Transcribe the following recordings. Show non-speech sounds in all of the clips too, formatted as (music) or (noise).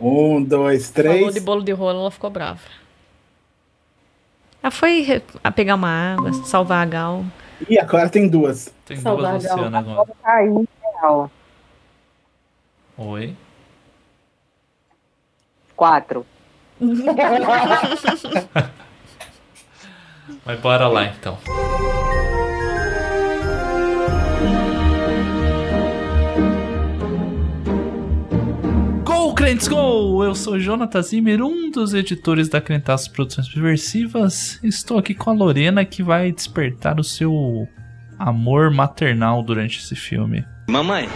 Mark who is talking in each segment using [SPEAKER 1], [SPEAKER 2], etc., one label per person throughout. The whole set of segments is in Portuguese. [SPEAKER 1] Um, dois,
[SPEAKER 2] Falou
[SPEAKER 1] três.
[SPEAKER 2] de bolo de rolo, ela ficou brava. Ela Ah, foi re- a pegar uma água, salvar a Gal.
[SPEAKER 1] E agora tem duas.
[SPEAKER 3] Tem duas
[SPEAKER 4] Saudade,
[SPEAKER 3] Luciana agora.
[SPEAKER 4] Caiu real.
[SPEAKER 3] Oi.
[SPEAKER 4] Quatro.
[SPEAKER 3] Mas bora lá então. Gol, crentes, gol! Eu sou Jonathan Zimmer, um dos editores da Crentaços Produções Perversivas. Estou aqui com a Lorena, que vai despertar o seu amor maternal durante esse filme.
[SPEAKER 5] Mamãe,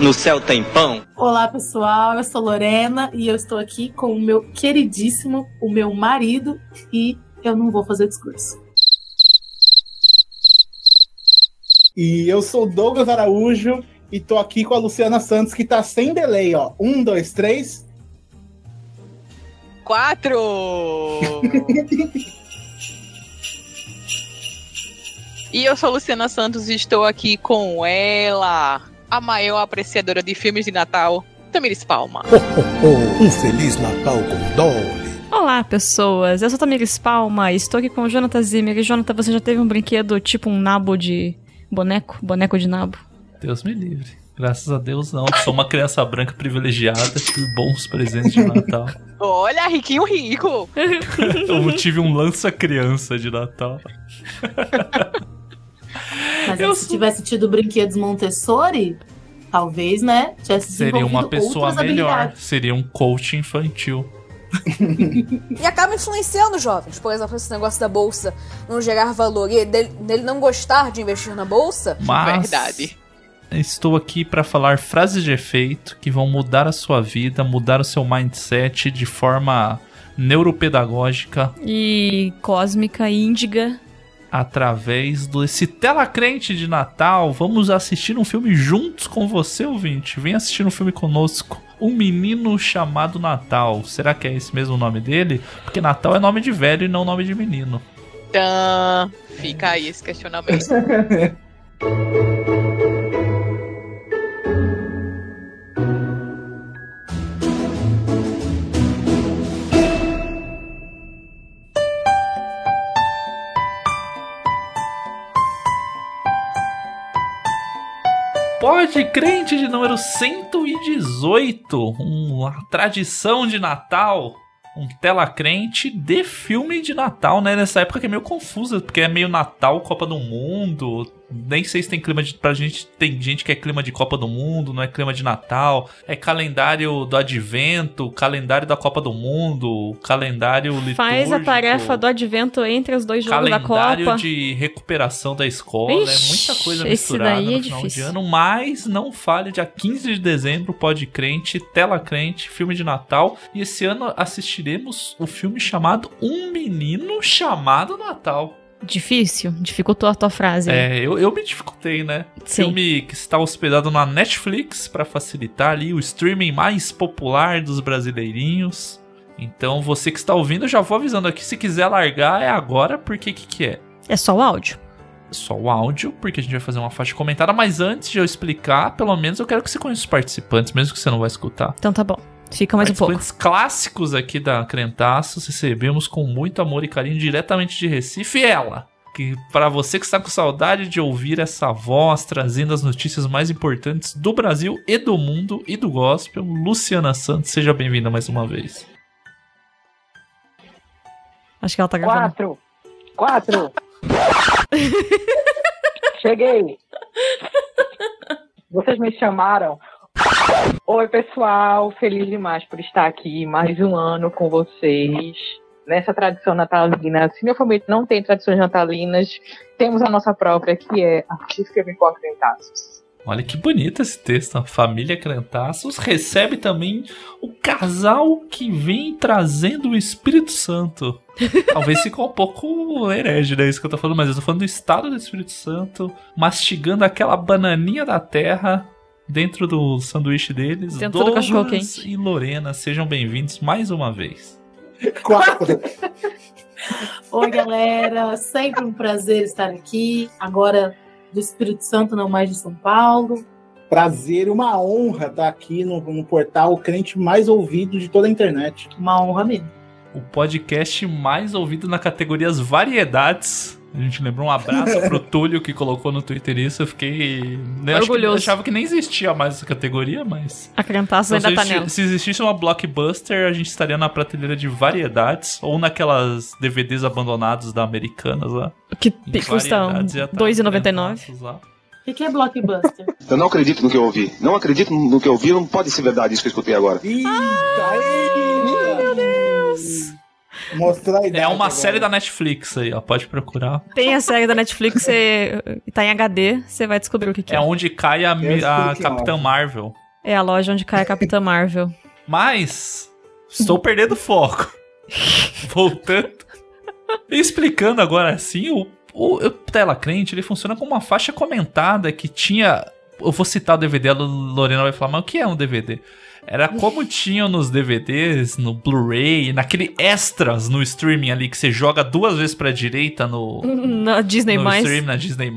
[SPEAKER 5] no céu tem pão?
[SPEAKER 6] Olá pessoal, eu sou Lorena e eu estou aqui com o meu queridíssimo, o meu marido e eu não vou fazer discurso.
[SPEAKER 1] E eu sou o Douglas Araújo e tô aqui com a Luciana Santos, que tá sem delay, ó. Um, dois, três.
[SPEAKER 5] Quatro!
[SPEAKER 7] (laughs) E eu sou Luciana Santos e estou aqui com ela, a maior apreciadora de filmes de Natal, Tamiris Palma.
[SPEAKER 8] Um Feliz Natal com Dolly.
[SPEAKER 2] Olá, pessoas. Eu sou a Tamiris Palma e estou aqui com o Jonathan Zimmer. E, Jonathan, você já teve um brinquedo tipo um nabo de boneco? Boneco de nabo?
[SPEAKER 3] Deus me livre. Graças a Deus não. Sou uma criança branca privilegiada por bons presentes de Natal.
[SPEAKER 7] Olha, riquinho rico!
[SPEAKER 3] Eu tive um lança-criança de Natal.
[SPEAKER 6] Mas
[SPEAKER 3] Eu
[SPEAKER 6] se
[SPEAKER 3] sou-
[SPEAKER 6] tivesse tido brinquedos Montessori, talvez, né? Tivesse
[SPEAKER 3] Seria uma
[SPEAKER 6] desenvolvido
[SPEAKER 3] pessoa
[SPEAKER 6] outras
[SPEAKER 3] melhor.
[SPEAKER 6] habilidades.
[SPEAKER 3] Seria um coach infantil.
[SPEAKER 9] E acaba influenciando os jovens. Por exemplo, esse negócio da bolsa não gerar valor e é dele, dele não gostar de investir na bolsa.
[SPEAKER 3] Mas
[SPEAKER 7] Verdade.
[SPEAKER 3] estou aqui para falar frases de efeito que vão mudar a sua vida, mudar o seu mindset de forma neuropedagógica
[SPEAKER 2] E cósmica, índiga.
[SPEAKER 3] através desse tela crente de Natal. Vamos assistir um filme juntos com você, ouvinte. Vem assistir um filme conosco. Um menino chamado Natal. Será que é esse mesmo o nome dele? Porque Natal é nome de velho e não nome de menino.
[SPEAKER 7] Tã, fica aí esse questionamento.
[SPEAKER 3] Pode crente de número 118, uma tradição de Natal, um tela crente de filme de Natal, né? Nessa época que é meio confusa, porque é meio Natal, Copa do Mundo. Nem sei se tem clima de. Pra gente, tem gente que é clima de Copa do Mundo, não é clima de Natal. É calendário do Advento, calendário da Copa do Mundo, calendário litúrgico.
[SPEAKER 2] Faz a tarefa do advento entre os dois jogos da
[SPEAKER 3] calendário
[SPEAKER 2] Copa.
[SPEAKER 3] de recuperação da escola, é
[SPEAKER 2] Ixi,
[SPEAKER 3] muita coisa
[SPEAKER 2] esse
[SPEAKER 3] misturada
[SPEAKER 2] daí é
[SPEAKER 3] no final
[SPEAKER 2] difícil.
[SPEAKER 3] de ano, mas não falhe, dia 15 de dezembro, Pode Crente, Tela Crente, filme de Natal, e esse ano assistiremos o filme chamado Um Menino Chamado Natal.
[SPEAKER 2] Difícil? Dificultou a tua frase. né?
[SPEAKER 3] É, eu, eu me dificultei, né?
[SPEAKER 2] Sim.
[SPEAKER 3] Filme que está hospedado na Netflix para facilitar ali o streaming mais popular dos brasileirinhos. Então, você que está ouvindo, eu já vou avisando aqui, se quiser largar é agora, porque o que que é?
[SPEAKER 2] É só o áudio.
[SPEAKER 3] só o áudio, porque a gente vai fazer uma faixa comentada, mas antes de eu explicar, pelo menos eu quero que você conheça os participantes, mesmo que você não vai escutar.
[SPEAKER 2] Então tá bom. Fica mais um pouco.
[SPEAKER 3] participantes clássicos aqui da Crentaços, recebemos com muito amor e carinho diretamente de Recife, ela. Que para você que está com saudade de ouvir essa voz trazendo as notícias mais importantes do Brasil e do mundo e do gospel, Luciana Santos, seja bem-vinda mais uma vez.
[SPEAKER 2] Acho que ela tá gravando.
[SPEAKER 4] Quatro. Quatro. Cheguei. Vocês me chamaram. (laughs) Oi, pessoal. Feliz demais por estar aqui mais um ano com vocês. Nessa tradição natalina. Se minha família não tem tradições natalinas, temos a nossa própria, que é a que escrever com acrentaços.
[SPEAKER 3] Olha que bonito esse texto. A família Crentaços recebe também o casal que vem trazendo o
[SPEAKER 2] (laughs)
[SPEAKER 3] Espírito Santo. Talvez fique um pouco herege, né? Isso que eu tô falando, mas eu tô falando do estado do Espírito Santo, mastigando aquela bananinha da terra dentro do sanduíche deles.
[SPEAKER 2] Dentro do cachorro-quente.
[SPEAKER 3] Douglas E Lorena, sejam bem-vindos mais uma vez.
[SPEAKER 1] Quatro.
[SPEAKER 6] Oi, galera, sempre um prazer estar aqui. Agora do Espírito Santo, não mais de São Paulo.
[SPEAKER 1] Prazer e uma honra estar aqui no, no portal o crente mais ouvido de toda a internet.
[SPEAKER 6] Uma honra mesmo.
[SPEAKER 3] O podcast mais ouvido na categoria As variedades. A gente lembrou um abraço
[SPEAKER 2] (laughs)
[SPEAKER 3] pro Túlio que colocou no Twitter isso. Eu fiquei. Eu acho que-
[SPEAKER 2] Orgulhoso.
[SPEAKER 3] achava que nem existia mais essa categoria, mas.
[SPEAKER 2] A Crentaça
[SPEAKER 3] Então, se,
[SPEAKER 2] ainda tá nela.
[SPEAKER 3] existi- se existisse uma blockbuster, a gente estaria na prateleira de variedades ou naquelas DVDs abandonados da Americanas lá.
[SPEAKER 2] Que
[SPEAKER 3] Em
[SPEAKER 2] pi- custa
[SPEAKER 3] variedades ia tá
[SPEAKER 2] R$2,99.
[SPEAKER 3] Crentaços lá.
[SPEAKER 6] O que que é blockbuster? (laughs)
[SPEAKER 10] Eu não acredito no que eu ouvi. Não acredito no que eu ouvi. Não pode ser verdade isso que eu escutei agora.
[SPEAKER 1] Eita, eita. meu Deus! Mostrou a ideia.
[SPEAKER 3] É uma
[SPEAKER 1] agora.
[SPEAKER 3] série da Netflix aí, ó. Pode procurar.
[SPEAKER 2] Tem a série da Netflix, você tá em HD, você vai descobrir o que, que é.
[SPEAKER 3] É onde cai a, mi-
[SPEAKER 1] Eu
[SPEAKER 3] a
[SPEAKER 1] expliquei,
[SPEAKER 3] Capitã
[SPEAKER 1] ó.
[SPEAKER 3] Marvel.
[SPEAKER 2] É a loja onde cai a Capitã Marvel.
[SPEAKER 3] Mas estou perdendo
[SPEAKER 2] (laughs)
[SPEAKER 3] o foco. Voltando. E Explicando agora assim, o, o, o Tela Crente ele funciona como uma faixa comentada que tinha. Eu vou citar o DVD, a Lorena vai falar, mas o que é um DVD? Era como tinham nos DVDs, no Blu-ray, naquele extras no streaming ali, que você joga duas vezes pra direita no,
[SPEAKER 2] Na (laughs) Disney+.
[SPEAKER 3] no
[SPEAKER 2] mais.
[SPEAKER 3] stream, na Disney+,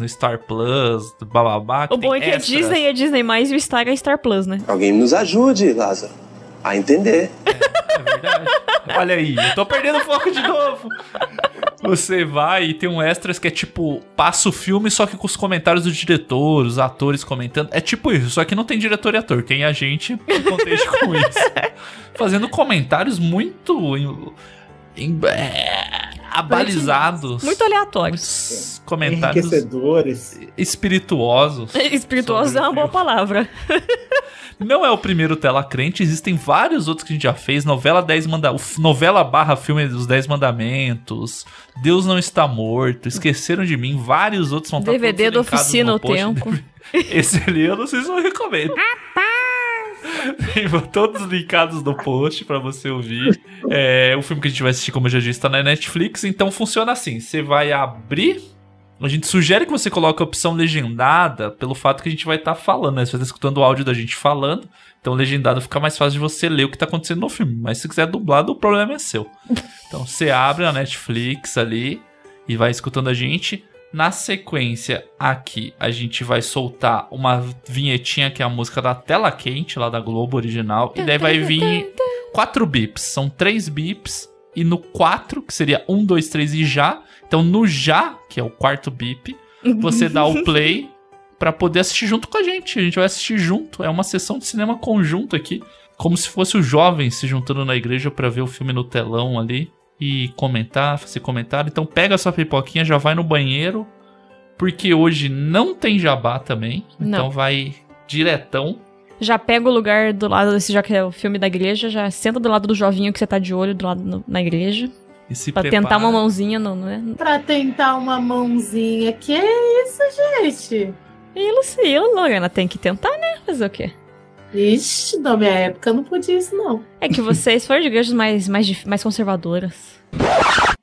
[SPEAKER 3] no Star Plus, bababá.
[SPEAKER 2] O bom é
[SPEAKER 3] tem
[SPEAKER 2] que a
[SPEAKER 3] extras.
[SPEAKER 2] Disney é Disney+, mais, e o Star é Star Plus, né?
[SPEAKER 5] Alguém nos ajude, Lázaro, a entender.
[SPEAKER 3] É verdade. Olha aí, eu tô perdendo o foco de novo. Você vai e tem um extras que é tipo, passa o filme só que com os comentários do diretor, os atores comentando. É tipo isso, só que não tem diretor e ator, tem a gente que contexto com isso. Fazendo comentários muito em, em- é, abalizados.
[SPEAKER 2] Muito aleatório. (laughs)
[SPEAKER 3] Muitos comentários
[SPEAKER 1] Enriquecedores.
[SPEAKER 3] espirituosos.
[SPEAKER 2] Espirituoso é uma
[SPEAKER 3] Sobre
[SPEAKER 2] boa
[SPEAKER 3] o filme.
[SPEAKER 2] palavra.
[SPEAKER 3] Não é o primeiro Tela Crente, existem vários outros que a gente já fez. Novela 10 manda... o f- novela barra filme dos 10 mandamentos, Deus Não Está Morto, Esqueceram de Mim, vários outros vão estar
[SPEAKER 2] DVD
[SPEAKER 3] todos
[SPEAKER 2] da Oficina
[SPEAKER 3] linkados
[SPEAKER 2] ao
[SPEAKER 3] no post.
[SPEAKER 2] Tempo.
[SPEAKER 3] (laughs) Esse ali eu não sei se eu recomendo. (laughs) Tem todos linkados no post pra você ouvir. É, o filme que a gente vai assistir, como eu já disse, tá na Netflix. Então funciona assim: você vai abrir. A gente sugere que você coloque a opção legendada pelo fato que a gente vai estar falando, né? Você vai estar escutando o áudio da gente falando. Então, legendado fica mais fácil de você ler o que tá acontecendo no filme. Mas se quiser dublado, o problema é seu. Então, você abre a Netflix ali e vai escutando a gente. Na sequência, aqui a gente vai soltar uma vinhetinha que é a música da tela quente lá da Globo original. E daí vai vir quatro bips. São três bips. E no 4, que seria 1, 2, 3 e já. Então no já, que é o quarto bip, você
[SPEAKER 2] (laughs)
[SPEAKER 3] dá o play pra poder assistir junto com a gente. A gente vai assistir junto. É uma sessão de cinema conjunto aqui. Como se fosse os jovens se juntando na igreja pra ver o filme no telão ali e comentar, fazer comentário. Então pega sua pipoquinha, já vai no banheiro, porque hoje não tem jabá também.
[SPEAKER 2] Não.
[SPEAKER 3] Então vai diretão.
[SPEAKER 2] Já pega o lugar do lado desse, já que é o filme da igreja, já senta do lado do jovinho que você tá de olho do lado no- na igreja.
[SPEAKER 3] E se
[SPEAKER 2] Pra
[SPEAKER 3] prepara.
[SPEAKER 2] tentar uma mãozinha, não, né?
[SPEAKER 6] pra tentar uma mãozinha. Que isso, gente?
[SPEAKER 2] E Lucila, Lorena, tem que tentar, né? Fazer o quê?
[SPEAKER 6] Ixi, na minha época eu não podia isso, não.
[SPEAKER 2] É que vocês foram de igrejas mais, mais, dif- mais conservadoras.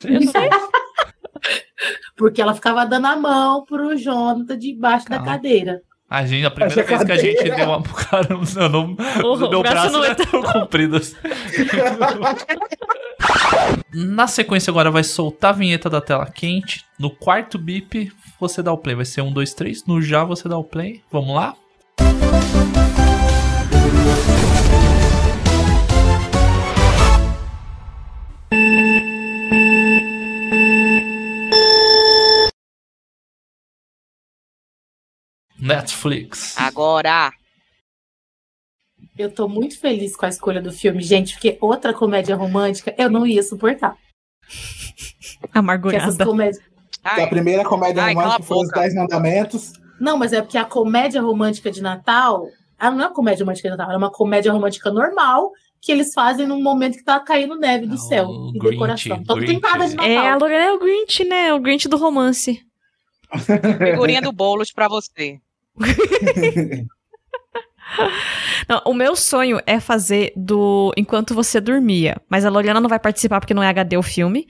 [SPEAKER 2] Eu sei.
[SPEAKER 6] Porque ela ficava dando a mão pro Jonathan debaixo
[SPEAKER 3] Calma.
[SPEAKER 6] da cadeira.
[SPEAKER 3] A gente, a primeira
[SPEAKER 1] Essa
[SPEAKER 3] vez que a
[SPEAKER 1] cadeira.
[SPEAKER 3] gente deu uma pro cara, (laughs) não, não,
[SPEAKER 2] O
[SPEAKER 3] meu braço,
[SPEAKER 2] braço
[SPEAKER 3] não
[SPEAKER 2] não
[SPEAKER 3] é
[SPEAKER 2] é
[SPEAKER 3] tão comprido. assim. Na sequência agora vai soltar a vinheta da tela quente. No quarto bip você dá o play. Vai ser um, dois, três. No já você dá o play. Vamos lá? Netflix.
[SPEAKER 7] Agora.
[SPEAKER 6] Eu tô muito feliz com a escolha do filme, gente, porque outra comédia romântica eu não ia suportar. Porque essas
[SPEAKER 2] Amargurada.
[SPEAKER 6] comédias.
[SPEAKER 1] A
[SPEAKER 7] Ai,
[SPEAKER 1] primeira comédia
[SPEAKER 7] Ai,
[SPEAKER 1] romântica
[SPEAKER 7] cala a
[SPEAKER 1] foi os
[SPEAKER 7] boca.
[SPEAKER 1] Dez Mandamentos.
[SPEAKER 6] Não, mas é porque a comédia romântica de Natal. Ela não é uma comédia romântica de Natal, ela é uma comédia romântica normal que eles fazem num momento que tá caindo neve do
[SPEAKER 3] Ah,
[SPEAKER 6] céu
[SPEAKER 3] o
[SPEAKER 6] e
[SPEAKER 3] Grinch,
[SPEAKER 6] decoração. Todo
[SPEAKER 3] Grinch,
[SPEAKER 6] pintada de
[SPEAKER 3] né?
[SPEAKER 6] Natal.
[SPEAKER 2] É, a Lorena é o Grinch, né? O Grinch do romance.
[SPEAKER 7] figurinha do Boulos pra você.
[SPEAKER 2] Não, o meu sonho é fazer do Enquanto Você Dormia. Mas a Lorena não vai participar porque não é HD o filme.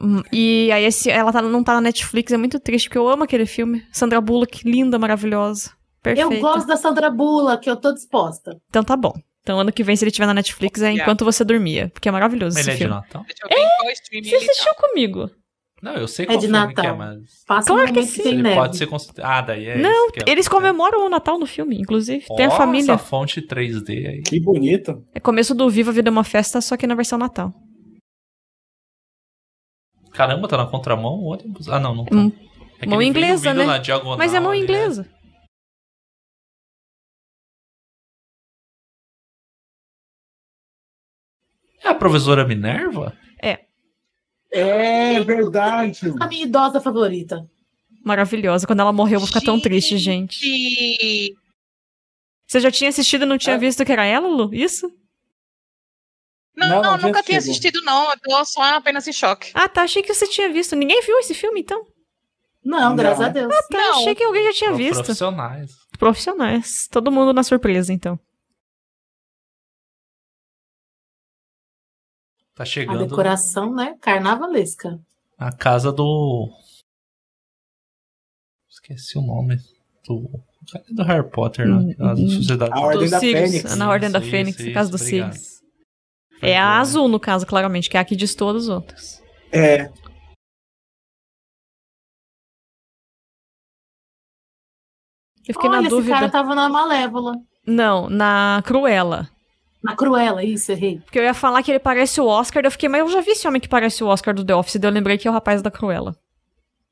[SPEAKER 2] Hum, E aí esse, ela tá- não tá na Netflix, é muito triste, porque eu amo aquele filme. Sandra Bullock, linda, maravilhosa.
[SPEAKER 6] eu
[SPEAKER 2] Perfeita.
[SPEAKER 6] gosto da Sandra Bula, que eu tô disposta.
[SPEAKER 2] Então tá bom. Então ano que vem, se ele tiver na Netflix, é
[SPEAKER 7] Yeah.
[SPEAKER 2] Enquanto Você Dormia. Porque é maravilhoso
[SPEAKER 3] Ele
[SPEAKER 2] esse
[SPEAKER 3] é de
[SPEAKER 2] filme.
[SPEAKER 3] Natal.
[SPEAKER 7] Deixa eu ver em qual streaming
[SPEAKER 2] Você
[SPEAKER 7] ele tá.
[SPEAKER 2] assistiu comigo.
[SPEAKER 3] Não, eu sei
[SPEAKER 6] É
[SPEAKER 3] qual
[SPEAKER 6] de
[SPEAKER 3] filme que
[SPEAKER 6] Natal.
[SPEAKER 3] mas...
[SPEAKER 6] Passa um
[SPEAKER 2] Claro que
[SPEAKER 6] momento
[SPEAKER 2] sim. né?
[SPEAKER 6] que tem
[SPEAKER 3] Ele
[SPEAKER 6] neve.
[SPEAKER 3] pode ser considerado... Ah, daí é
[SPEAKER 2] Não,
[SPEAKER 3] isso que é-
[SPEAKER 2] eles comemoram o Natal no filme, inclusive. Tem a
[SPEAKER 3] Nossa,
[SPEAKER 2] família.
[SPEAKER 3] essa fonte 3D aí.
[SPEAKER 1] Que bonito.
[SPEAKER 2] É começo do Viva a Vida é uma Festa, só que na versão Natal.
[SPEAKER 3] Caramba, tá na contramão o ônibus? Ah, não, não tá.
[SPEAKER 2] Hum.
[SPEAKER 3] É que
[SPEAKER 2] Mão
[SPEAKER 3] ele veio
[SPEAKER 2] inglesa,
[SPEAKER 3] vindo
[SPEAKER 2] né?
[SPEAKER 3] na diagonal
[SPEAKER 2] Mas é mão
[SPEAKER 3] ali, né?
[SPEAKER 2] inglesa.
[SPEAKER 3] É a professora Minerva?
[SPEAKER 1] É verdade.
[SPEAKER 6] A minha idosa favorita.
[SPEAKER 2] Maravilhosa. Quando ela morreu, eu vou ficar tão triste, gente.
[SPEAKER 7] E
[SPEAKER 2] Você já tinha assistido e não tinha visto que era ela, Lu? Isso?
[SPEAKER 1] Não,
[SPEAKER 7] Não, não,
[SPEAKER 1] não, já
[SPEAKER 7] nunca tinha
[SPEAKER 1] chegou.
[SPEAKER 7] assistido, não. Eu tô só apenas em choque.
[SPEAKER 2] Ah, tá. Achei que você tinha visto. Ninguém viu esse filme, então?
[SPEAKER 6] Não,
[SPEAKER 1] Não.
[SPEAKER 6] graças a Deus.
[SPEAKER 2] Tá,
[SPEAKER 7] Não.
[SPEAKER 2] achei que alguém já tinha
[SPEAKER 3] São
[SPEAKER 2] visto.
[SPEAKER 3] Profissionais.
[SPEAKER 2] Profissionais. Todo mundo na surpresa, então.
[SPEAKER 3] Tá
[SPEAKER 6] A
[SPEAKER 3] chegando
[SPEAKER 6] decoração, né? Carnavalesca.
[SPEAKER 3] na casa do... Esqueci o nome. Do... Cadê do Harry Potter,
[SPEAKER 2] Hum,
[SPEAKER 3] né? A Sociedade
[SPEAKER 1] A Ordem
[SPEAKER 2] Do
[SPEAKER 1] da
[SPEAKER 2] Sirius,
[SPEAKER 1] Fênix.
[SPEAKER 2] Na Ordem da
[SPEAKER 3] Isso,
[SPEAKER 2] Fênix,
[SPEAKER 3] isso,
[SPEAKER 2] na casa do
[SPEAKER 3] obrigado.
[SPEAKER 2] Sirius. É a azul, no caso, claramente, que é a que diz todas as outras.
[SPEAKER 1] É.
[SPEAKER 2] Eu fiquei
[SPEAKER 6] Olha,
[SPEAKER 2] na dúvida.
[SPEAKER 6] esse cara tá- tava na Malévola.
[SPEAKER 2] Não, na Cruella.
[SPEAKER 6] Na Cruella, isso, errei.
[SPEAKER 2] Porque eu ia falar que ele parece o Oscar, daí eu fiquei, mas eu já vi esse homem que parece o Oscar do The Office, daí eu lembrei que é o rapaz da Cruella.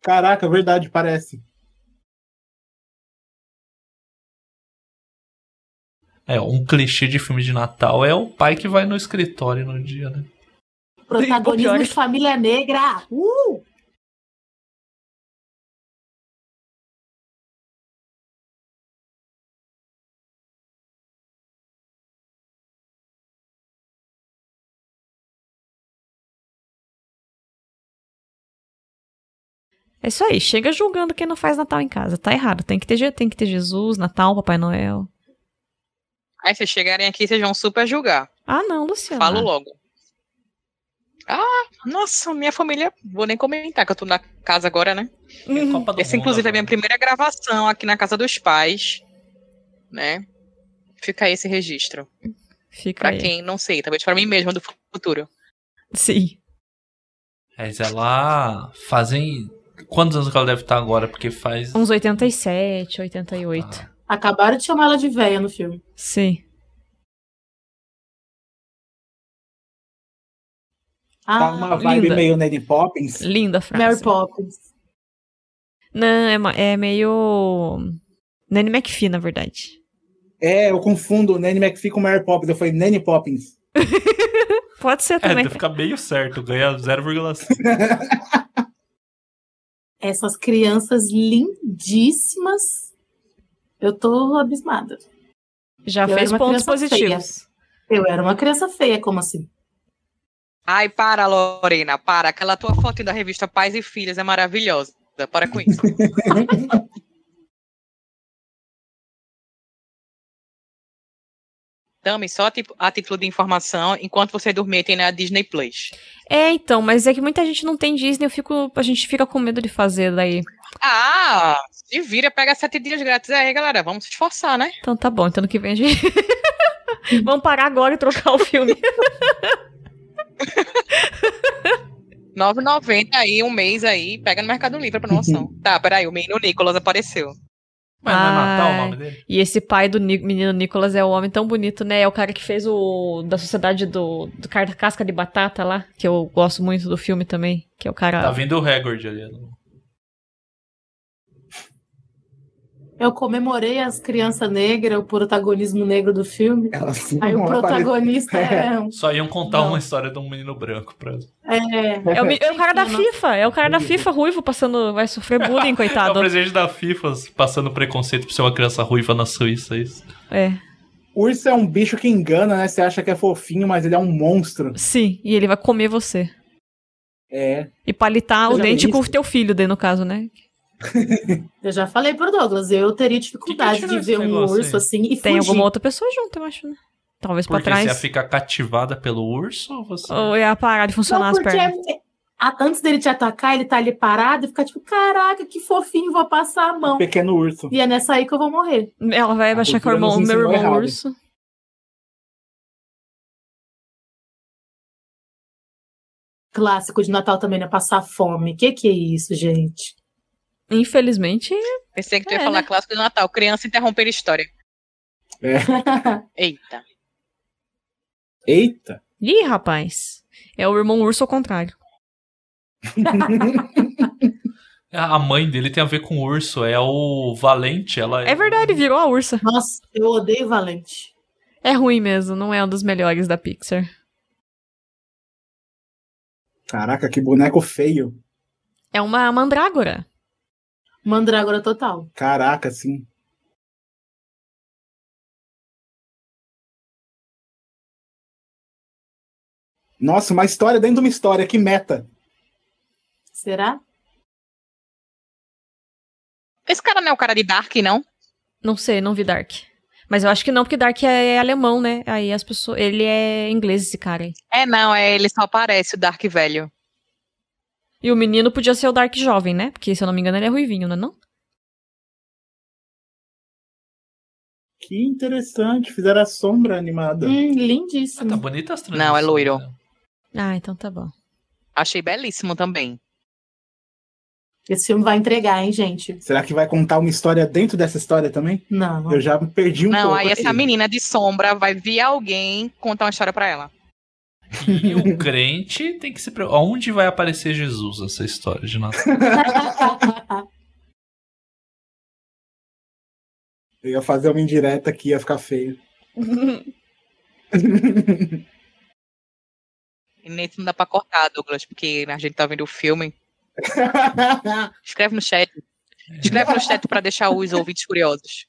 [SPEAKER 1] Caraca, verdade, parece.
[SPEAKER 3] É, um clichê de filme de Natal é o pai que vai no escritório no dia, né?
[SPEAKER 6] Protagonismo
[SPEAKER 2] pior. é
[SPEAKER 6] de família negra. Uh!
[SPEAKER 2] É isso aí, chega julgando quem não faz Natal em casa. Tá errado, tem que ter, Je- tem que ter Jesus, Natal, Papai Noel.
[SPEAKER 7] Aí vocês chegarem aqui, vocês vão super julgar.
[SPEAKER 2] Ah, não, Luciana.
[SPEAKER 7] Falo logo. Ah, nossa, minha família. Vou nem comentar que eu tô na casa agora, né?
[SPEAKER 3] É a
[SPEAKER 2] Uhum.
[SPEAKER 3] Copa do
[SPEAKER 7] Essa,
[SPEAKER 3] Mundo
[SPEAKER 7] inclusive, é a
[SPEAKER 3] agora.
[SPEAKER 7] minha primeira gravação aqui na casa dos pais, né? Fica aí esse registro.
[SPEAKER 2] Fica
[SPEAKER 7] Pra
[SPEAKER 2] aí.
[SPEAKER 7] quem não sei, talvez pra mim mesma do futuro.
[SPEAKER 2] Sim.
[SPEAKER 3] Mas ela fazem. Quantos anos que ela deve estar agora? Porque faz.
[SPEAKER 2] Uns 87, 88.
[SPEAKER 3] Ah,
[SPEAKER 6] Acabaram de chamar ela de véia no filme.
[SPEAKER 2] Sim.
[SPEAKER 1] Tá
[SPEAKER 2] Tá
[SPEAKER 6] Ah,
[SPEAKER 1] uma vibe
[SPEAKER 2] linda.
[SPEAKER 1] meio Nanny Poppins.
[SPEAKER 2] Linda a frase.
[SPEAKER 6] Mary Poppins.
[SPEAKER 2] Não, é, ma- é meio. Nanny McPhee, na verdade.
[SPEAKER 1] É, eu confundo Nanny McPhee com Mary Poppins. Eu falei Nanny Poppins.
[SPEAKER 2] Pode ser
[SPEAKER 3] É,
[SPEAKER 2] também.
[SPEAKER 3] deve ficar meio certo, ganha 0,5.
[SPEAKER 6] Essas crianças lindíssimas. Eu tô abismada.
[SPEAKER 2] Já
[SPEAKER 6] Eu era
[SPEAKER 2] fez
[SPEAKER 6] uma
[SPEAKER 2] pontos
[SPEAKER 6] criança
[SPEAKER 2] positivos.
[SPEAKER 6] Eu era uma criança feia, como assim?
[SPEAKER 7] Ai, para, Lorena, para. Aquela tua foto da revista Pais e Filhas é maravilhosa. Para com isso. Tami, só a tipo- a título de informação, enquanto você dormir, tem na Disney Plus.
[SPEAKER 2] É, então, mas é que muita gente não tem Disney, eu fico, a gente fica com medo de fazer daí.
[SPEAKER 7] Ah, se vira, pega sete dias grátis aí, galera. Vamos se esforçar, né?
[SPEAKER 2] Então tá bom, então ano que vem a gente. (laughs) Vamos parar agora e trocar o filme.
[SPEAKER 7] 9,90 aí, um mês aí, pega no Mercado Livre pra promoção. tá, peraí, o menino Nicolas apareceu.
[SPEAKER 3] Mas não é Natal o
[SPEAKER 2] Ai.
[SPEAKER 3] nome dele?
[SPEAKER 2] E esse pai do Ni- menino Nicolas é o homem tão bonito, né? É o cara que fez o. da Sociedade do. do cara da Casca de Batata lá, que eu gosto muito do filme também, que é o cara.
[SPEAKER 3] Tá vindo o recorde ali.
[SPEAKER 6] Eu comemorei as crianças negras, o protagonismo negro do filme.
[SPEAKER 1] Ela assim, sim,
[SPEAKER 6] Aí o protagonista é,
[SPEAKER 2] (laughs)
[SPEAKER 6] um-
[SPEAKER 3] Só iam contar
[SPEAKER 6] Não.
[SPEAKER 3] uma história de um menino branco pra.
[SPEAKER 6] é
[SPEAKER 2] É o, me- é o cara da FIFA, é o cara da
[SPEAKER 1] Ruivo.
[SPEAKER 2] FIFA ruivo passando, vai sofrer bullying,
[SPEAKER 3] É o
[SPEAKER 1] (laughs)
[SPEAKER 2] coitado.
[SPEAKER 3] presidente da FIFA passando preconceito por ser uma criança ruiva na Suíça. Isso.
[SPEAKER 2] É,
[SPEAKER 1] Urso é um bicho que engana, né? Você acha que é fofinho, mas ele é um monstro.
[SPEAKER 2] sim, e ele vai comer você.
[SPEAKER 1] É.
[SPEAKER 2] E palitar
[SPEAKER 1] Você
[SPEAKER 2] o
[SPEAKER 1] já
[SPEAKER 2] dente
[SPEAKER 1] viu
[SPEAKER 2] com o
[SPEAKER 1] isso?
[SPEAKER 2] teu filho, daí no caso, né?
[SPEAKER 6] Eu já falei pro Douglas, eu teria
[SPEAKER 3] Que
[SPEAKER 6] dificuldade
[SPEAKER 3] que
[SPEAKER 6] de
[SPEAKER 3] tirou
[SPEAKER 6] ver
[SPEAKER 3] esse
[SPEAKER 6] um
[SPEAKER 3] negócio
[SPEAKER 6] urso
[SPEAKER 3] aí?
[SPEAKER 6] assim e
[SPEAKER 2] Tem
[SPEAKER 6] fugir.
[SPEAKER 2] alguma outra pessoa junto, eu acho, né? Talvez pra
[SPEAKER 3] Porque você ia
[SPEAKER 2] trás.
[SPEAKER 3] ficar cativada pelo urso ou você.
[SPEAKER 2] Ou ia parar de funcionar
[SPEAKER 6] Não,
[SPEAKER 2] as
[SPEAKER 6] porque
[SPEAKER 2] pernas.
[SPEAKER 6] é- a- antes dele te atacar, ele tá ali parado e fica tipo, caraca, que fofinho, vou passar a mão.
[SPEAKER 1] Pequeno urso.
[SPEAKER 6] E é nessa aí que eu vou morrer.
[SPEAKER 2] Ela vai
[SPEAKER 1] A
[SPEAKER 2] baixar com o
[SPEAKER 1] cultura é
[SPEAKER 2] irmão,
[SPEAKER 1] nos
[SPEAKER 2] meu
[SPEAKER 1] ensinou
[SPEAKER 2] irmão
[SPEAKER 1] errado.
[SPEAKER 2] urso.
[SPEAKER 6] clássico de Natal também, né? Passar fome. Que que é isso, gente?
[SPEAKER 2] Infelizmente.
[SPEAKER 7] Pensei que tu ia falar clássico de Natal. Criança interromper história. Eita.
[SPEAKER 1] Eita!
[SPEAKER 2] Ih, rapaz. É o irmão urso ao contrário.
[SPEAKER 3] É, A mãe dele tem a ver com o urso, é o Valente, ela
[SPEAKER 2] É verdade, virou a ursa.
[SPEAKER 6] Nossa, eu odeio Valente.
[SPEAKER 2] É ruim mesmo, não é um dos melhores da Pixar.
[SPEAKER 1] Caraca, que boneco feio.
[SPEAKER 2] É uma mandrágora.
[SPEAKER 6] Mandrágora total.
[SPEAKER 1] Caraca, sim. Nossa, uma história dentro de uma história, que meta.
[SPEAKER 6] Será?
[SPEAKER 7] Esse cara não é o cara de Dark, não?
[SPEAKER 2] Não sei, não vi Dark. Mas eu acho que não, porque Dark é alemão, né? Aí as pessoas. Ele é inglês, esse cara aí.
[SPEAKER 7] É, não, é ele só aparece, o Dark velho.
[SPEAKER 2] E o menino podia ser o Dark jovem, né? Porque, se eu não me engano, ele é ruivinho, não é não?
[SPEAKER 1] Que interessante, fizeram a sombra animada.
[SPEAKER 6] Hum, lindíssimo.
[SPEAKER 3] Tá bonita as né?
[SPEAKER 7] Não, é loiro.
[SPEAKER 2] Ah, então tá bom.
[SPEAKER 7] Achei belíssimo também.
[SPEAKER 6] Esse filme vai entregar, hein, gente?
[SPEAKER 1] Será que vai contar uma história dentro dessa história também?
[SPEAKER 6] Não, não.
[SPEAKER 1] Eu já me perdi um
[SPEAKER 7] não,
[SPEAKER 1] pouco.
[SPEAKER 7] aí essa
[SPEAKER 1] aqui.
[SPEAKER 7] menina de sombra vai vir alguém contar uma história pra ela.
[SPEAKER 3] E o crente tem que se preocupar. Onde vai aparecer Jesus essa história de Natal?
[SPEAKER 1] Eu ia fazer uma indireta aqui, ia ficar feio.
[SPEAKER 7] E nesse não dá pra cortar, Douglas, porque a gente tá vendo
[SPEAKER 1] (laughs)
[SPEAKER 7] o filme. Escreve no chat. Escreve no chat pra deixar os ouvintes curiosos.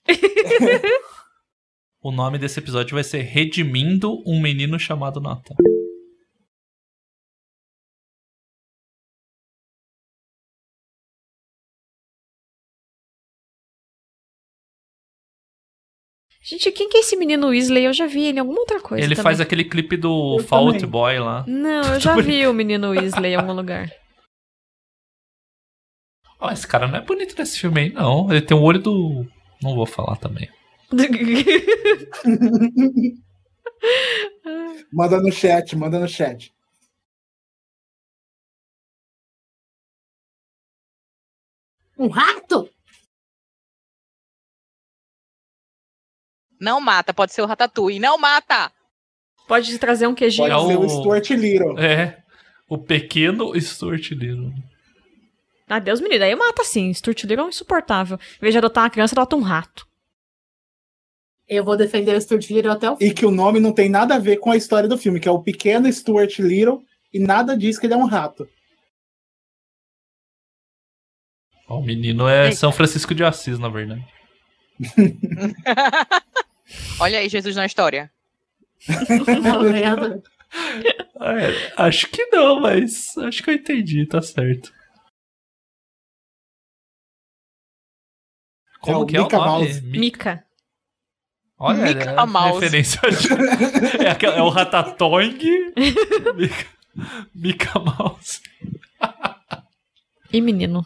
[SPEAKER 3] O nome desse episódio vai ser Redimindo um Menino Chamado Natal.
[SPEAKER 2] Gente, quem que é esse menino Weasley? Eu já vi ele em alguma outra coisa.
[SPEAKER 3] Ele
[SPEAKER 2] também.
[SPEAKER 3] faz aquele clipe do
[SPEAKER 1] Eu
[SPEAKER 3] Fall Out
[SPEAKER 1] também.
[SPEAKER 3] Boy lá.
[SPEAKER 2] Não, eu
[SPEAKER 3] (laughs)
[SPEAKER 2] já vi o menino Weasley em algum lugar.
[SPEAKER 3] Ó, esse cara não é bonito nesse filme aí, não. Ele tem o olho do. Não vou falar também.
[SPEAKER 1] Manda no chat, manda no chat.
[SPEAKER 6] Um rato?
[SPEAKER 7] Não mata, pode ser o Ratatouille. Não mata!
[SPEAKER 2] Pode trazer um queijinho.
[SPEAKER 1] Pode
[SPEAKER 3] É
[SPEAKER 1] ser
[SPEAKER 3] o-
[SPEAKER 1] o Stuart Little.
[SPEAKER 3] É. O pequeno Stuart Little.
[SPEAKER 2] Ah, Deus me livre. Aí mata sim. Stuart Little é um insuportável. Em vez de adotar uma criança, adota um rato.
[SPEAKER 6] Eu vou defender o Stuart
[SPEAKER 3] (laughs)
[SPEAKER 6] Little até o fim.
[SPEAKER 1] E que o nome não tem nada a ver com a história do filme, que é o pequeno Stuart Little, e nada diz que ele é um rato.
[SPEAKER 3] Ó, o menino é
[SPEAKER 7] Eita.
[SPEAKER 3] São Francisco de Assis, na verdade.
[SPEAKER 7] Olha aí, Jesus na história.
[SPEAKER 6] Tá
[SPEAKER 3] Então,
[SPEAKER 6] vendo?
[SPEAKER 3] É, acho que não, mas acho que eu entendi, tá certo. Como
[SPEAKER 1] É o
[SPEAKER 3] que é o
[SPEAKER 1] Mica
[SPEAKER 3] nome?
[SPEAKER 1] Mouse.
[SPEAKER 3] Mi-
[SPEAKER 2] Mica.
[SPEAKER 3] Olha,
[SPEAKER 7] Mica
[SPEAKER 3] é a
[SPEAKER 7] Mouse.
[SPEAKER 3] referência. (laughs) de- é, aquela- é o
[SPEAKER 7] (laughs)
[SPEAKER 3] Ratatouille. Mica, Mica Mouse.
[SPEAKER 2] E menino.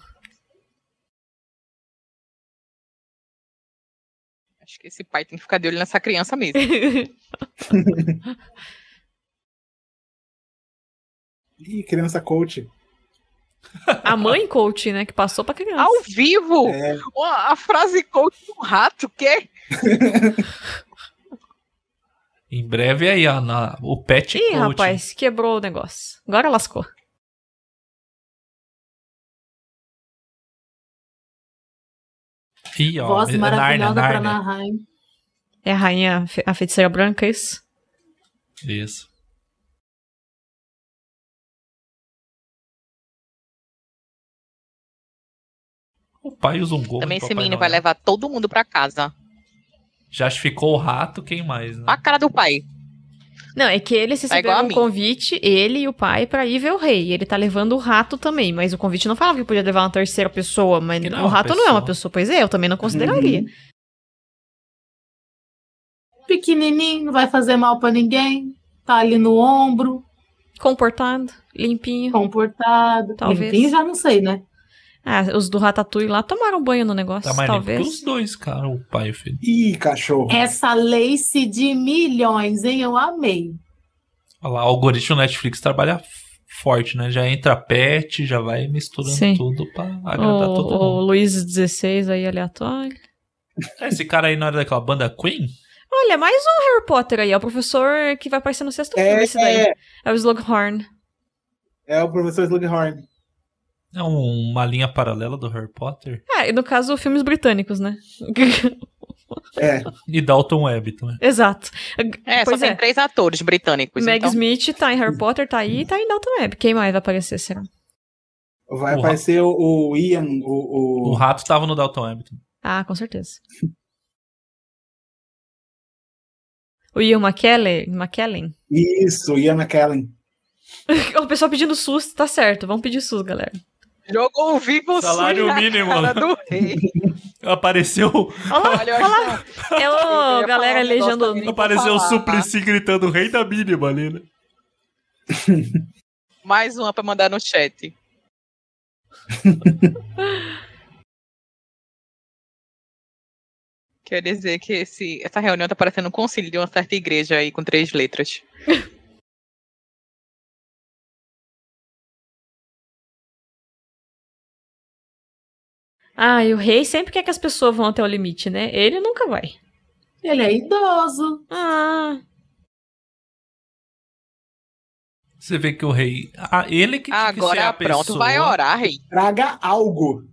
[SPEAKER 7] Acho que esse pai tem que ficar de olho nessa criança mesmo.
[SPEAKER 1] Ih, criança coach.
[SPEAKER 2] A mãe coach, né? Que passou pra criança.
[SPEAKER 7] Ao vivo!
[SPEAKER 1] É.
[SPEAKER 7] Ó, A frase coach de um rato, que?
[SPEAKER 3] Em breve aí, ó, na- o Pet
[SPEAKER 2] Ih,
[SPEAKER 3] Coach.
[SPEAKER 2] rapaz, quebrou o negócio. Agora lascou.
[SPEAKER 3] Ih, ó,
[SPEAKER 6] Voz
[SPEAKER 3] é Narnia,
[SPEAKER 6] maravilhosa pra
[SPEAKER 3] Narnia.
[SPEAKER 6] narrar, hein?
[SPEAKER 2] É a rainha, fe- a feiticeira branca, é isso?
[SPEAKER 3] Isso. O pai usa um gol.
[SPEAKER 7] Também
[SPEAKER 3] de
[SPEAKER 7] esse
[SPEAKER 3] Papai Noel.
[SPEAKER 7] menino vai levar todo mundo pra casa.
[SPEAKER 3] Já ficou o rato, quem mais, né?
[SPEAKER 7] Olha a cara do pai.
[SPEAKER 2] Não, é que eles
[SPEAKER 7] Tá
[SPEAKER 2] receberam
[SPEAKER 7] igual a
[SPEAKER 2] um
[SPEAKER 7] mim.
[SPEAKER 2] convite, ele e o pai, pra ir ver o rei. E ele tá levando o rato também. Mas o convite não falava que podia levar uma terceira pessoa. Mas
[SPEAKER 3] Que não é
[SPEAKER 2] o
[SPEAKER 3] uma
[SPEAKER 2] rato não é uma
[SPEAKER 3] pessoa.
[SPEAKER 2] pessoa. Uhum. Pois é, eu também não consideraria.
[SPEAKER 6] Pequenininho, não vai fazer mal pra ninguém. Tá ali no ombro,
[SPEAKER 2] Comportado, limpinho.
[SPEAKER 6] comportado.
[SPEAKER 2] Talvez.
[SPEAKER 6] Limpinho já não sei, né?
[SPEAKER 2] Ah, os do Ratatouille lá tomaram banho no negócio,
[SPEAKER 3] Tá mais limpo que
[SPEAKER 2] talvez.
[SPEAKER 3] os dois, cara, o pai e o filho.
[SPEAKER 1] Ih, cachorro.
[SPEAKER 6] Essa lace de milhões, hein? Eu amei.
[SPEAKER 3] Olha lá, o algoritmo Netflix trabalha f- forte, né? Já entra pet, já vai misturando
[SPEAKER 2] Sim.
[SPEAKER 3] tudo pra agradar
[SPEAKER 2] O,
[SPEAKER 3] todo
[SPEAKER 2] o
[SPEAKER 3] mundo. Ah,
[SPEAKER 2] Luiz XVI aí aleatório.
[SPEAKER 3] Esse cara aí não era daquela banda Queen?
[SPEAKER 2] Olha, mais um Harry Potter aí, é o professor que vai aparecer no sexto filme esse daí. É, o Slughorn.
[SPEAKER 1] É o professor Slughorn.
[SPEAKER 3] É um- uma linha paralela do Harry Potter?
[SPEAKER 2] É, e no caso, filmes britânicos, né? (laughs)
[SPEAKER 1] É.
[SPEAKER 3] E Dalton Webb também.
[SPEAKER 2] Exato.
[SPEAKER 7] É,
[SPEAKER 2] pois
[SPEAKER 7] só
[SPEAKER 2] é.
[SPEAKER 7] tem três atores britânicos.
[SPEAKER 2] Meg
[SPEAKER 7] então.
[SPEAKER 2] Smith tá em Harry Potter, tá aí, e tá em Dalton Web. Quem mais vai aparecer, será?
[SPEAKER 1] Vai
[SPEAKER 3] O ra-
[SPEAKER 1] aparecer o, o Ian, o,
[SPEAKER 3] O
[SPEAKER 1] o...
[SPEAKER 3] rato tava no Dalton Webb. também.
[SPEAKER 2] Ah, com
[SPEAKER 7] (laughs)
[SPEAKER 2] certeza. O Ian McKellen? McKellen? (laughs)
[SPEAKER 1] Isso, o Ian McKellen.
[SPEAKER 2] O pessoal pedindo SUS, tá certo. Vamos pedir SUS, galera.
[SPEAKER 7] Jogou o Vigo
[SPEAKER 3] Salário
[SPEAKER 2] (laughs)
[SPEAKER 3] mínimo. (laughs)
[SPEAKER 7] Cara do rei.
[SPEAKER 3] Apareceu,
[SPEAKER 7] Olha, olha lá.
[SPEAKER 2] É
[SPEAKER 7] (laughs) Eu
[SPEAKER 2] o
[SPEAKER 7] ia
[SPEAKER 2] galera
[SPEAKER 7] falar um negócio
[SPEAKER 2] legendo.
[SPEAKER 7] também.
[SPEAKER 3] apareceu o
[SPEAKER 7] falar.
[SPEAKER 3] Suplicy gritando rei da mínima ali, né?
[SPEAKER 7] é Mais uma pra mandar no chat. (laughs) Quer dizer que esse, essa reunião tá parecendo um concílio de uma certa igreja aí com três letras.
[SPEAKER 2] Ah, e o rei sempre quer que as pessoas vão até o limite, né? Ele nunca vai.
[SPEAKER 6] Ele é idoso.
[SPEAKER 2] Ah,
[SPEAKER 3] Você vê que o rei. Ah, ele que tinha que ser
[SPEAKER 7] Agora
[SPEAKER 3] a
[SPEAKER 7] pronto,
[SPEAKER 3] pessoa.
[SPEAKER 7] vai orar, rei.
[SPEAKER 1] Traga algo.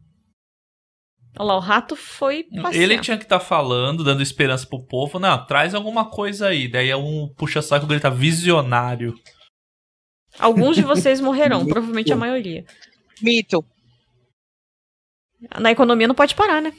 [SPEAKER 2] olha lá, o rato foi passear.
[SPEAKER 3] Ele tinha que estar falando, dando esperança pro povo. Não, traz alguma coisa aí. Daí é um puxa-saco grita visionário.
[SPEAKER 2] Alguns
[SPEAKER 3] (laughs)
[SPEAKER 2] de vocês morrerão, provavelmente a maioria.
[SPEAKER 7] Mito.
[SPEAKER 2] Na economia não pode parar, né?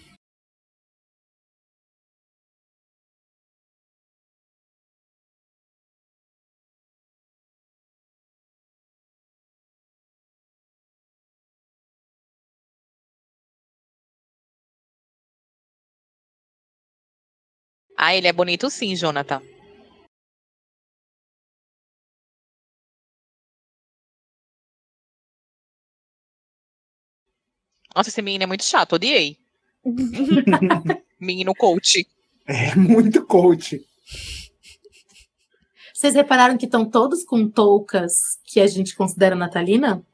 [SPEAKER 7] Ah, ele é bonito sim, Jonathan. Nossa, esse menino é muito chato, odiei. menino coach. (laughs)
[SPEAKER 1] É muito coach.
[SPEAKER 6] Vocês repararam que estão todos com toucas que a gente considera natalina?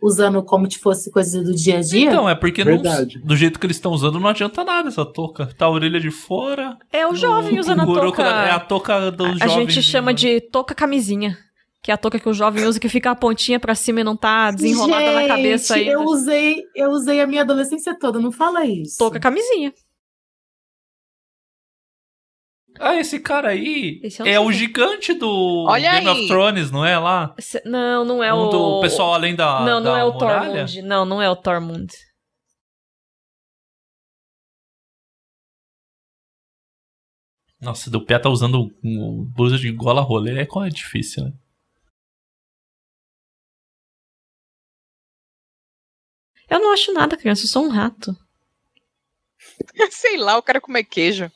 [SPEAKER 6] Usando como se fosse coisa do dia a dia?
[SPEAKER 3] Então, é porque não-
[SPEAKER 1] Verdade.
[SPEAKER 3] do jeito que eles estão usando, não adianta nada essa touca. Tá a orelha de fora.
[SPEAKER 2] É o jovem usando a
[SPEAKER 3] guruco
[SPEAKER 2] touca.
[SPEAKER 3] da- É a touca né? do jovem.
[SPEAKER 2] A gente chama de touca camisinha. Que é a touca que o jovem usa que fica a pontinha pra cima e não tá desenrolada na
[SPEAKER 6] Gente,
[SPEAKER 2] cabeça aí.
[SPEAKER 6] Eu usei, eu usei a minha adolescência toda, não fala isso.
[SPEAKER 2] Touca camisinha.
[SPEAKER 3] Ah, esse cara aí
[SPEAKER 2] Esse um eu não sei
[SPEAKER 3] é o
[SPEAKER 2] quem.
[SPEAKER 3] gigante do
[SPEAKER 7] Olha
[SPEAKER 3] Game
[SPEAKER 7] aí.
[SPEAKER 3] of Thrones, não é lá?
[SPEAKER 2] Se- Não, não é
[SPEAKER 3] um
[SPEAKER 2] o.
[SPEAKER 3] do pessoal além da
[SPEAKER 2] Não, não
[SPEAKER 3] da
[SPEAKER 2] é o
[SPEAKER 3] muralha.
[SPEAKER 2] Tormund. Não, não é o Tormund.
[SPEAKER 3] Nossa, do pé tá usando um- um blusa de gola rolê, é como é difícil, né?
[SPEAKER 2] Eu não acho nada, criança. Eu sou um rato.
[SPEAKER 7] Sei lá, eu quero comer queijo.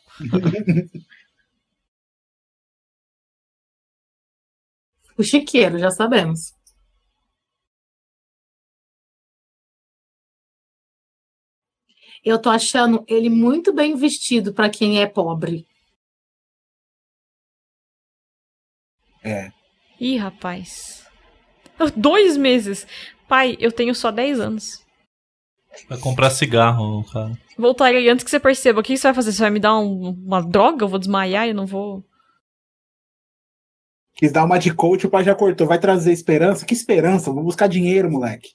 [SPEAKER 6] O chiqueiro, já sabemos. Eu tô achando ele muito bem vestido pra quem é pobre.
[SPEAKER 1] É.
[SPEAKER 2] Ih, rapaz. Dois meses. Pai, eu tenho só 10 anos.
[SPEAKER 3] Vai comprar cigarro, cara.
[SPEAKER 2] Voltarei antes que você perceba. O que você vai fazer? Você vai me dar um- uma droga? Eu vou desmaiar e não vou.
[SPEAKER 1] Quis dar uma de coach, o pai já cortou. Vai trazer esperança? Que esperança? Vou buscar dinheiro, moleque.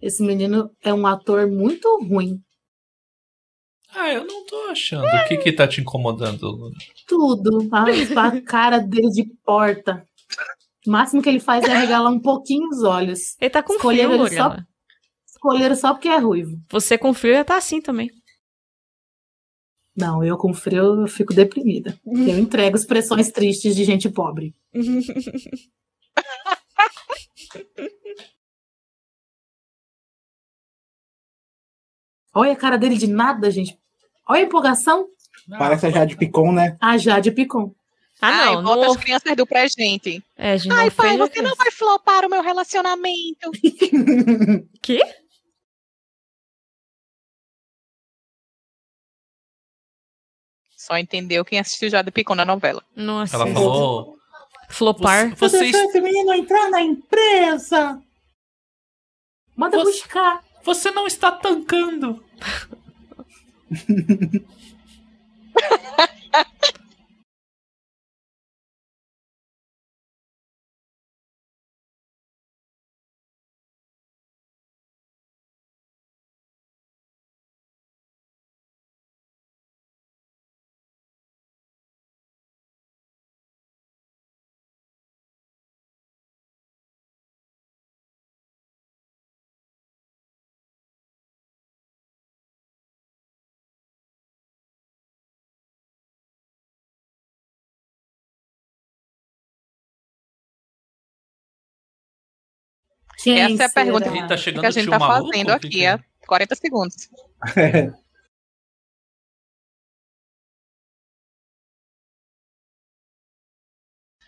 [SPEAKER 6] Esse menino é um ator muito ruim.
[SPEAKER 3] Ah, eu não tô achando. O que que tá te incomodando, Luna?
[SPEAKER 6] Tudo. A, a cara dele de porta. O máximo que ele faz é regalar um pouquinho os olhos.
[SPEAKER 2] Ele tá com
[SPEAKER 6] Escolheram
[SPEAKER 2] frio,
[SPEAKER 6] ele só-
[SPEAKER 2] Lorena.
[SPEAKER 6] Escolheram só porque é ruivo.
[SPEAKER 2] Você com frio já tá assim também.
[SPEAKER 6] Não, eu com frio eu fico deprimida. Eu entrego expressões tristes de gente pobre. (laughs) Olha a cara
[SPEAKER 7] Ah,
[SPEAKER 6] dele de nada, gente. Olha a empolgação.
[SPEAKER 7] tá
[SPEAKER 1] Parece a Jade Picon, né?
[SPEAKER 6] A Jade Picon.
[SPEAKER 2] Ah,
[SPEAKER 7] Ai,
[SPEAKER 2] não,
[SPEAKER 7] bota
[SPEAKER 2] não-
[SPEAKER 7] as crianças do pra gente.
[SPEAKER 2] É, a gente
[SPEAKER 7] Ai,
[SPEAKER 2] não
[SPEAKER 7] pai,
[SPEAKER 2] fez, já
[SPEAKER 7] você não
[SPEAKER 2] fez.
[SPEAKER 7] vai flopar o meu (laughs) relacionamento.
[SPEAKER 2] Quê?
[SPEAKER 7] Só entendeu quem assistiu já do Picon na novela.
[SPEAKER 2] Nossa.
[SPEAKER 3] Ela falou.
[SPEAKER 2] Flopar.
[SPEAKER 3] Você- vocês-
[SPEAKER 6] Esse menino entrar na empresa. Manda buscar.
[SPEAKER 3] Você não está tancando.
[SPEAKER 7] Essa é a pergunta
[SPEAKER 3] será? Tá chegando
[SPEAKER 7] que a gente
[SPEAKER 3] tio
[SPEAKER 7] tá
[SPEAKER 3] maluco?
[SPEAKER 7] fazendo
[SPEAKER 3] O que que
[SPEAKER 7] aqui
[SPEAKER 3] é?
[SPEAKER 7] há 40 segundos.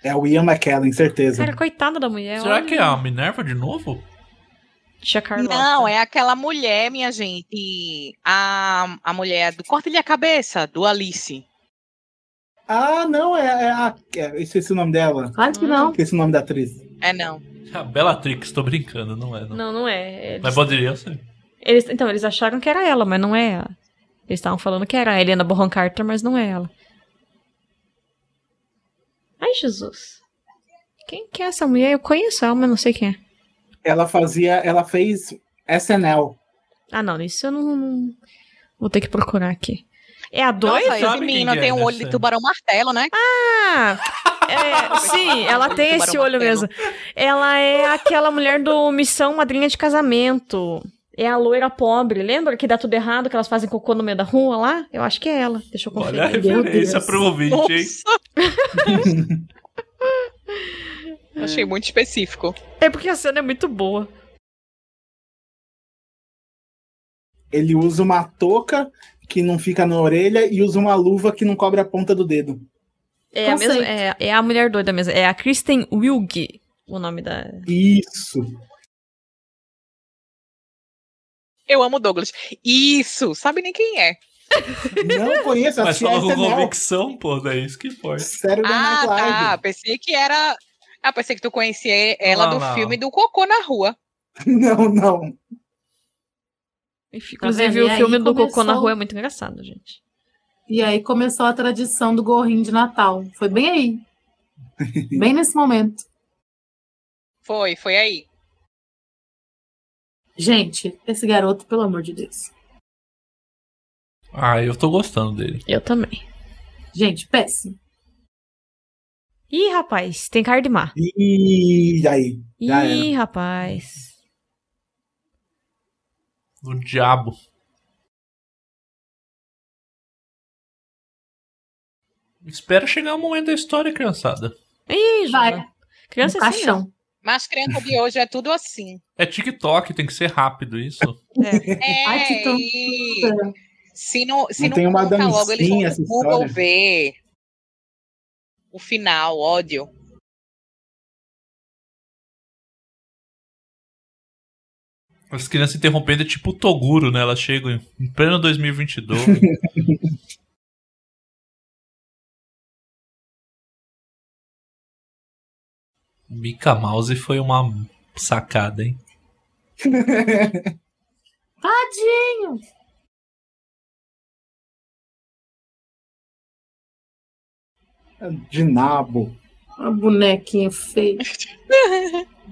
[SPEAKER 1] É o Ian McKellen, certeza.
[SPEAKER 2] Cara, coitada da mulher.
[SPEAKER 3] Será
[SPEAKER 2] olha.
[SPEAKER 3] que é a Minerva de novo?
[SPEAKER 2] Tia Carlota.
[SPEAKER 7] Não, é aquela mulher, minha gente. A, a mulher do Corta-lhe a Cabeça, do Alice.
[SPEAKER 1] Ah, não, é, é a. É, eu esqueci o nome dela.
[SPEAKER 6] Claro que não.
[SPEAKER 1] Esqueci o nome da atriz.
[SPEAKER 7] É não.
[SPEAKER 3] A Bellatrix, tô brincando, não é. Não.
[SPEAKER 2] Não, não é. Eles,
[SPEAKER 3] Mas poderia ser.
[SPEAKER 2] eles- então, eles acharam que era ela, mas não é ela. Eles estavam falando que era a Helena Bonham Carter, mas não é ela. Ai, Jesus. Quem que é essa mulher? Eu conheço ela, mas não sei quem é.
[SPEAKER 1] Ela fazia. Ela fez SNL.
[SPEAKER 2] Ah, não, isso eu não. não- Vou ter que procurar aqui. É a
[SPEAKER 7] Nossa,
[SPEAKER 2] 2?
[SPEAKER 7] esse menino
[SPEAKER 3] é,
[SPEAKER 7] tem um olho de tubarão martelo, né?
[SPEAKER 2] Ah! é, sim, ela tem esse olho mesmo. Ela é aquela mulher do Missão Madrinha de Casamento. É a loira pobre. Lembra que dá tudo errado, que elas fazem cocô no meio da rua lá? Eu acho que é ela. Deixa eu conferir.
[SPEAKER 3] Olha a referência pro ouvinte, hein? (laughs)
[SPEAKER 7] Achei muito específico.
[SPEAKER 2] É porque a cena é muito boa.
[SPEAKER 1] Ele usa uma touca que não fica na orelha e usa uma luva que não cobre a ponta do dedo.
[SPEAKER 2] É a,
[SPEAKER 1] Conceito.
[SPEAKER 2] mesma, é, é a mulher doida mesmo. É a Kristen Wilge, o nome da.
[SPEAKER 1] Isso.
[SPEAKER 7] Eu amo o Douglas. Isso, sabe nem quem é. (laughs)
[SPEAKER 1] Não conheço
[SPEAKER 3] Mas
[SPEAKER 1] assisti a
[SPEAKER 3] falou com
[SPEAKER 1] SNL.
[SPEAKER 3] convicção, pô, é isso que importa.
[SPEAKER 1] Sério,
[SPEAKER 7] Ah, tá. Pensei que era. Ah, pensei que tu conhecia ela
[SPEAKER 3] Não,
[SPEAKER 7] do
[SPEAKER 3] não.
[SPEAKER 7] filme do Cocô na Rua.
[SPEAKER 1] (laughs) Não, não.
[SPEAKER 2] Inclusive,
[SPEAKER 6] vendo?
[SPEAKER 2] o
[SPEAKER 6] E aí
[SPEAKER 2] filme do Cocô na
[SPEAKER 6] começou.
[SPEAKER 2] Rua é muito engraçado, gente.
[SPEAKER 6] E aí começou a tradição do gorrinho de Natal. Foi bem aí. Bem nesse momento.
[SPEAKER 7] Foi, foi aí.
[SPEAKER 6] Gente, esse garoto, pelo amor de Deus.
[SPEAKER 3] Ah, eu tô gostando dele.
[SPEAKER 2] Eu também.
[SPEAKER 6] Gente, péssimo.
[SPEAKER 2] Ih, rapaz, tem cara de má.
[SPEAKER 1] Ih, aí. Já
[SPEAKER 2] Ih, rapaz.
[SPEAKER 3] Do diabo. Espero chegar o momento da história, criançada.
[SPEAKER 2] Ih, Vai. Criança
[SPEAKER 7] No
[SPEAKER 2] é assim
[SPEAKER 7] caixão.
[SPEAKER 2] mesmo.
[SPEAKER 7] Mas criança de hoje é tudo assim.
[SPEAKER 3] É TikTok, tem que ser rápido isso.
[SPEAKER 7] É, e se não, se
[SPEAKER 1] Não
[SPEAKER 7] não,
[SPEAKER 1] tem uma
[SPEAKER 7] conta logo, eles vão
[SPEAKER 1] dancinha essa
[SPEAKER 7] no Google
[SPEAKER 1] história?
[SPEAKER 7] ver o final, ódio.
[SPEAKER 3] As crianças interrompendo é tipo o Toguro, né? Elas chegam em- em pleno (laughs) 2022. Mika Mouse foi uma sacada, hein?
[SPEAKER 6] Tadinho.
[SPEAKER 1] De nabo.
[SPEAKER 6] Uma bonequinha feia.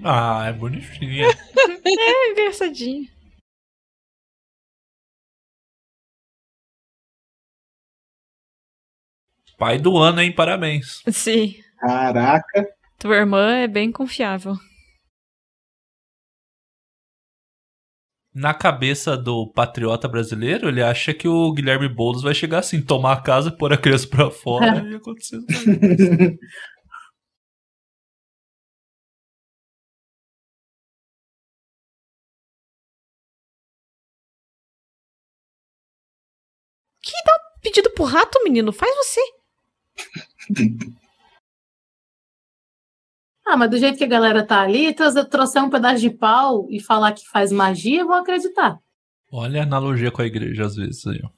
[SPEAKER 3] Ah, é bonitinha.
[SPEAKER 2] é, engraçadinho.
[SPEAKER 3] Pai do ano, hein? Parabéns.
[SPEAKER 2] Sim.
[SPEAKER 1] Caraca.
[SPEAKER 2] Tua irmã é bem confiável.
[SPEAKER 3] Na cabeça do patriota brasileiro, ele acha que o Guilherme Boulos vai chegar assim, tomar a casa, pôr a criança pra fora e acontecer.
[SPEAKER 2] Que dá um pedido pro rato, menino? Faz você.
[SPEAKER 6] Ah, mas do jeito que a galera tá ali, trazer, trouxer um pedaço de pau e falar que faz magia, vão acreditar.
[SPEAKER 3] Olha a analogia com a igreja às vezes aí, ó.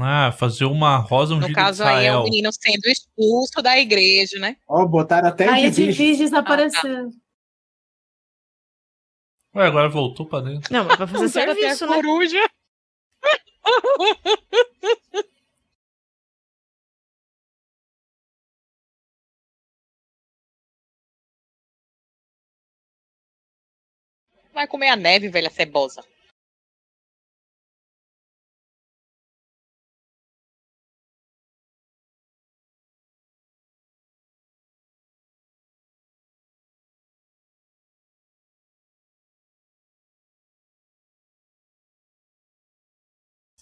[SPEAKER 3] Ah, fazer uma rosa um
[SPEAKER 7] No caso aí é o menino sendo expulso da igreja, né?
[SPEAKER 1] Ó, botaram até
[SPEAKER 6] Aí é a
[SPEAKER 1] de bicho.
[SPEAKER 6] Divis desapareceu.
[SPEAKER 2] um
[SPEAKER 3] Ué, agora voltou pra dentro.
[SPEAKER 2] Não, mas pra
[SPEAKER 7] (laughs)
[SPEAKER 2] fazer
[SPEAKER 7] Usaram até a
[SPEAKER 2] serviço, né?
[SPEAKER 7] coruja. Vai comer a neve, velha cebosa.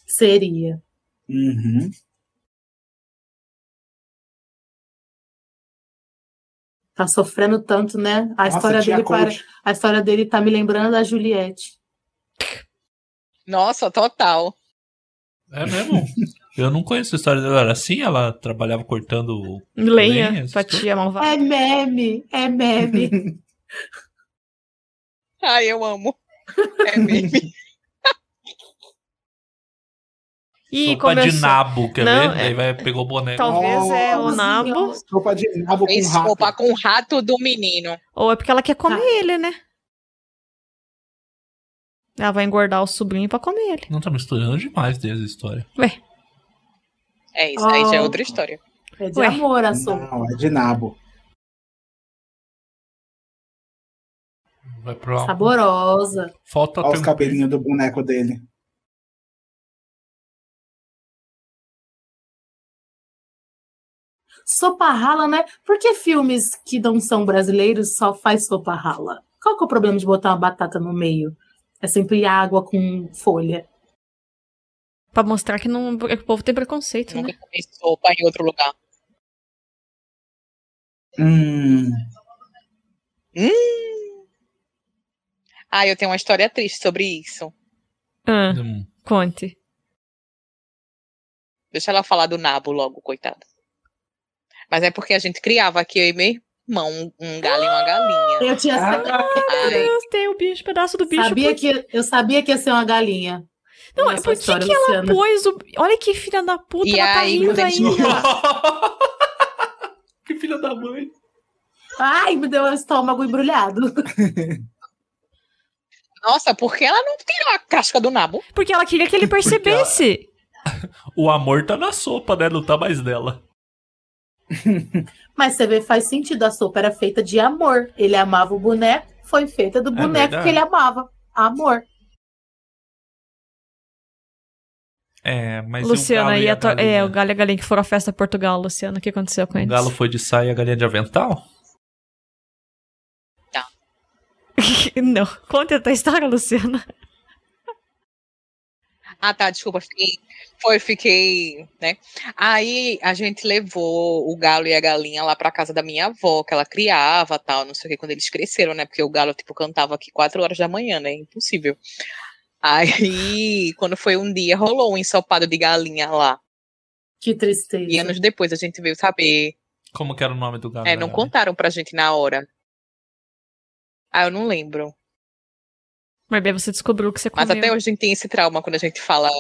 [SPEAKER 6] Seria.
[SPEAKER 1] Uhum.
[SPEAKER 6] Tá sofrendo tanto, né? A,
[SPEAKER 1] Nossa,
[SPEAKER 6] história,
[SPEAKER 1] tia
[SPEAKER 6] dele para...
[SPEAKER 1] coach.
[SPEAKER 6] a história dele tá me lembrando da Juliette.
[SPEAKER 7] Nossa, total.
[SPEAKER 3] É
[SPEAKER 2] (laughs)
[SPEAKER 3] mesmo? Eu não conheço a história dela. Era assim? Ela trabalhava cortando.
[SPEAKER 2] Lenha,
[SPEAKER 3] Lenha,
[SPEAKER 2] sua tia malvada.
[SPEAKER 6] É meme,
[SPEAKER 1] (laughs)
[SPEAKER 6] é meme.
[SPEAKER 7] Ai, eu amo. É meme.
[SPEAKER 2] Ih,
[SPEAKER 3] sopa de
[SPEAKER 2] começou.
[SPEAKER 3] nabo, quer
[SPEAKER 2] Não,
[SPEAKER 3] ver?
[SPEAKER 2] é-
[SPEAKER 3] Aí vai, pegou o boneco.
[SPEAKER 2] Talvez é o
[SPEAKER 1] Nossa
[SPEAKER 2] nabo,
[SPEAKER 1] Roupa de nabo com
[SPEAKER 7] Fez
[SPEAKER 1] rato.
[SPEAKER 7] roupa com o rato do menino.
[SPEAKER 2] ou é porque ela quer comer
[SPEAKER 6] Tá.
[SPEAKER 2] ele, né? Ela vai engordar o sobrinho pra comer ele.
[SPEAKER 3] Não, tá misturando demais desde a história.
[SPEAKER 7] É isso, aí já é
[SPEAKER 6] Oh.
[SPEAKER 7] outra história.
[SPEAKER 6] É de
[SPEAKER 2] Ué.
[SPEAKER 6] amor a sopa.
[SPEAKER 1] Não, é de nabo.
[SPEAKER 3] Vai pra.
[SPEAKER 6] Saborosa.
[SPEAKER 3] Falta
[SPEAKER 1] Olha os
[SPEAKER 3] tempo-
[SPEAKER 1] cabelinhos do boneco dele.
[SPEAKER 6] Sopa rala, né? Por que filmes que não são brasileiros só faz sopa rala? Qual que é o problema de botar uma batata no meio? É sempre água com folha.
[SPEAKER 2] Pra mostrar que, não, que o povo tem preconceito, né?
[SPEAKER 7] Nunca comi sopa em outro lugar.
[SPEAKER 1] Hum.
[SPEAKER 7] Ah, eu tenho uma história triste sobre isso.
[SPEAKER 2] Ah,
[SPEAKER 3] Hum,
[SPEAKER 2] conte.
[SPEAKER 7] Deixa ela falar do nabo logo, coitada. Mas é porque a gente criava aqui, eu e meu irmão, um- um galo e uma galinha. Ah,
[SPEAKER 6] Eu tinha
[SPEAKER 2] Meu
[SPEAKER 7] Ai,
[SPEAKER 2] Deus, tem o bicho, pedaço do Ah, bicho.
[SPEAKER 6] sabia
[SPEAKER 2] por-
[SPEAKER 6] que eu sabia que ia ser uma galinha.
[SPEAKER 2] Não, é
[SPEAKER 6] Nessa
[SPEAKER 2] por que,
[SPEAKER 6] história,
[SPEAKER 2] que ela
[SPEAKER 6] Luciana.
[SPEAKER 2] pôs o. Olha que filha da puta,
[SPEAKER 7] E
[SPEAKER 2] ela tá
[SPEAKER 7] aí,
[SPEAKER 2] rindo
[SPEAKER 7] quando a
[SPEAKER 2] ainda.
[SPEAKER 7] gente-
[SPEAKER 3] (laughs) que filha da mãe.
[SPEAKER 6] Ai, me deu o estômago embrulhado. (laughs)
[SPEAKER 7] Nossa, por que ela não tirou a casca do nabo?
[SPEAKER 2] Porque ela queria que ele
[SPEAKER 3] (laughs) Porque ela-
[SPEAKER 2] percebesse.
[SPEAKER 3] O amor tá na sopa, né? Não tá mais nela.
[SPEAKER 6] Mas você vê, faz sentido. A sopa era feita de amor. Ele amava o boneco, foi feita
[SPEAKER 2] É
[SPEAKER 6] do boneco
[SPEAKER 3] verdade.
[SPEAKER 6] que ele amava. Amor.
[SPEAKER 3] É, mas e o
[SPEAKER 2] Luciana
[SPEAKER 3] galo
[SPEAKER 2] e
[SPEAKER 3] e
[SPEAKER 2] a
[SPEAKER 3] a
[SPEAKER 2] tua- É, o
[SPEAKER 3] galinha?
[SPEAKER 2] Galho e a Galinha que foram à festa Portugal, Luciana. O que aconteceu com
[SPEAKER 3] o
[SPEAKER 2] eles? (laughs)
[SPEAKER 3] galo foi de saia e a galinha de avental?
[SPEAKER 2] Não. Conta a tua história, Luciana.
[SPEAKER 7] Ah, tá, desculpa, fiquei, foi, fiquei, né? Aí a gente levou o galo e a galinha lá pra casa da minha avó, que ela criava, tal, não sei o que, quando eles cresceram, né? Porque o galo, tipo, cantava aqui quatro horas da manhã, né? Impossível. Aí, quando foi um dia, rolou um ensopado de galinha lá.
[SPEAKER 6] Que tristeza.
[SPEAKER 7] E anos depois a gente veio saber.
[SPEAKER 3] Como que era o nome do galo?
[SPEAKER 7] É,
[SPEAKER 3] da
[SPEAKER 7] não
[SPEAKER 3] galinha?
[SPEAKER 7] contaram pra gente na hora. Ah, eu não lembro.
[SPEAKER 2] Mas bem, você descobriu o que você comeu.
[SPEAKER 7] Mas até hoje a gente tem esse trauma quando a gente fala.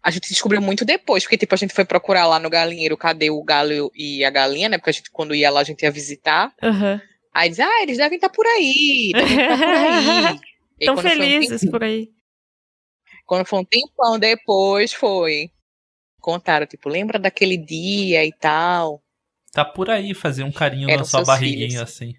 [SPEAKER 7] A gente descobriu muito depois, porque tipo, a gente foi procurar lá no galinheiro cadê o galo e a galinha, né? Porque a gente, quando ia lá, a gente ia visitar.
[SPEAKER 2] Aham.
[SPEAKER 7] Aí diz, ah, eles devem estar por
[SPEAKER 2] (laughs)
[SPEAKER 7] aí, devem estar
[SPEAKER 2] Tão
[SPEAKER 7] Então, é por aí. E quando foi um
[SPEAKER 2] felizes por aí. (laughs)
[SPEAKER 7] Quando foi um tempão depois, foi. Contaram, tipo, lembra daquele dia e tal.
[SPEAKER 3] Tá por aí, fazer um carinho
[SPEAKER 7] Eram
[SPEAKER 3] na sua
[SPEAKER 7] seus
[SPEAKER 3] barriguinha
[SPEAKER 7] filhos.
[SPEAKER 3] assim.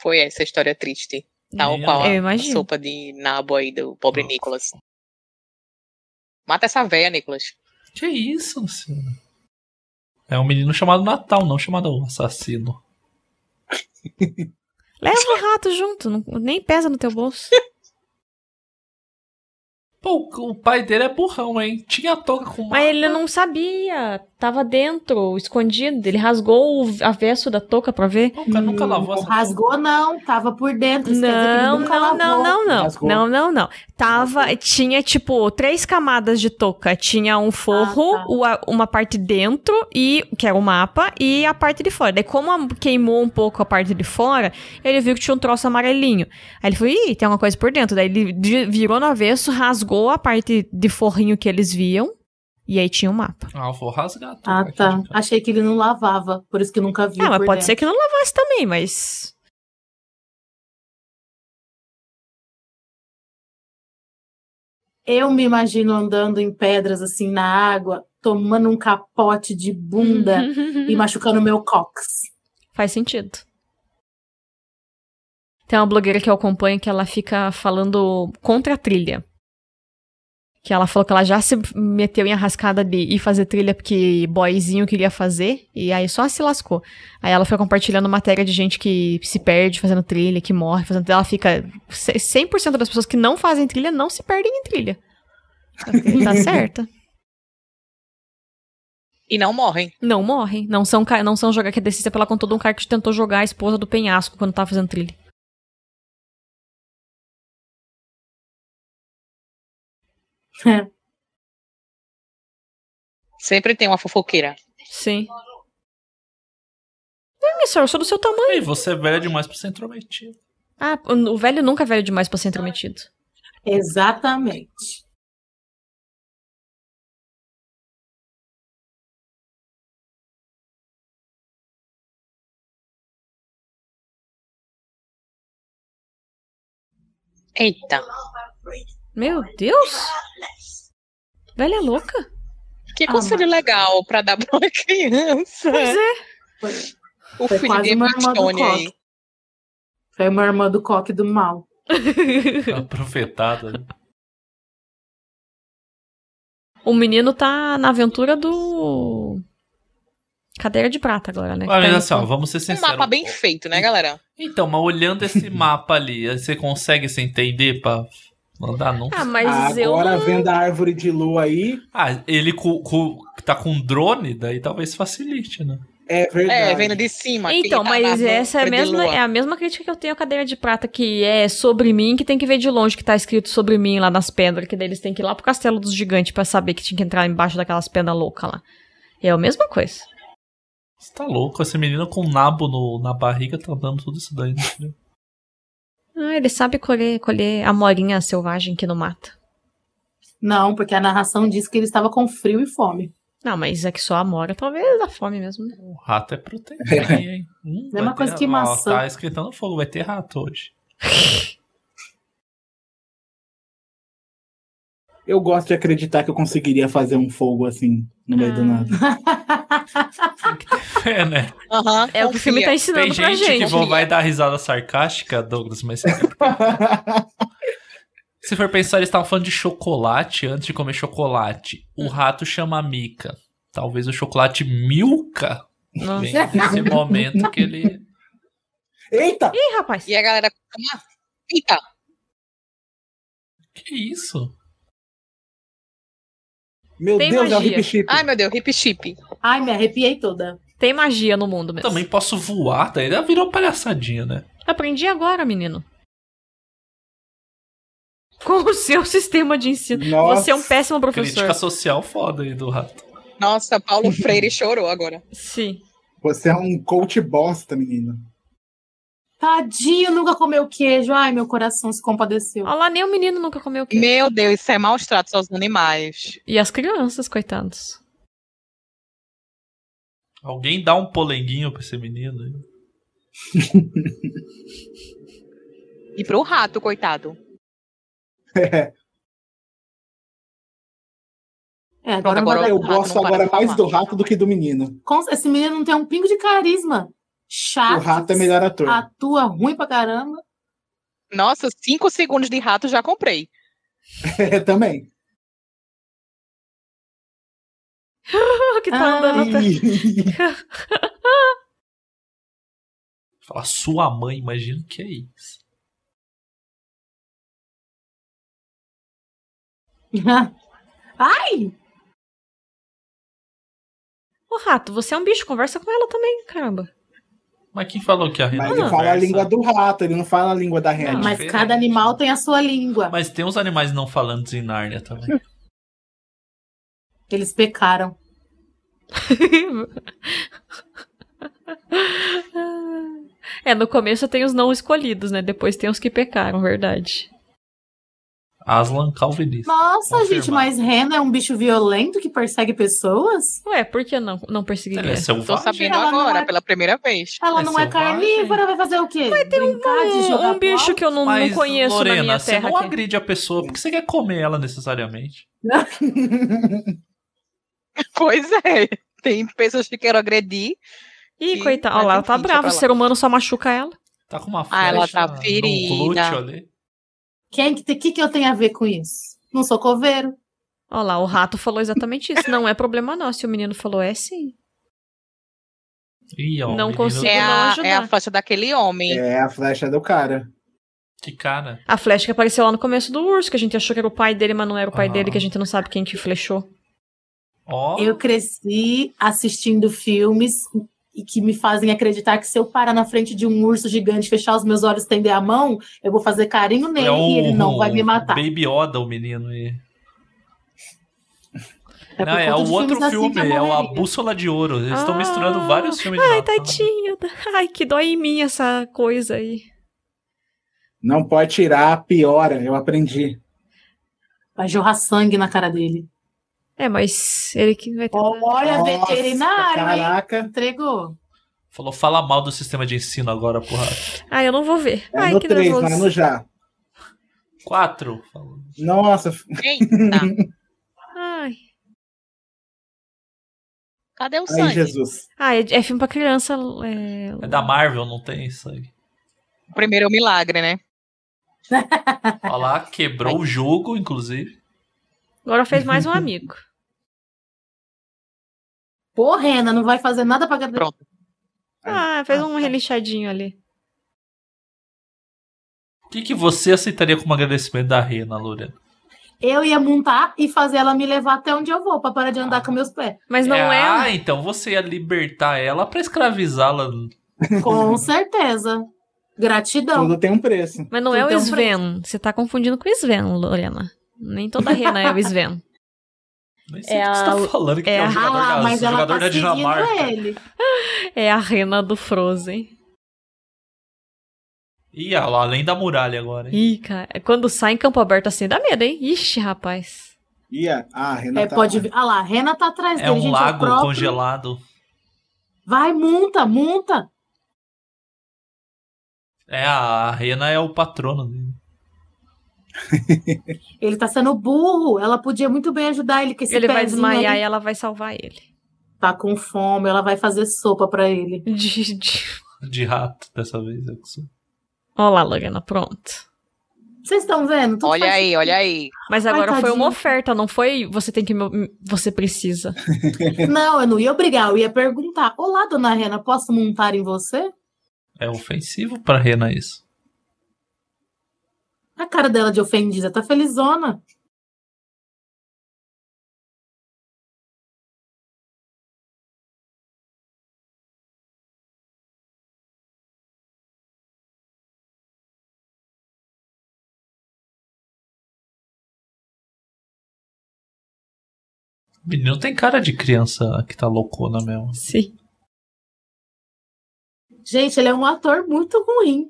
[SPEAKER 7] Foi essa a história triste. Tal
[SPEAKER 3] Meu
[SPEAKER 7] qual a,
[SPEAKER 2] Eu
[SPEAKER 7] a
[SPEAKER 2] imagino.
[SPEAKER 7] sopa de nabo aí do pobre
[SPEAKER 3] Nossa.
[SPEAKER 7] Nicolas. Mata essa véia, Nicolas.
[SPEAKER 3] Que isso, Luciana? É um menino chamado Natal, não chamado assassino.
[SPEAKER 7] (laughs)
[SPEAKER 2] Leva o rato junto, não- nem pesa no teu bolso.
[SPEAKER 3] Pô, o o pai dele é burrão, hein? Tinha a touca com
[SPEAKER 2] Mas ele não sabia. Tava dentro, escondido. Ele rasgou o avesso da touca pra ver.
[SPEAKER 3] Nunca, nunca lavou
[SPEAKER 6] Não Hum, rasgou, não. Tava por dentro. Isso quer dizer que ele
[SPEAKER 2] Não,
[SPEAKER 6] nunca
[SPEAKER 2] não, não,
[SPEAKER 6] lavou.
[SPEAKER 2] não, não.
[SPEAKER 1] Rasgou.
[SPEAKER 2] Não, não, não. Tava, tinha tipo três camadas de touca. Tinha um forro,
[SPEAKER 6] Ah, tá.
[SPEAKER 2] o- a- uma parte dentro e que era o mapa e a parte de fora. Daí como a- queimou um pouco a parte de fora, ele viu que tinha um troço amarelinho. Aí ele falou: "Ih, tem alguma coisa por dentro". Daí ele de- virou no avesso, rasgou a parte de forrinho que eles viam e aí tinha o mapa.
[SPEAKER 3] Ah, eu vou rasgar a touca
[SPEAKER 6] Ah,
[SPEAKER 3] aqui,
[SPEAKER 6] tá.
[SPEAKER 3] gente.
[SPEAKER 6] Achei que ele não lavava, por isso que nunca viu.
[SPEAKER 2] Ah, mas
[SPEAKER 6] por
[SPEAKER 2] pode
[SPEAKER 6] dentro.
[SPEAKER 2] ser que não lavasse também, mas
[SPEAKER 6] Eu me imagino andando em pedras assim na água, tomando um capote
[SPEAKER 2] (laughs)
[SPEAKER 6] de
[SPEAKER 2] Uhum.
[SPEAKER 6] bunda e machucando meu cox.
[SPEAKER 2] Faz sentido. Tem uma blogueira que eu acompanho que ela fica falando contra a trilha. Que ela falou que ela já se meteu em arrascada de ir fazer trilha porque boyzinho queria fazer e aí só se lascou. Aí ela foi compartilhando matéria de gente que se perde fazendo trilha, que morre fazendo trilha. Ela fica. 100% das pessoas que não fazem trilha não se perdem em trilha. Tá certa.
[SPEAKER 7] E não morrem.
[SPEAKER 2] Não morrem. Não são, ca- não são jogar que descista pela conta de um cara que tentou jogar a esposa do penhasco quando tava fazendo trilha.
[SPEAKER 7] Sempre tem uma fofoqueira.
[SPEAKER 2] Sim. Ei, Missor, eu sou do seu tamanho.
[SPEAKER 3] Ei, você é velha demais pra ser intrometida.
[SPEAKER 2] Ah, o o velho nunca é velho demais pra ser intrometido.
[SPEAKER 6] Exatamente.
[SPEAKER 7] Eita,
[SPEAKER 2] Meu Deus! Velha é louca? (laughs)
[SPEAKER 7] que conselho legal pra dar pra uma (laughs) criança.
[SPEAKER 2] Ah, Pois é.
[SPEAKER 6] Foi,
[SPEAKER 7] O
[SPEAKER 6] foi
[SPEAKER 7] filho
[SPEAKER 6] quase
[SPEAKER 7] de
[SPEAKER 6] uma irmã do
[SPEAKER 7] Marconi aí.
[SPEAKER 6] coque. Foi uma irmã do coque do mal.
[SPEAKER 3] Aproveitada. né?
[SPEAKER 2] O menino tá na aventura do. Cadeira de prata agora, né?
[SPEAKER 3] Ah,
[SPEAKER 2] Que
[SPEAKER 3] Mas
[SPEAKER 2] tá
[SPEAKER 3] assim, ó,
[SPEAKER 2] indo-
[SPEAKER 3] vamos ser
[SPEAKER 7] Um
[SPEAKER 3] sinceros.
[SPEAKER 7] mapa bem feito, né, galera?
[SPEAKER 3] Então, mas olhando esse mapa ali, aí você consegue se entender pra mandar anúncio?
[SPEAKER 2] Ah, mas eu.
[SPEAKER 1] Agora vendo a árvore de lua aí,
[SPEAKER 3] Ah, ele co- co- tá com drone, daí talvez facilite, né?
[SPEAKER 1] é verdade.
[SPEAKER 7] É, vendo de cima. quem
[SPEAKER 2] Então,
[SPEAKER 7] tá
[SPEAKER 2] mas
[SPEAKER 7] na
[SPEAKER 2] essa é a,
[SPEAKER 7] árvore de
[SPEAKER 2] mesma,
[SPEAKER 7] lua.
[SPEAKER 2] é a mesma crítica que eu tenho à cadeira de prata, que é sobre mim, que tem que ver de longe, que tá escrito sobre mim lá nas pedras, que daí eles têm que ir lá pro castelo dos gigantes pra saber que tinha que entrar embaixo daquelas pedras loucas lá. É a mesma coisa.
[SPEAKER 3] Você tá louco? Essa menina com nabo no- na barriga tá dando tudo isso daí.
[SPEAKER 6] (laughs)
[SPEAKER 3] Né?
[SPEAKER 2] Ah, ele sabe colher, colher a morinha selvagem que não mata.
[SPEAKER 6] Não, porque a narração diz que ele estava com frio e fome.
[SPEAKER 2] Não, mas é que só a mora talvez dá fome mesmo, né?
[SPEAKER 3] O rato é proteína, hein? Hum,
[SPEAKER 6] Mesma
[SPEAKER 3] vai
[SPEAKER 6] coisa
[SPEAKER 3] ter-
[SPEAKER 6] que
[SPEAKER 3] ó,
[SPEAKER 6] maçã.
[SPEAKER 3] Tá esquentando fogo, vai ter rato hoje. (laughs)
[SPEAKER 1] Eu gosto de acreditar que eu conseguiria fazer um fogo assim no meio do nada.
[SPEAKER 3] É, né?
[SPEAKER 7] Aham,
[SPEAKER 2] É o que o filme tá
[SPEAKER 7] confia.
[SPEAKER 2] ensinando
[SPEAKER 3] Tem
[SPEAKER 2] pra
[SPEAKER 3] gente,
[SPEAKER 2] gente.
[SPEAKER 3] que vão- vai dar risada sarcástica, Douglas, mas
[SPEAKER 6] (laughs)
[SPEAKER 3] se for pensar, eles estavam falando de chocolate antes de comer chocolate.
[SPEAKER 6] Hum.
[SPEAKER 3] O rato chama a Mica. Talvez o chocolate Milka
[SPEAKER 2] Nossa.
[SPEAKER 3] venha
[SPEAKER 6] (laughs)
[SPEAKER 3] nesse momento que ele
[SPEAKER 1] Eita!
[SPEAKER 2] Ih, rapaz.
[SPEAKER 7] E a galera. Ah, Eita,
[SPEAKER 3] Que isso?
[SPEAKER 1] Meu
[SPEAKER 2] Tem
[SPEAKER 1] Deus, é o
[SPEAKER 2] magia.
[SPEAKER 1] hip chip.
[SPEAKER 7] ai meu Deus, hip chip.
[SPEAKER 6] Ai, me arrepiei toda.
[SPEAKER 2] Tem magia no mundo
[SPEAKER 3] Eu
[SPEAKER 2] mesmo.
[SPEAKER 3] também posso voar, daí ela virou palhaçadinha, né?
[SPEAKER 2] Aprendi agora, menino. Com o seu sistema de ensino.
[SPEAKER 1] Nossa.
[SPEAKER 2] Você é um péssimo professor.
[SPEAKER 3] Crítica social foda aí do rato.
[SPEAKER 7] Nossa,
[SPEAKER 6] (laughs)
[SPEAKER 7] Paulo Freire chorou agora.
[SPEAKER 2] Sim.
[SPEAKER 1] Você é um coach bosta, menino.
[SPEAKER 6] Tadinho, nunca comeu queijo. Ai, meu coração se compadeceu.
[SPEAKER 2] Olha lá, nem o menino nunca comeu o quê?
[SPEAKER 7] Meu Deus, isso é maus tratos aos animais.
[SPEAKER 2] E as crianças, coitados.
[SPEAKER 3] Alguém dá um polenguinho pra esse menino. aí.
[SPEAKER 7] E pro rato, coitado.
[SPEAKER 6] É, agora, não vai dar.
[SPEAKER 7] Agora
[SPEAKER 1] Eu
[SPEAKER 7] rato
[SPEAKER 1] gosto
[SPEAKER 7] não para
[SPEAKER 1] agora
[SPEAKER 7] de falar.
[SPEAKER 1] mais do rato do que do menino.
[SPEAKER 6] Com- Esse menino não tem um pingo de carisma.
[SPEAKER 1] O
[SPEAKER 6] Chato.
[SPEAKER 1] rato é melhor ator.
[SPEAKER 6] Atua ruim pra caramba.
[SPEAKER 7] Nossa, cinco segundos de rato já comprei.
[SPEAKER 1] (laughs) É, também.
[SPEAKER 2] que tá andando até.
[SPEAKER 1] Ih,
[SPEAKER 3] Fala, sua mãe, imagina o que é isso.
[SPEAKER 6] Ai!
[SPEAKER 2] Ô, rato, você é um bicho, conversa com ela também, caramba. (laughs)
[SPEAKER 3] Mas quem falou que a rena
[SPEAKER 1] Mas ele fala a língua do rato, ele não fala a língua da rena.
[SPEAKER 6] Mas
[SPEAKER 3] diferente.
[SPEAKER 6] cada animal tem a sua língua.
[SPEAKER 3] Mas tem uns animais não falantes em Nárnia também.
[SPEAKER 6] Eles pecaram.
[SPEAKER 2] É, no começo tem os não escolhidos, né? Depois tem os que pecaram, verdade.
[SPEAKER 3] Aslan Calvinista.
[SPEAKER 6] Nossa,
[SPEAKER 3] Confirmado.
[SPEAKER 6] gente, mas rena é um bicho violento que persegue pessoas?
[SPEAKER 2] Ué, por que não, não perseguiria?
[SPEAKER 3] Ele é
[SPEAKER 7] Tô
[SPEAKER 3] selvagem.
[SPEAKER 7] sabendo
[SPEAKER 6] Ela não
[SPEAKER 7] agora,
[SPEAKER 6] é-
[SPEAKER 7] pela primeira vez. (laughs)
[SPEAKER 6] Ela
[SPEAKER 3] É
[SPEAKER 6] não é
[SPEAKER 3] selvagem.
[SPEAKER 6] carnívora, vai fazer o quê? Vai ter Brincar de
[SPEAKER 2] Um,
[SPEAKER 6] jogar
[SPEAKER 2] um bicho
[SPEAKER 6] bola?
[SPEAKER 2] que eu não, não
[SPEAKER 3] Mas,
[SPEAKER 2] conheço
[SPEAKER 3] Lorena,
[SPEAKER 2] na minha é
[SPEAKER 3] você
[SPEAKER 2] terra.
[SPEAKER 3] não
[SPEAKER 2] aqui.
[SPEAKER 3] agride a pessoa porque você quer comer ela necessariamente.
[SPEAKER 7] Pois é. Tem pessoas que querem agredir.
[SPEAKER 2] Ih,
[SPEAKER 7] Sim,
[SPEAKER 2] coitada.
[SPEAKER 7] mas
[SPEAKER 2] Olha lá, ela
[SPEAKER 7] enfim,
[SPEAKER 2] tá
[SPEAKER 7] deixa
[SPEAKER 2] brava.
[SPEAKER 7] pra
[SPEAKER 2] O
[SPEAKER 7] lá.
[SPEAKER 2] ser humano só machuca ela.
[SPEAKER 3] Tá com uma flecha
[SPEAKER 7] Ah, ela tá
[SPEAKER 3] no
[SPEAKER 7] ferida.
[SPEAKER 3] glúteo ali.
[SPEAKER 6] Quem que, te- que que eu tenho a ver com isso? Não sou coveiro.
[SPEAKER 2] Olha lá, o rato falou exatamente isso. Não é problema não. Se o menino falou, é sim.
[SPEAKER 3] Ih, ó,
[SPEAKER 2] Não
[SPEAKER 3] o menino-
[SPEAKER 2] consigo.
[SPEAKER 7] É
[SPEAKER 2] não
[SPEAKER 7] a,
[SPEAKER 2] ajudar.
[SPEAKER 7] é a faixa daquele homem.
[SPEAKER 1] É a flecha do cara.
[SPEAKER 3] Que cara.
[SPEAKER 2] A flecha que apareceu lá no começo do urso, que a gente achou que era o pai dele, mas não era o pai
[SPEAKER 3] Ah.
[SPEAKER 2] dele, que a gente não sabe quem que flechou.
[SPEAKER 3] Ó, é
[SPEAKER 6] Eu cresci assistindo filmes e que me fazem acreditar que se eu parar na frente de um urso gigante, fechar os meus olhos, estender a mão, eu vou fazer carinho nele
[SPEAKER 3] é
[SPEAKER 6] e ele não vai me matar.
[SPEAKER 3] Baby Oda, o menino. E...
[SPEAKER 6] É por
[SPEAKER 3] não, é
[SPEAKER 6] conta
[SPEAKER 3] o
[SPEAKER 6] de
[SPEAKER 3] outro
[SPEAKER 6] filmes assim
[SPEAKER 3] filme,
[SPEAKER 6] que eu
[SPEAKER 3] é o A
[SPEAKER 6] morreria.
[SPEAKER 3] Bússola de Ouro. Eles estão
[SPEAKER 2] Ah.
[SPEAKER 3] misturando vários filmes de
[SPEAKER 2] Ai,
[SPEAKER 3] Natal.
[SPEAKER 2] tadinho. Ai, que dói em mim essa coisa aí.
[SPEAKER 1] Não pode tirar, piora. Eu aprendi.
[SPEAKER 6] Vai jorrar sangue na cara dele.
[SPEAKER 2] É, mas ele que vai ter.
[SPEAKER 6] Olha,
[SPEAKER 1] Nossa,
[SPEAKER 6] veterinário, hein?
[SPEAKER 1] Caraca.
[SPEAKER 6] Entregou.
[SPEAKER 3] Falou, fala mal do sistema de ensino agora, porra.
[SPEAKER 2] Ah, eu não vou ver.
[SPEAKER 1] É
[SPEAKER 2] Ai,
[SPEAKER 1] no
[SPEAKER 2] que
[SPEAKER 1] 3,
[SPEAKER 2] nervoso.
[SPEAKER 1] não é no já.
[SPEAKER 3] Quatro. Falou.
[SPEAKER 1] Nossa, f-
[SPEAKER 7] Eita,
[SPEAKER 2] Ai.
[SPEAKER 7] cadê o
[SPEAKER 1] aí,
[SPEAKER 7] sangue?
[SPEAKER 1] Jesus.
[SPEAKER 2] Ah, é, é filme pra criança. é-
[SPEAKER 3] É da Marvel, não tem sangue.
[SPEAKER 7] O primeiro é o milagre, né?
[SPEAKER 3] Olha lá, quebrou o jogo, inclusive.
[SPEAKER 2] Agora fez mais um amigo.
[SPEAKER 6] Pô, Rena, não vai fazer nada pra agradar.
[SPEAKER 7] Pronto.
[SPEAKER 2] Ah, fez um relixadinho ali.
[SPEAKER 3] O que, que você aceitaria como agradecimento da Rena, Lorena?
[SPEAKER 6] Eu ia montar e fazer ela me levar até onde eu vou, pra parar de andar com meus pés.
[SPEAKER 2] Mas não é.
[SPEAKER 3] Ah, então você ia libertar ela pra escravizá-la.
[SPEAKER 6] Com certeza. Gratidão.
[SPEAKER 1] Tudo tem um preço.
[SPEAKER 2] Mas não é o
[SPEAKER 6] Então,
[SPEAKER 2] Sven. Você tá confundindo com o Sven, Lorena. Nem toda rena é o Sven.
[SPEAKER 3] Nem sei
[SPEAKER 2] É
[SPEAKER 3] o que você
[SPEAKER 2] a-
[SPEAKER 3] tá falando, que
[SPEAKER 2] é
[SPEAKER 3] é,
[SPEAKER 2] a-
[SPEAKER 3] o jogador,
[SPEAKER 6] Ah,
[SPEAKER 3] da,
[SPEAKER 6] mas ela
[SPEAKER 3] jogador
[SPEAKER 6] tá
[SPEAKER 3] da Dinamarca.
[SPEAKER 6] seguindo ele.
[SPEAKER 2] (laughs) É a rena do Frozen.
[SPEAKER 3] Ih, olha lá, além da muralha agora. hein?
[SPEAKER 2] Ih, cara. é Quando sai em campo aberto assim, dá medo, hein? Ixi, rapaz.
[SPEAKER 1] E a ah, a Renata.
[SPEAKER 6] É, pode vir. Ah lá, a Rena tá atrás
[SPEAKER 3] É
[SPEAKER 6] dele,
[SPEAKER 3] um
[SPEAKER 6] gente. é o
[SPEAKER 3] lago
[SPEAKER 6] próprio.
[SPEAKER 3] congelado.
[SPEAKER 6] Vai, monta, monta.
[SPEAKER 3] É, a Rena é o patrono dele.
[SPEAKER 6] Ele tá sendo burro. Ela podia muito bem ajudar ele com esse
[SPEAKER 2] ele vai
[SPEAKER 6] pezinho
[SPEAKER 2] desmaiar
[SPEAKER 6] aí.
[SPEAKER 2] e ela vai salvar ele.
[SPEAKER 6] Tá com fome, ela vai fazer sopa pra ele.
[SPEAKER 2] De- de-
[SPEAKER 3] De rato, dessa vez. eu que sou.
[SPEAKER 2] Ó lá, Lorena, pronto.
[SPEAKER 6] Vocês estão vendo? Tudo
[SPEAKER 7] Olha
[SPEAKER 6] faz-
[SPEAKER 7] aí, olha aí.
[SPEAKER 2] Mas agora foi uma
[SPEAKER 6] tadinho.
[SPEAKER 2] oferta, não foi você tem que. me- Você precisa.
[SPEAKER 6] Não, eu não ia obrigar, eu ia perguntar. Olá, dona Rena, posso montar em você?
[SPEAKER 3] É ofensivo pra Rena isso.
[SPEAKER 6] A cara dela de ofendida tá felizona.
[SPEAKER 3] O menino tem cara de criança que tá loucona mesmo.
[SPEAKER 2] Sim.
[SPEAKER 6] Gente, ele é um ator muito ruim.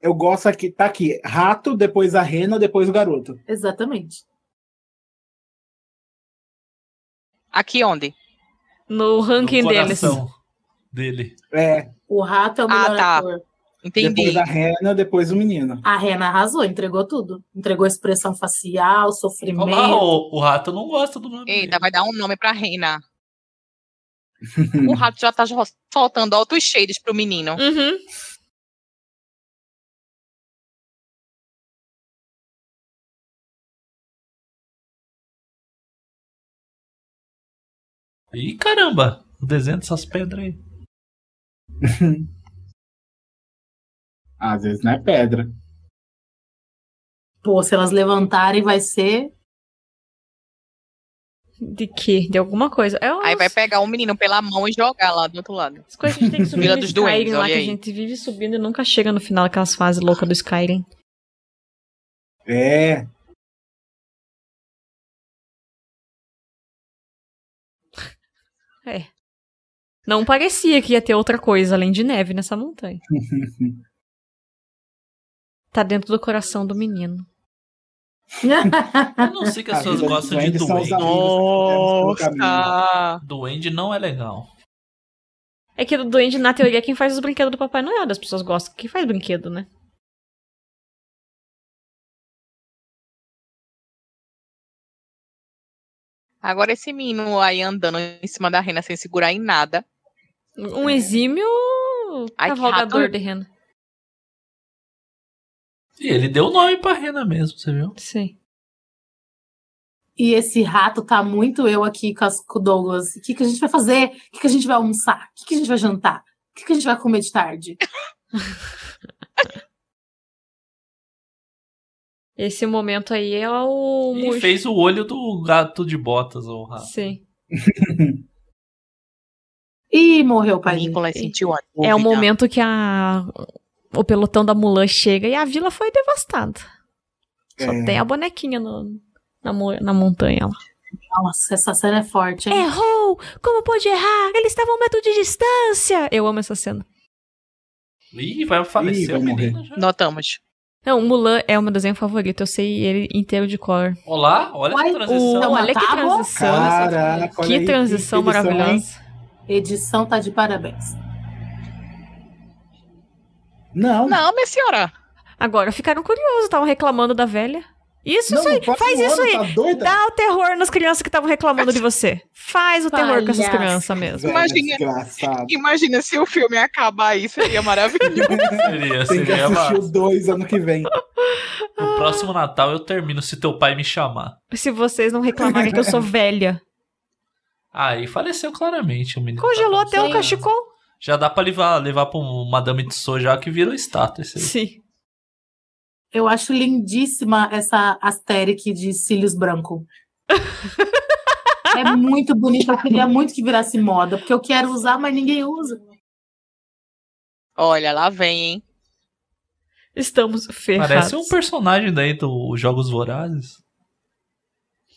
[SPEAKER 1] Eu gosto aqui, tá aqui. Rato, depois a Rena, depois o garoto.
[SPEAKER 6] Exatamente.
[SPEAKER 7] Aqui onde?
[SPEAKER 2] No ranking
[SPEAKER 3] No
[SPEAKER 2] deles.
[SPEAKER 3] coração dele.
[SPEAKER 1] É,
[SPEAKER 6] O rato é o
[SPEAKER 7] Ah,
[SPEAKER 6] melhor
[SPEAKER 7] tá.
[SPEAKER 6] ator.
[SPEAKER 7] Entendi.
[SPEAKER 1] depois a Rena, depois o menino.
[SPEAKER 6] A Rena arrasou, entregou tudo. Entregou expressão facial, sofrimento.
[SPEAKER 3] Olha lá, o, o rato não gosta do nome
[SPEAKER 7] Eita,
[SPEAKER 3] dele.
[SPEAKER 7] vai dar um nome pra Reina. O rato já tá jo- soltando altos cheiros pro menino.
[SPEAKER 2] Uhum.
[SPEAKER 3] Ih, caramba. O desenho dessas pedras aí.
[SPEAKER 1] Às vezes não é pedra.
[SPEAKER 6] Pô, se elas levantarem, vai ser (laughs)
[SPEAKER 2] De quê? De alguma coisa. É umas
[SPEAKER 7] Aí vai pegar um menino pela mão e jogar lá do outro lado. As
[SPEAKER 2] coisas que a
[SPEAKER 7] (laughs)
[SPEAKER 2] gente tem que subir
[SPEAKER 7] Vila
[SPEAKER 2] no
[SPEAKER 7] dos
[SPEAKER 2] Skyrim
[SPEAKER 7] Doentes,
[SPEAKER 2] lá que
[SPEAKER 7] olha
[SPEAKER 2] a
[SPEAKER 7] aí.
[SPEAKER 2] gente vive subindo e nunca chega no final daquelas fases loucas do Skyrim.
[SPEAKER 1] É.
[SPEAKER 2] É. Não parecia que ia ter outra coisa além de neve nessa montanha. Tá dentro do coração do menino.
[SPEAKER 3] Eu não sei que as
[SPEAKER 2] A
[SPEAKER 3] pessoas
[SPEAKER 2] vida dos
[SPEAKER 3] gostam de
[SPEAKER 2] duendes são os
[SPEAKER 3] duende.
[SPEAKER 2] amigos que fizemos pelo caminho.
[SPEAKER 3] Duende não é legal.
[SPEAKER 2] É que o duende, na teoria, é quem faz os brinquedos do Papai Noel. As pessoas gostam. Quem faz brinquedo, né?
[SPEAKER 7] Agora esse menino aí andando em cima da rena sem segurar em nada.
[SPEAKER 2] Um exímio
[SPEAKER 7] Ai, que
[SPEAKER 2] cavalgador
[SPEAKER 7] rato.
[SPEAKER 2] de rena.
[SPEAKER 3] E ele deu o nome pra rena mesmo, você viu?
[SPEAKER 2] Sim.
[SPEAKER 6] E esse rato tá muito eu aqui com, as, com o Douglas. O que, que a gente vai fazer? O que, que a gente vai almoçar? O que, que a gente vai jantar? O que, que a gente vai comer de tarde?
[SPEAKER 2] Esse momento aí é o.
[SPEAKER 3] E
[SPEAKER 2] murcho.
[SPEAKER 3] fez o olho do gato de botas, o rato.
[SPEAKER 2] Sim.
[SPEAKER 6] Ih, morreu o pai
[SPEAKER 7] Nicolas sentiu a
[SPEAKER 2] É o
[SPEAKER 7] dúvida.
[SPEAKER 2] momento que a, o pelotão da Mulan chega e a vila foi devastada. Só
[SPEAKER 6] É.
[SPEAKER 2] tem a bonequinha no- na, mo- na montanha lá.
[SPEAKER 6] Nossa, essa cena é forte, hein?
[SPEAKER 2] Errou! Como pôde errar? Eles estavam a um metro de distância! Eu amo essa cena.
[SPEAKER 3] Ih, vai falecer o menino.
[SPEAKER 7] Notamos.
[SPEAKER 2] Não, Mulan é o meu desenho favorito. Eu sei ele inteiro de cor.
[SPEAKER 3] Olá, olha
[SPEAKER 6] Uai,
[SPEAKER 3] essa transição.
[SPEAKER 2] o- olha que
[SPEAKER 6] Acabou?
[SPEAKER 2] transição.
[SPEAKER 1] Caraca, olha
[SPEAKER 2] que
[SPEAKER 1] aí, que edição,
[SPEAKER 2] transição
[SPEAKER 1] hein?
[SPEAKER 2] maravilhosa.
[SPEAKER 6] Edição tá de parabéns.
[SPEAKER 1] Não.
[SPEAKER 7] Não, minha senhora.
[SPEAKER 2] Agora ficaram curiosos, estavam reclamando da velha. Isso,
[SPEAKER 1] Não,
[SPEAKER 2] isso aí,
[SPEAKER 1] no próximo
[SPEAKER 2] faz isso
[SPEAKER 1] ano,
[SPEAKER 2] aí.
[SPEAKER 1] tá doida?
[SPEAKER 2] Dá o terror nas crianças que estavam reclamando de você. Faz o terror com essas
[SPEAKER 6] Palhaça.
[SPEAKER 2] crianças mesmo.
[SPEAKER 7] Imagina.
[SPEAKER 1] Desgraçado.
[SPEAKER 7] Imagina se o filme acabar aí, seria maravilhoso.
[SPEAKER 3] Seria,
[SPEAKER 1] Tem que
[SPEAKER 3] seria
[SPEAKER 1] assistir
[SPEAKER 3] massa.
[SPEAKER 1] os dois ano que vem.
[SPEAKER 3] No próximo Natal eu termino se teu pai me chamar.
[SPEAKER 2] Se vocês não reclamarem que eu sou velha.
[SPEAKER 3] Aí Ah, faleceu claramente o menino. Tá
[SPEAKER 2] Congelou até o
[SPEAKER 6] Sim.
[SPEAKER 2] cachecol.
[SPEAKER 3] Já dá pra levar, levar pra um Madame Tussauds já que virou estátua esse aí.
[SPEAKER 2] Sim.
[SPEAKER 6] Eu acho lindíssima essa Asterix de cílios branco. é muito bonita. Eu queria muito que virasse moda, porque eu quero usar, mas ninguém usa.
[SPEAKER 7] (laughs) Olha, lá vem, hein?
[SPEAKER 2] Estamos ferrados.
[SPEAKER 3] Parece um personagem daí dos Jogos Vorazes.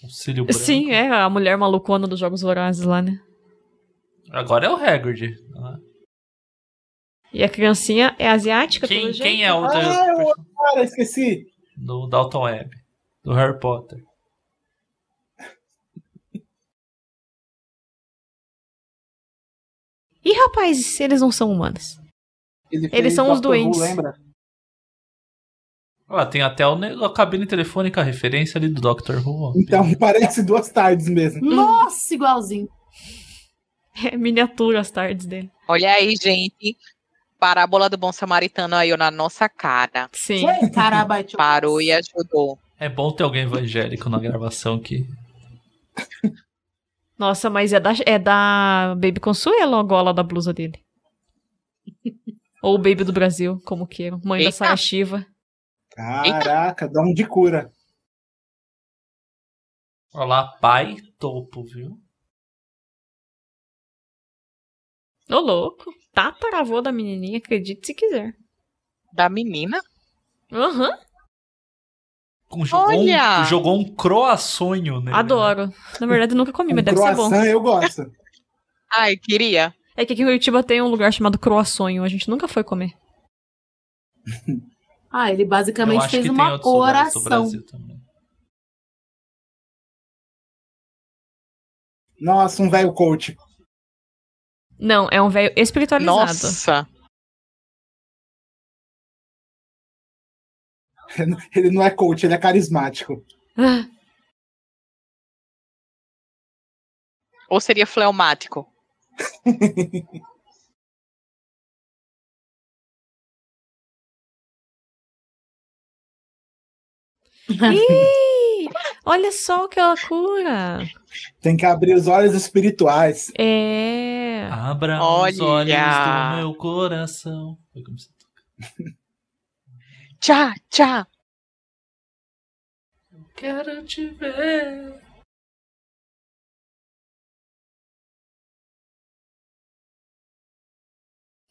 [SPEAKER 3] Um cílio branco.
[SPEAKER 2] Sim, é a mulher malucona dos Jogos Vorazes lá, né?
[SPEAKER 3] Agora é o Hagrid. né?
[SPEAKER 2] E a criancinha é asiática,
[SPEAKER 3] Quem,
[SPEAKER 2] pelo jeito.
[SPEAKER 3] quem é o
[SPEAKER 1] Ah,
[SPEAKER 3] da-
[SPEAKER 1] eu, cara, esqueci.
[SPEAKER 3] do Dalton Web? Do Harry Potter.
[SPEAKER 2] Ih, rapaz, eles não são humanos.
[SPEAKER 1] Ele
[SPEAKER 2] Eles
[SPEAKER 1] fez
[SPEAKER 2] são os
[SPEAKER 1] Doctor Who,
[SPEAKER 2] doentes.
[SPEAKER 1] Lembra?
[SPEAKER 3] Ah, tem até o ne- a cabine telefônica, a referência ali do Doctor Who. ó.
[SPEAKER 1] Então, (laughs) parece duas tardes mesmo.
[SPEAKER 2] Hum.
[SPEAKER 6] Nossa, igualzinho.
[SPEAKER 2] (laughs) É miniatura as tardes dele.
[SPEAKER 7] Olha aí, gente. Parábola do bom samaritano aí, ó, na nossa cara.
[SPEAKER 2] Sim.
[SPEAKER 6] Carabate.
[SPEAKER 7] Parou e ajudou.
[SPEAKER 3] É bom ter alguém evangélico na gravação que
[SPEAKER 2] Nossa, mas é da, é da Baby Consuelo a gola da
[SPEAKER 1] (laughs)
[SPEAKER 2] blusa dele. Ou Baby do Brasil, como queiram. Mãe da
[SPEAKER 7] Eita.
[SPEAKER 2] Sarah Shiva.
[SPEAKER 1] Caraca, dá um de cura.
[SPEAKER 3] Olha lá, pai topo, viu?
[SPEAKER 2] Ô, louco. Tataravô da menininha, acredite se quiser. Uhum.
[SPEAKER 7] Da menina?
[SPEAKER 2] Aham,
[SPEAKER 3] Com- jogou,
[SPEAKER 7] Olha!
[SPEAKER 3] Um, jogou um croassonho nele. né?
[SPEAKER 2] adoro. Na verdade, eu nunca comi,
[SPEAKER 1] Um
[SPEAKER 2] mas deve ser bom.
[SPEAKER 1] croissant eu gosto.
[SPEAKER 7] Ai, queria.
[SPEAKER 2] É que aqui em Curitiba tem um lugar chamado Croaçonho, a gente nunca foi comer.
[SPEAKER 7] é-
[SPEAKER 6] Ah, ele
[SPEAKER 3] Eu
[SPEAKER 6] basicamente
[SPEAKER 3] acho
[SPEAKER 6] fez
[SPEAKER 3] que tem
[SPEAKER 6] uma
[SPEAKER 3] outros lugares do
[SPEAKER 6] oração.
[SPEAKER 3] Brasil também.
[SPEAKER 1] Nossa, um velho coach.
[SPEAKER 2] Não, é um velho espiritualizado.
[SPEAKER 7] Nossa.
[SPEAKER 1] Ele não é coach, ele é carismático.
[SPEAKER 2] Ah,
[SPEAKER 7] Ou seria fleumático?
[SPEAKER 2] Ih, olha só que loucura.
[SPEAKER 1] Tem que abrir os olhos espirituais.
[SPEAKER 2] É.
[SPEAKER 3] Abra os
[SPEAKER 7] Olha!
[SPEAKER 3] olhos do meu coração. Foi como se-
[SPEAKER 7] Tchá, tchá.
[SPEAKER 3] Quero te ver.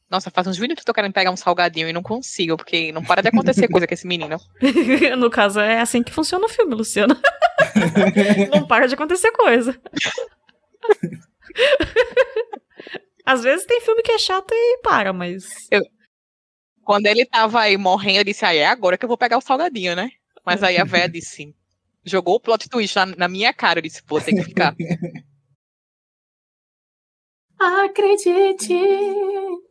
[SPEAKER 7] Nossa, faz uns minutos que eu tô querendo pegar um salgadinho e não consigo, porque não para de acontecer coisa com esse (laughs) menino.
[SPEAKER 2] (laughs) no caso, é assim que funciona o filme, Luciana. (laughs) não para de acontecer coisa. (laughs) Às vezes tem filme que é chato e para, mas.
[SPEAKER 7] Quando ele tava aí morrendo, eu disse, ah, é agora que eu vou pegar o salgadinho, né? Mas aí a véia disse, jogou o plot twist na, na minha cara, eu disse, pô, tem que ficar.
[SPEAKER 6] Acredite.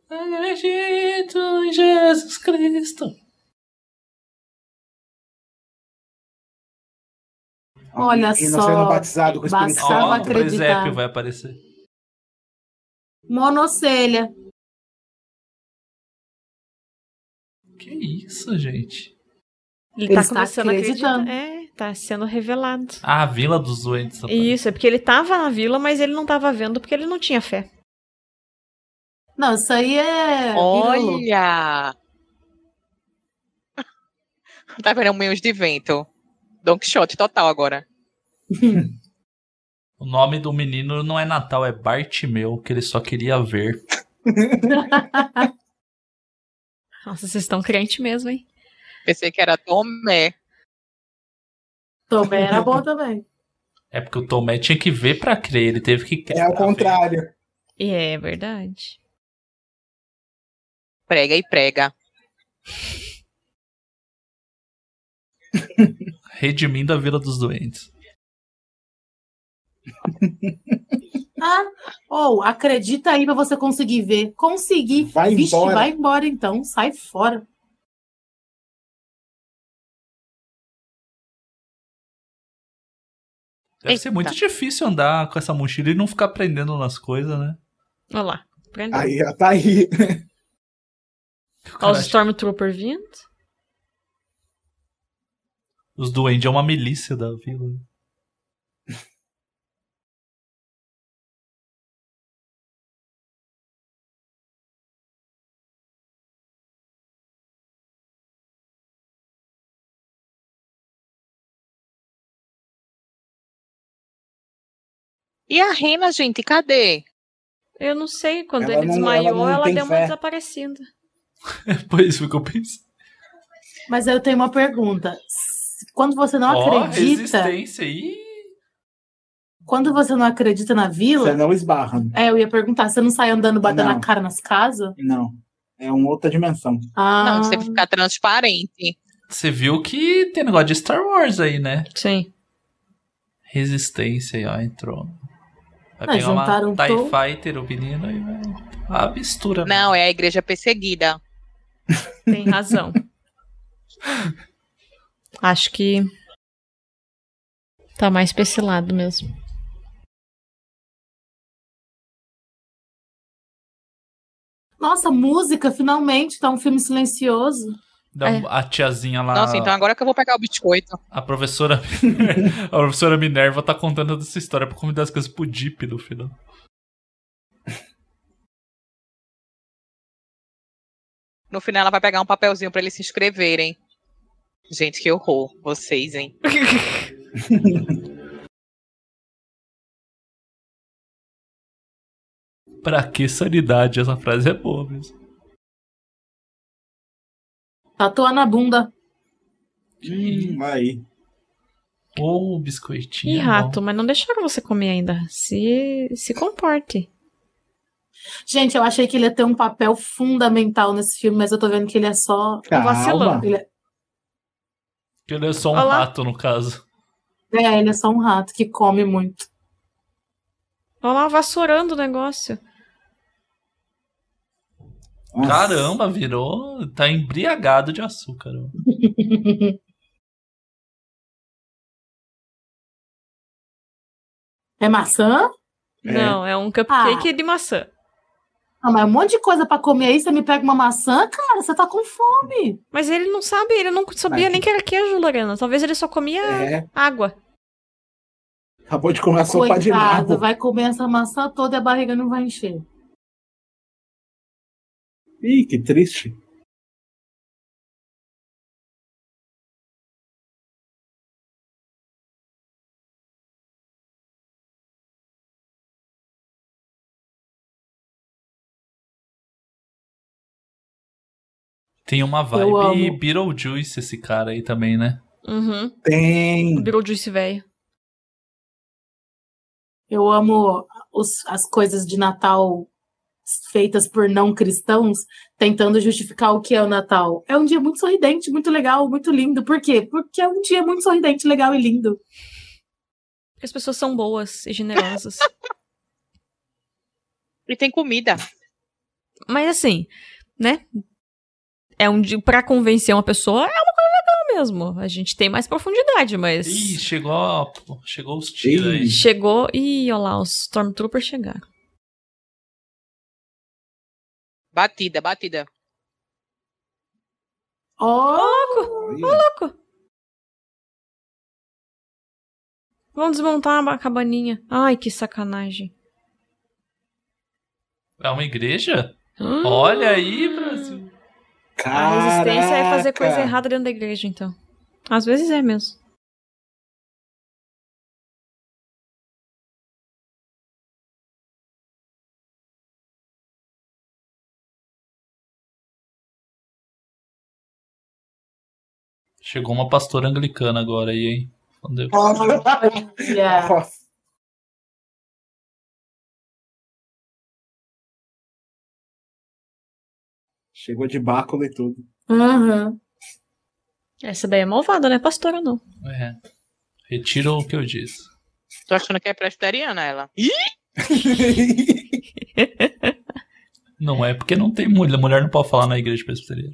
[SPEAKER 3] Acredito em Jesus Cristo.
[SPEAKER 6] Olha
[SPEAKER 1] E não sendo
[SPEAKER 6] só,
[SPEAKER 1] batizado com o Espírito
[SPEAKER 6] bastava
[SPEAKER 1] Santo.
[SPEAKER 3] Ó, o presépio
[SPEAKER 6] acreditar.
[SPEAKER 3] vai aparecer.
[SPEAKER 6] Monocelha.
[SPEAKER 3] Que isso, gente?
[SPEAKER 2] Ele,
[SPEAKER 6] Ele
[SPEAKER 2] tá
[SPEAKER 6] está
[SPEAKER 2] começando a acreditar.
[SPEAKER 6] acreditando.
[SPEAKER 2] É, tá sendo revelado.
[SPEAKER 3] Ah, a Vila dos Doentes. rapaz.
[SPEAKER 2] Isso, é porque ele tava na vila, mas ele não tava vendo porque ele não tinha fé.
[SPEAKER 6] Não, isso aí é. Olha.
[SPEAKER 7] Olha! (laughs) Tá vendo? Moinhos de vento. Don Quixote total agora.
[SPEAKER 3] O nome do menino não é Natal, é Bartimeu, que ele só queria ver.
[SPEAKER 2] Nossa, vocês estão crente mesmo, hein?
[SPEAKER 7] Pensei que era Tomé.
[SPEAKER 6] Tomé era bom também.
[SPEAKER 3] É porque o Tomé tinha que ver pra crer, ele teve que crer.
[SPEAKER 1] É ao contrário.
[SPEAKER 2] E é verdade.
[SPEAKER 7] Prega e prega.
[SPEAKER 3] Redimindo a Vila dos Doentes.
[SPEAKER 6] Ah, ou acredita aí pra você conseguir ver. Conseguir.
[SPEAKER 1] Vai
[SPEAKER 6] Vixe,
[SPEAKER 1] embora.
[SPEAKER 6] vai embora então. Sai fora.
[SPEAKER 3] Deve
[SPEAKER 7] Eita.
[SPEAKER 3] ser muito difícil andar com essa mochila e não ficar prendendo nas coisas, né?
[SPEAKER 2] Olha lá. Prendeu.
[SPEAKER 1] Aí, ó, tá aí.
[SPEAKER 2] Olha os
[SPEAKER 3] Cara,
[SPEAKER 2] Stormtrooper vindo.
[SPEAKER 3] Os Duendes é uma milícia da vila.
[SPEAKER 7] E a Rena, gente, cadê?
[SPEAKER 2] Eu não sei, quando
[SPEAKER 1] Ela
[SPEAKER 2] ele
[SPEAKER 1] não-
[SPEAKER 2] desmaiou,
[SPEAKER 1] ela
[SPEAKER 2] ela,
[SPEAKER 1] não tem
[SPEAKER 2] deu uma
[SPEAKER 1] fé.
[SPEAKER 2] desaparecida.
[SPEAKER 3] Depois ficou pensando.
[SPEAKER 6] Mas aí eu tenho uma pergunta. S- Quando você não
[SPEAKER 3] Ó,
[SPEAKER 6] acredita.
[SPEAKER 3] resistência aí.
[SPEAKER 6] Quando você não acredita na
[SPEAKER 1] Você
[SPEAKER 6] vila.
[SPEAKER 1] não esbarra.
[SPEAKER 6] É, eu ia perguntar. Você não sai andando batendo
[SPEAKER 1] Não.
[SPEAKER 6] a cara nas casas?
[SPEAKER 1] Não. É uma outra dimensão.
[SPEAKER 6] Ah,
[SPEAKER 7] Não, você ficar transparente.
[SPEAKER 3] Você viu que tem negócio de Star Wars aí, né?
[SPEAKER 2] Sim.
[SPEAKER 3] Resistência aí, ó, entrou. Vai
[SPEAKER 6] Ah,
[SPEAKER 3] pegar
[SPEAKER 6] juntaram
[SPEAKER 3] uma TIE
[SPEAKER 6] todo-
[SPEAKER 3] Fighter, o menino, e vai. A mistura. né?
[SPEAKER 7] Não, é a igreja perseguida.
[SPEAKER 2] Tem razão. Acho que tá mais pra esse lado mesmo.
[SPEAKER 6] Nossa, música, finalmente. Tá um filme silencioso.
[SPEAKER 3] Dá um- A tiazinha lá.
[SPEAKER 7] é. Nossa, então agora que eu vou pegar o biscoito.
[SPEAKER 3] A professora. (laughs) a professora Minerva tá contando dessa história pra convidar as coisas pro Jeep no final.
[SPEAKER 7] No final ela vai pegar um papelzinho pra eles se inscreverem. Gente, que horror. Vocês, hein?
[SPEAKER 3] Pra que sanidade? Essa frase é boa mesmo.
[SPEAKER 6] Tatuar na bunda.
[SPEAKER 1] Hum, aí.
[SPEAKER 3] Ô,
[SPEAKER 2] Ih,
[SPEAKER 1] Tá
[SPEAKER 3] biscoitinho.
[SPEAKER 2] rato, mas não deixaram você comer ainda. Se, se comporte.
[SPEAKER 6] Gente, eu achei que ele ia ter um papel fundamental nesse filme, mas eu tô vendo que ele é só.
[SPEAKER 1] Calma.
[SPEAKER 2] vacilão.
[SPEAKER 6] é,
[SPEAKER 3] Que ele é só um
[SPEAKER 2] Olá.
[SPEAKER 3] rato, no caso.
[SPEAKER 6] É, ele é só um rato que come muito.
[SPEAKER 2] Olha lá, vassourando o negócio.
[SPEAKER 1] Nossa.
[SPEAKER 3] Caramba, virou. Tá embriagado de açúcar. ó.
[SPEAKER 6] É maçã?
[SPEAKER 1] É.
[SPEAKER 2] Não, é um cupcake de maçã.
[SPEAKER 6] Ah, mas um monte de coisa pra comer aí. Você me pega uma maçã, cara, você tá com fome.
[SPEAKER 2] Mas ele não sabe, ele não sabia
[SPEAKER 1] Mas-
[SPEAKER 2] nem que era queijo, Lorena. Talvez ele só comia
[SPEAKER 1] É.
[SPEAKER 2] água.
[SPEAKER 1] Acabou de comer a sopa de
[SPEAKER 6] Coitado,
[SPEAKER 1] nabo.
[SPEAKER 6] vai comer essa maçã toda e a barriga não vai encher.
[SPEAKER 1] Ih, que triste.
[SPEAKER 3] Tem uma
[SPEAKER 2] Eu
[SPEAKER 3] vibe
[SPEAKER 2] amo.
[SPEAKER 3] Beetlejuice esse cara aí também, né?
[SPEAKER 2] Uhum.
[SPEAKER 1] Tem.
[SPEAKER 2] Beetlejuice velho.
[SPEAKER 6] Eu amo os- as coisas de Natal feitas por não cristãos, tentando justificar o que é o Natal. É um dia muito sorridente, muito legal, muito lindo. Por quê? Porque é um dia muito sorridente, legal e lindo.
[SPEAKER 2] As pessoas são boas e generosas.
[SPEAKER 7] E tem comida.
[SPEAKER 2] Mas assim, né? É um di- pra convencer uma pessoa é uma coisa legal mesmo. A gente tem mais profundidade, mas
[SPEAKER 3] Ih, chegou, ó, pô, chegou os tiros aí.
[SPEAKER 2] chegou e olha lá, os Stormtroopers chegaram.
[SPEAKER 7] Batida, batida.
[SPEAKER 6] Ó,
[SPEAKER 2] louco! Ô, louco! Vamos desmontar a cabaninha. Ai, que sacanagem.
[SPEAKER 3] É uma igreja?
[SPEAKER 2] Hum.
[SPEAKER 3] Olha aí, Brasil.
[SPEAKER 2] A resistência é fazer
[SPEAKER 3] Caraca.
[SPEAKER 2] coisa errada dentro da igreja, então. Às vezes é mesmo.
[SPEAKER 3] Chegou uma pastora anglicana agora aí, hein? Quando eu-
[SPEAKER 6] Olha.
[SPEAKER 1] Chegou de báculo e tudo.
[SPEAKER 6] Aham.
[SPEAKER 2] Essa daí é malvada, né? Pastora, não.
[SPEAKER 3] É. Retiro o que eu disse.
[SPEAKER 7] Tô achando que é presbiteriana ela.
[SPEAKER 3] Não é porque não tem mulher. Mulher não pode falar na igreja presbiteriana.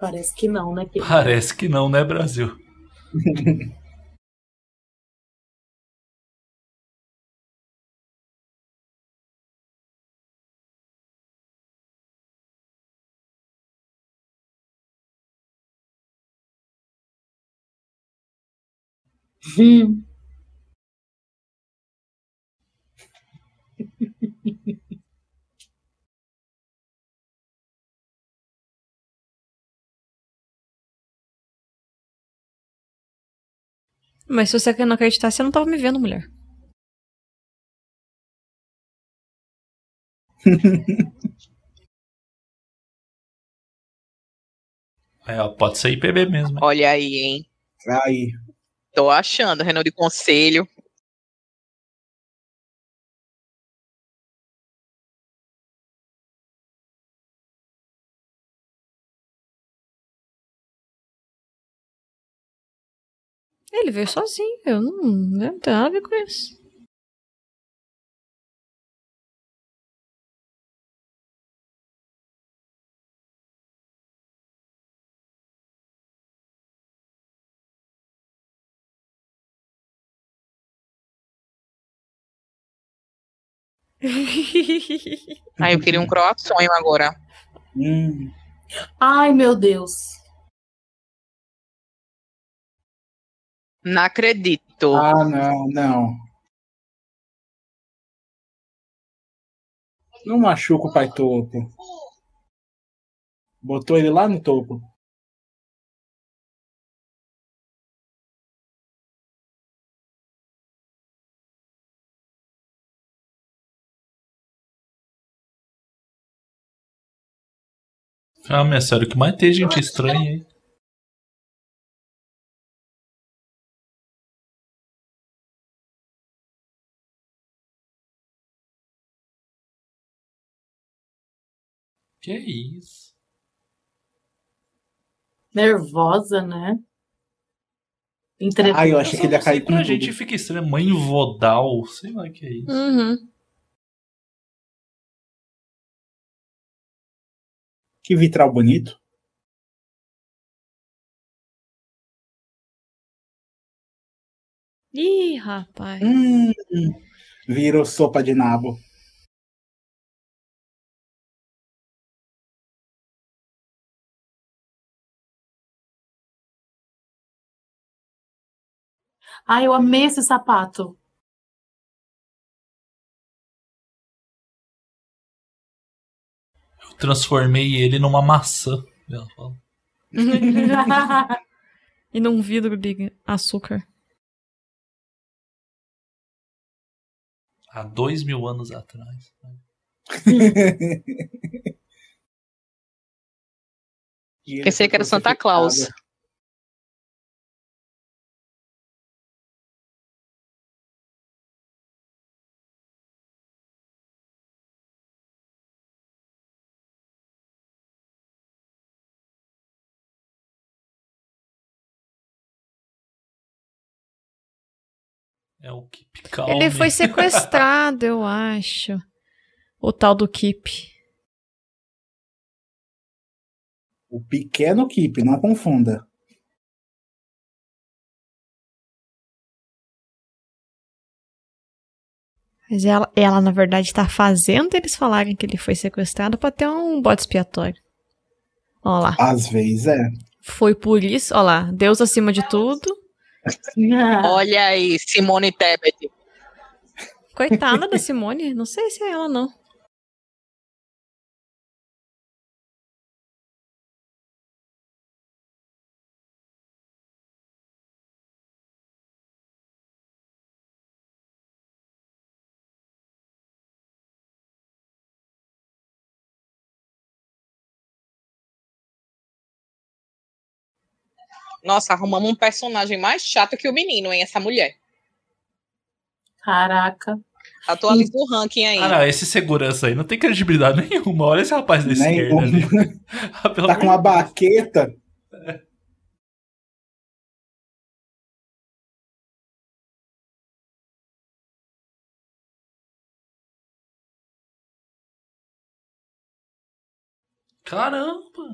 [SPEAKER 6] Parece que não, né? querido?
[SPEAKER 3] Parece que não, né, Brasil?
[SPEAKER 6] Hum.
[SPEAKER 2] Mas se você não acreditasse, você não tava me vendo, mulher.
[SPEAKER 3] É, ó, pode ser IPB mesmo. hein?
[SPEAKER 7] Olha aí, hein?
[SPEAKER 1] Aí.
[SPEAKER 7] Tô achando, Renan de Conselho.
[SPEAKER 2] Ele veio sozinho, eu não, não tenho nada a ver com isso.
[SPEAKER 7] Aí eu queria um croissant agora.
[SPEAKER 6] Ai, meu Deus.
[SPEAKER 7] Não acredito.
[SPEAKER 1] Ah, não, não. Não machuca o pai topo. Botou ele lá no topo.
[SPEAKER 3] Ah, minha senhora, o que mais tem gente estranha aí? Que é isso?
[SPEAKER 6] Nervosa, né? Entrevista.
[SPEAKER 1] Ai, eu achei que ele ia cair com
[SPEAKER 3] Pra
[SPEAKER 1] tudo.
[SPEAKER 3] gente fica estranho, mãe vodal, sei lá o que é isso.
[SPEAKER 2] Uhum.
[SPEAKER 1] Que vitral bonito.
[SPEAKER 2] Ih, rapaz.
[SPEAKER 1] Hum, virou sopa de nabo.
[SPEAKER 6] Ai, eu amei esse sapato.
[SPEAKER 3] Transformei ele numa maçã. Ela fala.
[SPEAKER 2] e num vidro de açúcar.
[SPEAKER 3] Há dois mil anos atrás.
[SPEAKER 7] Pensei que era Santa Claus.
[SPEAKER 3] É o Keep Calm.
[SPEAKER 2] Ele
[SPEAKER 3] (laughs)
[SPEAKER 2] foi sequestrado, eu acho. O tal do Kip.
[SPEAKER 1] O pequeno Kip, não confunda.
[SPEAKER 2] Mas ela, ela, na verdade, tá fazendo eles falarem que ele foi sequestrado pra ter um bode expiatório. Ó lá.
[SPEAKER 1] Às vezes é.
[SPEAKER 2] Foi por isso, ó lá. Deus acima de tudo.
[SPEAKER 7] Olha aí, Simone Tebet.
[SPEAKER 2] Coitada da Simone, não sei se é ela não.
[SPEAKER 7] Nossa, arrumamos um personagem mais chato que o menino, hein? Essa mulher.
[SPEAKER 6] Caraca.
[SPEAKER 7] Atualiza o ranking aí.
[SPEAKER 3] Ah, não, esse segurança aí não tem credibilidade (laughs) nenhuma. Olha esse rapaz da esquerda
[SPEAKER 1] Nenhuma.
[SPEAKER 3] ali. (laughs) Ah, pelo
[SPEAKER 1] né? (laughs) Tá com uma
[SPEAKER 3] amor de
[SPEAKER 1] baqueta.
[SPEAKER 3] Caramba!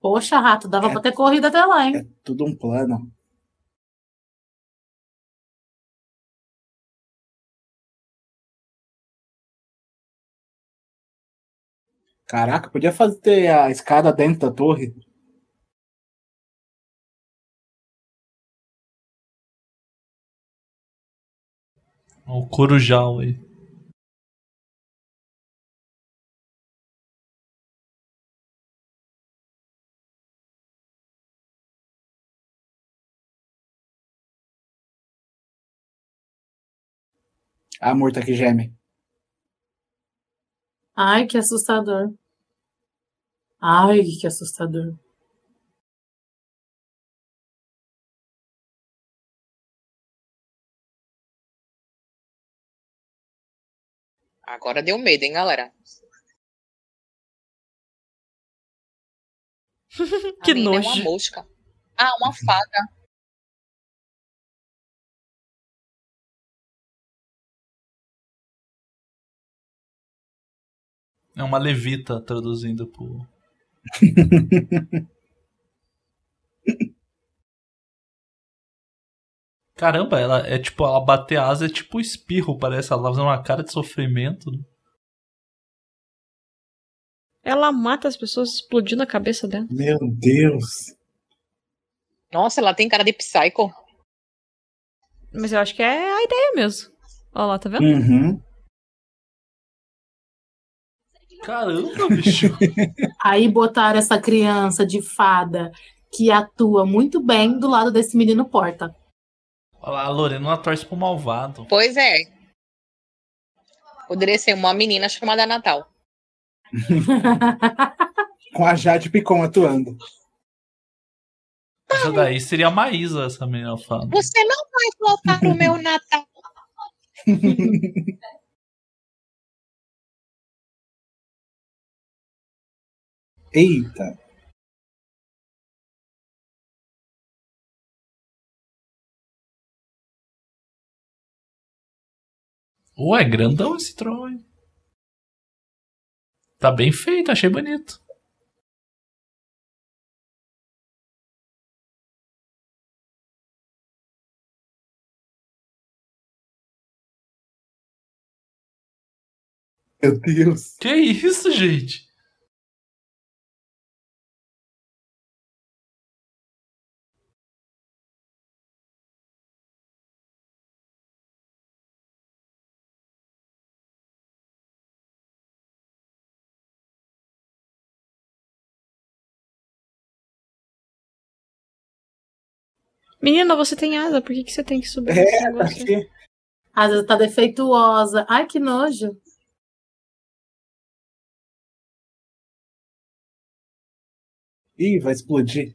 [SPEAKER 6] Poxa, rato, dava pra ter corrido até lá, hein?
[SPEAKER 1] Tudo um plano. Caraca, podia fazer a escada dentro da torre.
[SPEAKER 3] O corujão É um aí.
[SPEAKER 1] A morta que geme.
[SPEAKER 6] Ai, que assustador. Ai, que assustador.
[SPEAKER 7] Agora deu medo, hein, galera?
[SPEAKER 2] Que
[SPEAKER 7] A menina É
[SPEAKER 2] nojo.
[SPEAKER 7] uma mosca. Ah, uma fada.
[SPEAKER 3] É uma levita traduzindo
[SPEAKER 1] (laughs)
[SPEAKER 3] pro. Caramba, ela é tipo, ela bater asa é tipo espirro, parece. Ela tá fazendo uma cara de sofrimento. né?
[SPEAKER 2] Ela mata as pessoas explodindo a cabeça dela.
[SPEAKER 1] Meu Deus.
[SPEAKER 7] Nossa, ela tem cara de psycho.
[SPEAKER 2] Mas eu acho que é a ideia mesmo. Ó lá, tá vendo?
[SPEAKER 1] Uhum.
[SPEAKER 3] Caramba,
[SPEAKER 1] (laughs)
[SPEAKER 3] bicho.
[SPEAKER 6] Aí botaram essa criança de fada que atua muito bem do lado desse menino porta.
[SPEAKER 3] Olha lá, a Lorena ela torce pro malvado.
[SPEAKER 7] Pois é. Poderia ser uma menina chamada Natal.
[SPEAKER 1] Com a Jade Picon atuando.
[SPEAKER 3] Essa daí seria a Maísa, essa menina fala.
[SPEAKER 7] Você não vai voltar no meu Natal.
[SPEAKER 1] Eita.
[SPEAKER 3] Ué, é grandão esse troll, hein? Tá bem feito, achei bonito.
[SPEAKER 1] Meu Deus.
[SPEAKER 3] Que isso, gente?
[SPEAKER 2] Menina, você tem asa, por que, que você tem que subir
[SPEAKER 1] É,
[SPEAKER 2] nesse
[SPEAKER 1] tá
[SPEAKER 2] negócio?
[SPEAKER 1] aqui.
[SPEAKER 6] Às vezes tá defeituosa. Ai, que nojo.
[SPEAKER 1] Ih, vai explodir.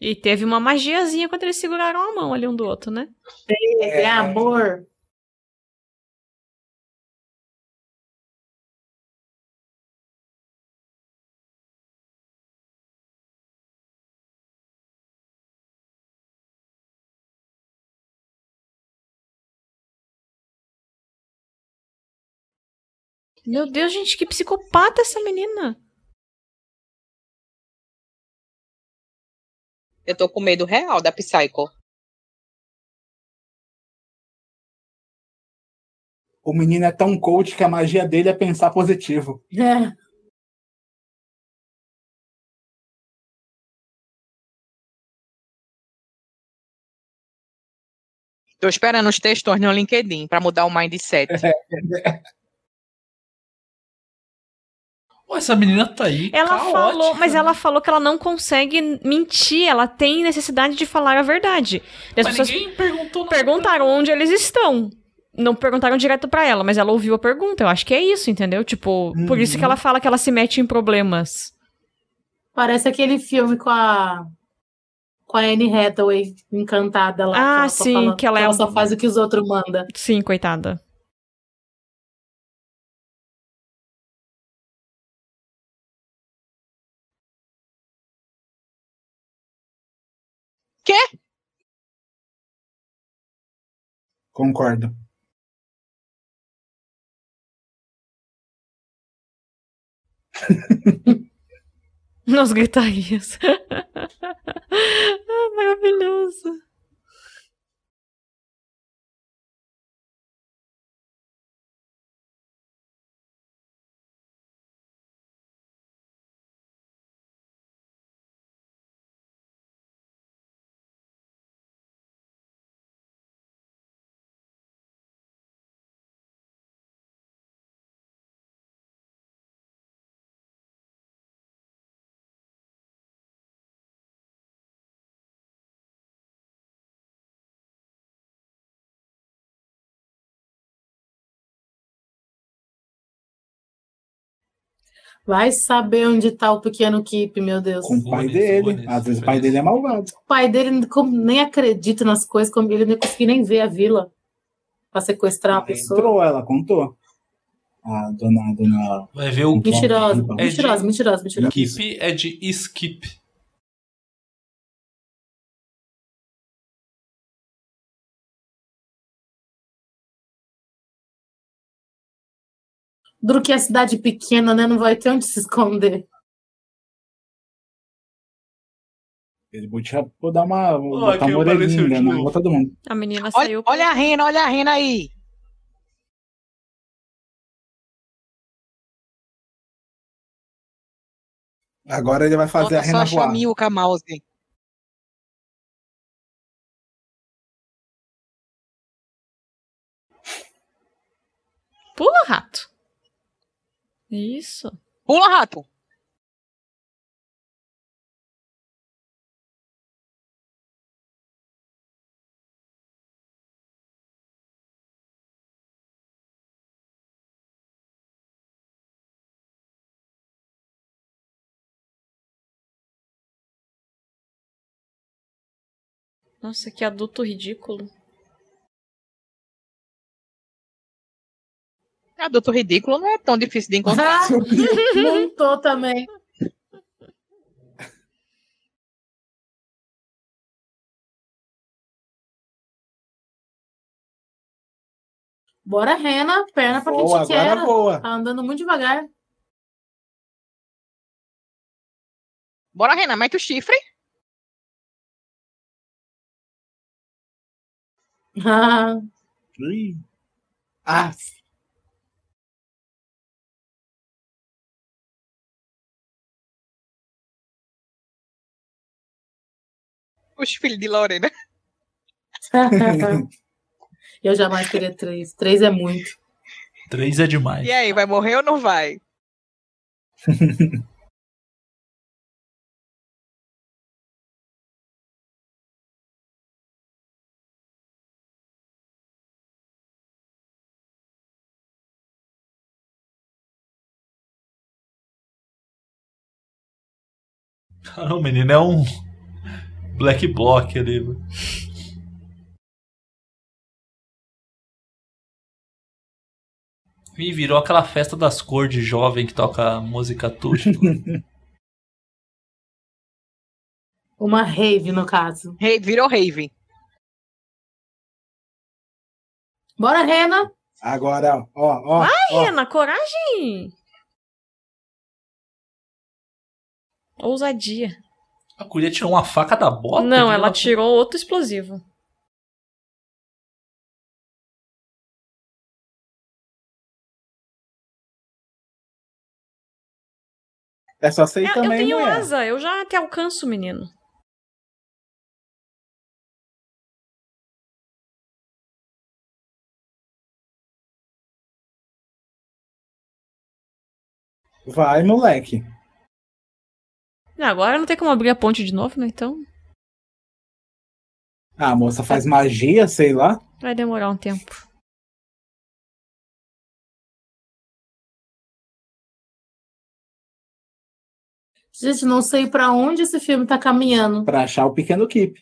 [SPEAKER 2] E teve uma magiazinha quando eles seguraram a mão ali um do outro, né?
[SPEAKER 6] É, amor.
[SPEAKER 2] Meu Deus, gente, que psicopata essa menina.
[SPEAKER 7] Eu tô com medo real da Psycho.
[SPEAKER 1] O menino é tão coach que a magia dele é pensar positivo.
[SPEAKER 6] É.
[SPEAKER 7] Tô esperando os textos no LinkedIn pra mudar o mindset.
[SPEAKER 3] Pô, essa menina tá aí.
[SPEAKER 2] Ela
[SPEAKER 3] caótica.
[SPEAKER 2] falou, mas ela falou que ela não consegue mentir, ela tem necessidade de falar a verdade. E as
[SPEAKER 3] Mas
[SPEAKER 2] pessoas
[SPEAKER 3] ninguém perguntou nada.
[SPEAKER 2] perguntaram onde eles estão. Não perguntaram direto pra ela, mas ela ouviu a pergunta. Eu acho que é isso, entendeu? Tipo, por isso que ela
[SPEAKER 7] Uhum.
[SPEAKER 2] fala que ela se mete em problemas.
[SPEAKER 6] Parece aquele filme com a. Com a Anne Hathaway encantada lá. que
[SPEAKER 2] Ah,
[SPEAKER 6] ela só
[SPEAKER 2] sim,
[SPEAKER 6] fala-
[SPEAKER 2] que ela é um-
[SPEAKER 6] só faz o que os outros mandam.
[SPEAKER 2] Sim, coitada.
[SPEAKER 7] Quê?
[SPEAKER 1] Concordo.
[SPEAKER 2] Nós gritaríamos. (laughs) Ah, Maravilhoso.
[SPEAKER 6] Vai saber onde tá o pequeno Kip, meu Deus.
[SPEAKER 1] Com o pai dele. Às vezes o pai dele é malvado.
[SPEAKER 6] O pai dele como- nem acredita nas coisas, como ele não conseguiu nem ver a vila pra sequestrar uma pessoa.
[SPEAKER 1] Entrou, ela contou. A dona. dona...
[SPEAKER 3] Vai ver o
[SPEAKER 6] Mentirosa,
[SPEAKER 3] É de-
[SPEAKER 6] mentirosa, mentirosa, mentirosa.
[SPEAKER 3] Skip é de skip.
[SPEAKER 6] Duro que é cidade pequena, né? Não vai ter onde
[SPEAKER 3] (laughs)
[SPEAKER 6] se esconder.
[SPEAKER 1] Ele vou, tirar, vou dar uma. Vou
[SPEAKER 3] Ó,
[SPEAKER 1] botar
[SPEAKER 3] quem
[SPEAKER 1] uma orelhinha
[SPEAKER 3] Ah, apareceu de
[SPEAKER 1] né, na
[SPEAKER 3] novo.
[SPEAKER 1] boca do mundo.
[SPEAKER 2] A menina
[SPEAKER 7] Olha,
[SPEAKER 2] saiu.
[SPEAKER 7] olha a rena, olha a rena aí.
[SPEAKER 1] Agora ele vai fazer
[SPEAKER 7] Bota
[SPEAKER 1] a rena
[SPEAKER 7] só a
[SPEAKER 1] voar.
[SPEAKER 7] Chamilca Mouse.
[SPEAKER 2] Pula, rato. Isso.
[SPEAKER 7] Pula, rato.
[SPEAKER 2] Nossa, que adulto ridículo.
[SPEAKER 7] Adulto ridículo não é tão difícil de
[SPEAKER 6] (laughs)
[SPEAKER 7] encontrar.
[SPEAKER 6] Montou também. Bora, Rena, perna pra quem
[SPEAKER 1] Voa,
[SPEAKER 6] te
[SPEAKER 1] agora
[SPEAKER 6] quer.
[SPEAKER 1] voa.
[SPEAKER 6] Tá andando muito devagar. (laughs)
[SPEAKER 7] Bora, Renan, mete o chifre.
[SPEAKER 1] Ih. Ah,
[SPEAKER 7] Os filhos de Lorena.
[SPEAKER 6] Eu jamais teria três. Três é muito.
[SPEAKER 3] Três é demais.
[SPEAKER 7] E aí, vai morrer ou não vai?
[SPEAKER 3] Não, menino, é um black block ali. mano. Ih, virou aquela festa das cores de jovem que toca música tuxa. (laughs)
[SPEAKER 6] Uma rave, no caso.
[SPEAKER 7] Rave, virou rave.
[SPEAKER 6] Bora, Rena!
[SPEAKER 1] Ah, Agora, ó, ó.
[SPEAKER 2] Vai,
[SPEAKER 1] ó.
[SPEAKER 2] Rena, coragem! Ousadia.
[SPEAKER 3] A curia tirou uma faca da bota?
[SPEAKER 2] Não,
[SPEAKER 3] Que
[SPEAKER 2] ela tirou outro explosivo.
[SPEAKER 1] É só sei
[SPEAKER 2] É, eu
[SPEAKER 1] também,
[SPEAKER 2] tenho
[SPEAKER 1] mulher.
[SPEAKER 2] asa, eu já te alcanço, menino.
[SPEAKER 1] Vai, moleque.
[SPEAKER 2] Não, Agora não tem como abrir a ponte de novo, né? Então
[SPEAKER 1] Ah, a moça faz magia, sei lá.
[SPEAKER 2] vai demorar um tempo.
[SPEAKER 6] Gente, não sei pra onde esse filme tá caminhando.
[SPEAKER 1] Pra achar o pequeno Kip.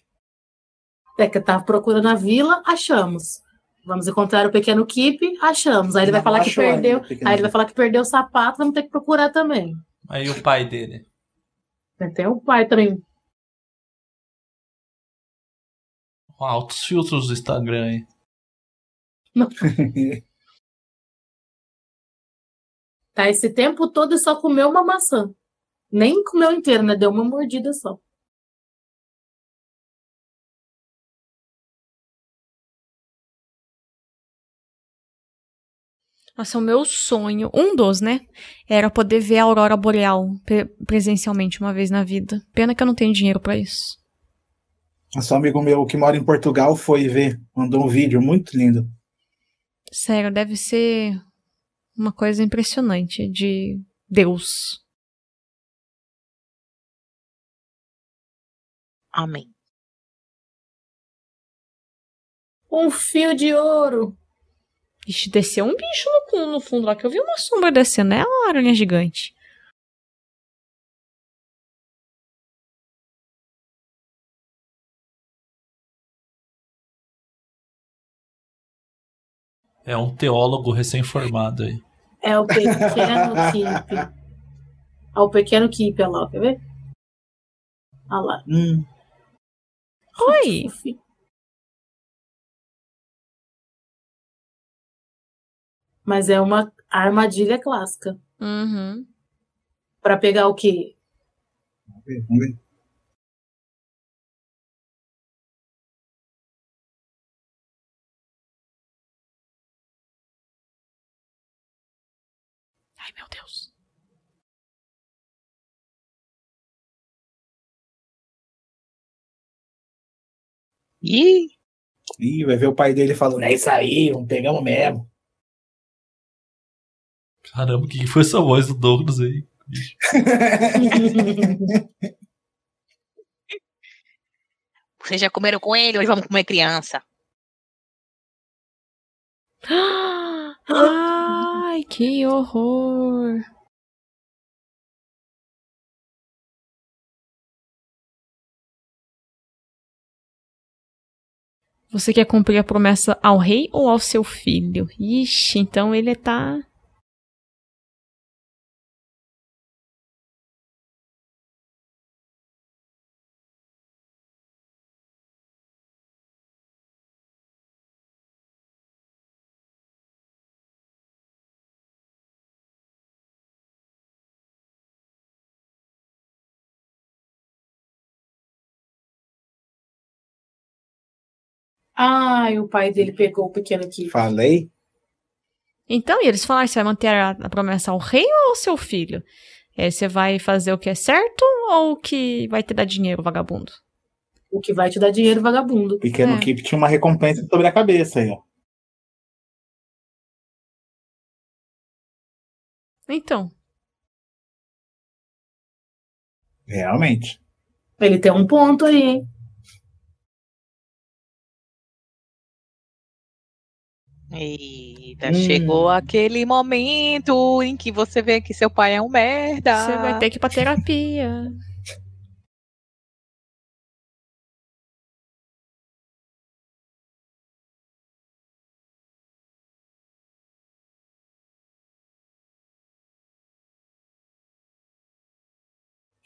[SPEAKER 6] É que tava procurando a vila, achamos. Vamos encontrar o pequeno Kip, achamos. Aí ele vai
[SPEAKER 1] Não
[SPEAKER 6] falar que
[SPEAKER 1] achou ainda o
[SPEAKER 6] perdeu.
[SPEAKER 1] pequeno
[SPEAKER 6] Aí ele vai
[SPEAKER 1] Kip.
[SPEAKER 6] falar que perdeu o sapato, vamos ter que procurar também.
[SPEAKER 3] Aí o pai dele.
[SPEAKER 6] Tem o pai também.
[SPEAKER 3] Ó, altos filtros do Instagram aí.
[SPEAKER 6] Tá esse tempo todo e só comeu uma maçã. Nem comeu inteira, né? Deu uma mordida só.
[SPEAKER 2] Nossa, o meu sonho, um dos, né? Era poder ver a Aurora Boreal pre- presencialmente uma vez na vida. Pena que eu não tenho dinheiro pra isso.
[SPEAKER 1] Nosso É um amigo meu que mora em Portugal foi ver, mandou um vídeo muito lindo.
[SPEAKER 2] Sério, deve ser uma coisa impressionante de Deus.
[SPEAKER 7] Amém.
[SPEAKER 6] Um fio de ouro.
[SPEAKER 2] Ixi, desceu um bicho no, cu- no fundo lá, que eu vi uma sombra descendo. É uma aranha gigante.
[SPEAKER 3] É um teólogo recém-formado aí.
[SPEAKER 6] É
[SPEAKER 1] (laughs)
[SPEAKER 6] o pequeno Kip. É o pequeno Kip, olha lá, quer ver? Olha lá.
[SPEAKER 1] Hum,
[SPEAKER 2] Oi!
[SPEAKER 6] (laughs) Mas é uma armadilha clássica.
[SPEAKER 2] Uhum.
[SPEAKER 6] Pra pegar o quê?
[SPEAKER 1] vamos ver.
[SPEAKER 2] Ai, meu Deus.
[SPEAKER 7] Ih,
[SPEAKER 1] Ih, vai ver o pai dele falando, é isso aí, vamos pegamos mesmo.
[SPEAKER 3] Caramba, o que que foi essa voz do Douglas aí?
[SPEAKER 7] vocês já comeram coelho, hoje vamos comer criança.
[SPEAKER 2] Ai, que horror. Você quer cumprir a promessa ao rei ou ao seu filho? Ixi, então ele tá.
[SPEAKER 6] Ai, o pai dele pegou o pequeno Kip.
[SPEAKER 1] Falei?
[SPEAKER 2] Então, e eles falaram: você vai manter a, a promessa ao rei ou ao seu filho? É, você vai fazer o que é certo ou o que vai te dar dinheiro, vagabundo?
[SPEAKER 6] O que vai te dar dinheiro, vagabundo.
[SPEAKER 1] Pequeno
[SPEAKER 6] É.
[SPEAKER 1] Kip tinha uma recompensa sobre a cabeça aí, ó.
[SPEAKER 2] Então.
[SPEAKER 1] Realmente.
[SPEAKER 6] Ele tem um ponto aí, hein?
[SPEAKER 7] Eita,
[SPEAKER 1] Hum.
[SPEAKER 7] chegou aquele momento em que você vê que seu pai é um merda.
[SPEAKER 2] Você vai ter que ir pra terapia. (laughs)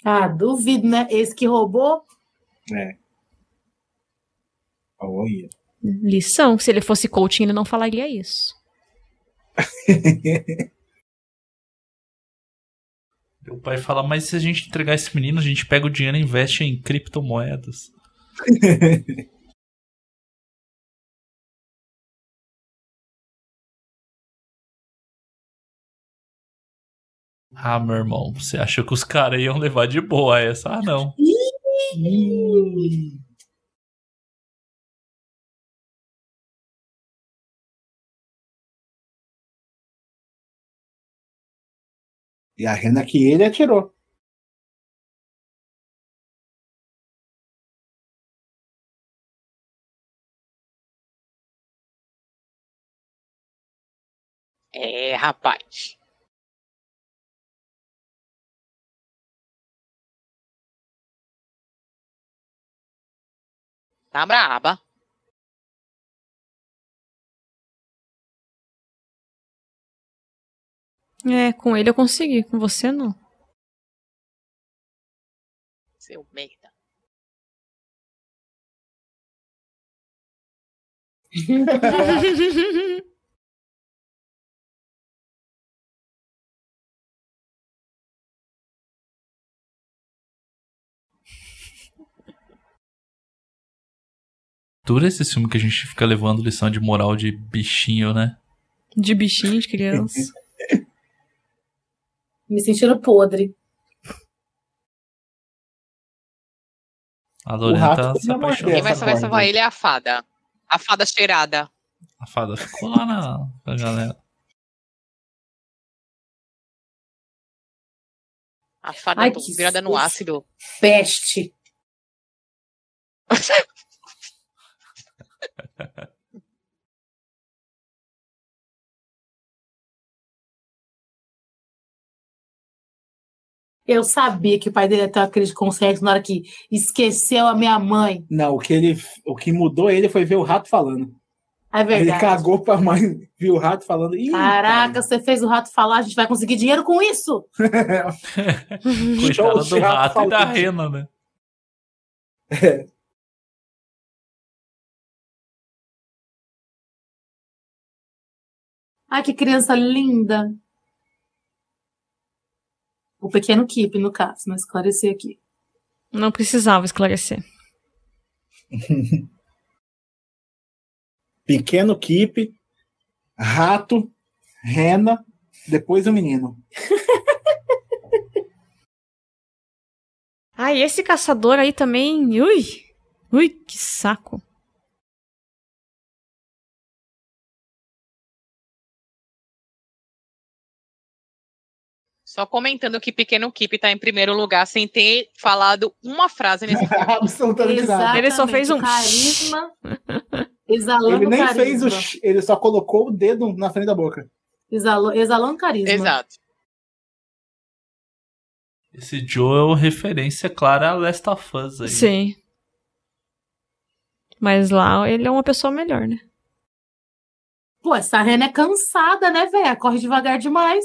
[SPEAKER 6] Ah, duvido, né? Esse que roubou.
[SPEAKER 1] É. Olha.
[SPEAKER 2] Lição. Se ele fosse coaching, ele não falaria isso.
[SPEAKER 3] Meu pai fala, mas se a gente entregar esse menino, a gente pega o dinheiro e investe em criptomoedas. (laughs) ah, meu irmão, você achou que os caras iam levar de boa essa? Ah, não.
[SPEAKER 1] E a renda que ele atirou.
[SPEAKER 7] É, rapaz. Tá braba.
[SPEAKER 2] É, com ele eu consegui, com você não.
[SPEAKER 7] Seu merda.
[SPEAKER 3] Dura esse filme que a gente fica levando lição de moral de bichinho, né?
[SPEAKER 2] (laughs) De bichinho de criança.
[SPEAKER 6] Me sentiram podre.
[SPEAKER 3] A Lorena tá se apaixonando.
[SPEAKER 7] Quem vai salvar, salvar ele é a fada. A fada cheirada.
[SPEAKER 3] A fada ficou lá na, na janela.
[SPEAKER 7] A fada
[SPEAKER 6] Ai,
[SPEAKER 7] to-
[SPEAKER 6] que
[SPEAKER 7] virada no
[SPEAKER 6] susto.
[SPEAKER 7] ácido.
[SPEAKER 6] Peste. (laughs) Eu sabia que o pai dele ia ter uma crise de consciência na hora que esqueceu a minha mãe.
[SPEAKER 1] Não, o que, ele, o que mudou ele foi ver o rato falando.
[SPEAKER 6] É
[SPEAKER 1] Ele
[SPEAKER 6] verdade.
[SPEAKER 1] cagou pra mãe, viu o rato falando. Ih,
[SPEAKER 6] Caraca, você fez o rato falar, a gente vai conseguir dinheiro com isso.
[SPEAKER 3] Coitada do
[SPEAKER 1] Show de
[SPEAKER 3] rato e da
[SPEAKER 1] falante.
[SPEAKER 3] rena, né?
[SPEAKER 6] Ai, que criança linda. O pequeno Kip, no caso, mas esclarecer aqui.
[SPEAKER 2] Não precisava esclarecer.
[SPEAKER 1] Pequeno Kip, rato, rena, depois o menino. (laughs)
[SPEAKER 2] Ah, e esse caçador aí também. Ui! Ui, que saco.
[SPEAKER 7] Só comentando que Pequeno Kip tá em primeiro lugar sem ter falado uma frase nesse filme.
[SPEAKER 1] Absolutamente nada.
[SPEAKER 2] Ele só fez um.
[SPEAKER 6] Carisma. Exalando
[SPEAKER 1] Ele nem
[SPEAKER 6] carisma.
[SPEAKER 1] fez o. sh- Ele só colocou o dedo na frente da boca.
[SPEAKER 6] Exalo- Exalando carisma.
[SPEAKER 7] (laughs) Exato.
[SPEAKER 3] Esse Joe é referência clara a Last of Us aí.
[SPEAKER 2] Sim. Mas lá ele é uma pessoa melhor, né?
[SPEAKER 6] Pô, essa rena é cansada, né, velho? Corre devagar demais.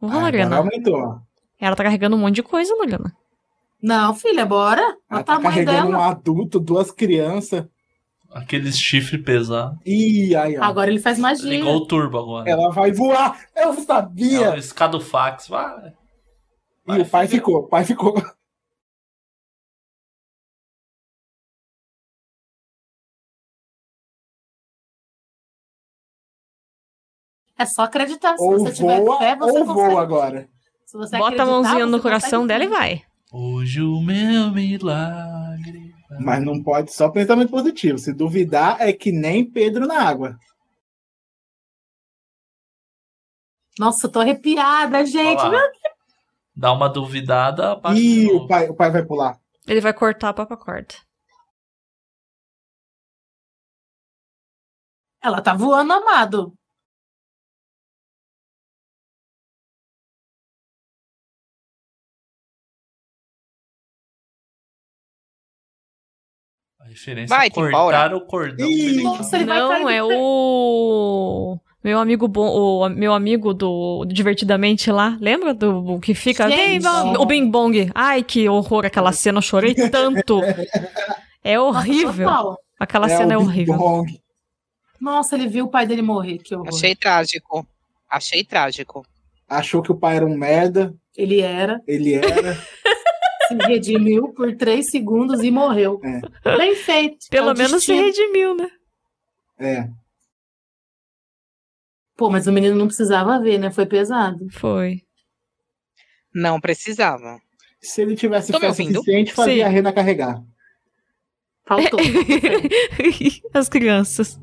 [SPEAKER 2] Vamos,
[SPEAKER 1] Ah, Agora
[SPEAKER 2] Lorena.
[SPEAKER 1] aumentou. ó.
[SPEAKER 2] Ela tá carregando um monte de coisa, Lorena.
[SPEAKER 6] Não, filha, bora. Olha
[SPEAKER 1] Ela
[SPEAKER 6] o
[SPEAKER 1] tá
[SPEAKER 6] tamanho
[SPEAKER 1] carregando um
[SPEAKER 6] dela.
[SPEAKER 1] adulto, duas crianças.
[SPEAKER 3] Aqueles chifre pesados.
[SPEAKER 1] Ih, aí, ó.
[SPEAKER 6] Agora ele faz magia.
[SPEAKER 3] Igual o turbo agora.
[SPEAKER 1] Ela vai voar. Eu
[SPEAKER 3] É o
[SPEAKER 1] sabia.
[SPEAKER 3] escadofax. Vai.
[SPEAKER 1] e o pai ficou. O pai ficou.
[SPEAKER 6] É só acreditar. Se
[SPEAKER 1] ou
[SPEAKER 6] você tiver
[SPEAKER 1] voa,
[SPEAKER 6] fé, você
[SPEAKER 1] ou
[SPEAKER 6] consegue.
[SPEAKER 1] voa agora.
[SPEAKER 6] Se você
[SPEAKER 2] Bota a
[SPEAKER 6] acreditar,
[SPEAKER 2] mãozinha
[SPEAKER 6] você
[SPEAKER 2] no
[SPEAKER 6] consegue
[SPEAKER 2] coração
[SPEAKER 6] sim.
[SPEAKER 2] dela e vai.
[SPEAKER 3] Hoje o meu milagre
[SPEAKER 1] Mas não pode só pensamento positivo. Se duvidar, é que nem Pedro na água.
[SPEAKER 6] Nossa, eu tô arrepiada, gente.
[SPEAKER 3] Olha lá.
[SPEAKER 6] Meu
[SPEAKER 3] Dá uma duvidada, abaixa de
[SPEAKER 1] Ih,
[SPEAKER 3] novo.
[SPEAKER 1] o pai, o pai vai pular.
[SPEAKER 2] Ele vai cortar a papa corda.
[SPEAKER 6] Ela tá voando, amado.
[SPEAKER 3] A referência vai,
[SPEAKER 7] Vai, Tim
[SPEAKER 3] cortar o cordão umbilical.
[SPEAKER 6] Nossa, Então ele vai
[SPEAKER 2] não,
[SPEAKER 6] cair.
[SPEAKER 2] é o. Meu amigo bom, o meu amigo do Divertidamente lá, lembra do do que fica?
[SPEAKER 6] Gente.
[SPEAKER 2] Bem, o Bing Bong. Ai, que horror aquela cena, eu chorei
[SPEAKER 6] (laughs)
[SPEAKER 2] tanto. É
[SPEAKER 6] Nossa,
[SPEAKER 2] horrível.
[SPEAKER 6] total.
[SPEAKER 2] Aquela cena é
[SPEAKER 1] o Big
[SPEAKER 2] horrível.
[SPEAKER 1] Bong.
[SPEAKER 6] Nossa, ele viu o pai dele morrer. Que horror.
[SPEAKER 7] Achei trágico. Achei trágico.
[SPEAKER 1] Achou que o pai era um merda.
[SPEAKER 6] Ele era,
[SPEAKER 1] Ele era.
[SPEAKER 6] se redimiu por três segundos e morreu. Bem feito.
[SPEAKER 2] Pelo
[SPEAKER 6] É o
[SPEAKER 2] menos se
[SPEAKER 6] destino.
[SPEAKER 2] redimiu, né?
[SPEAKER 1] é.
[SPEAKER 6] Pô, mas o menino não precisava ver, né? Foi pesado.
[SPEAKER 2] Foi.
[SPEAKER 7] Não precisava.
[SPEAKER 1] Se ele tivesse
[SPEAKER 7] Tô me
[SPEAKER 1] fé
[SPEAKER 7] ouvindo?
[SPEAKER 1] suficiente, fazia
[SPEAKER 2] Sim.
[SPEAKER 1] a Rena carregar.
[SPEAKER 6] Faltou.
[SPEAKER 7] É.
[SPEAKER 2] (laughs) As crianças.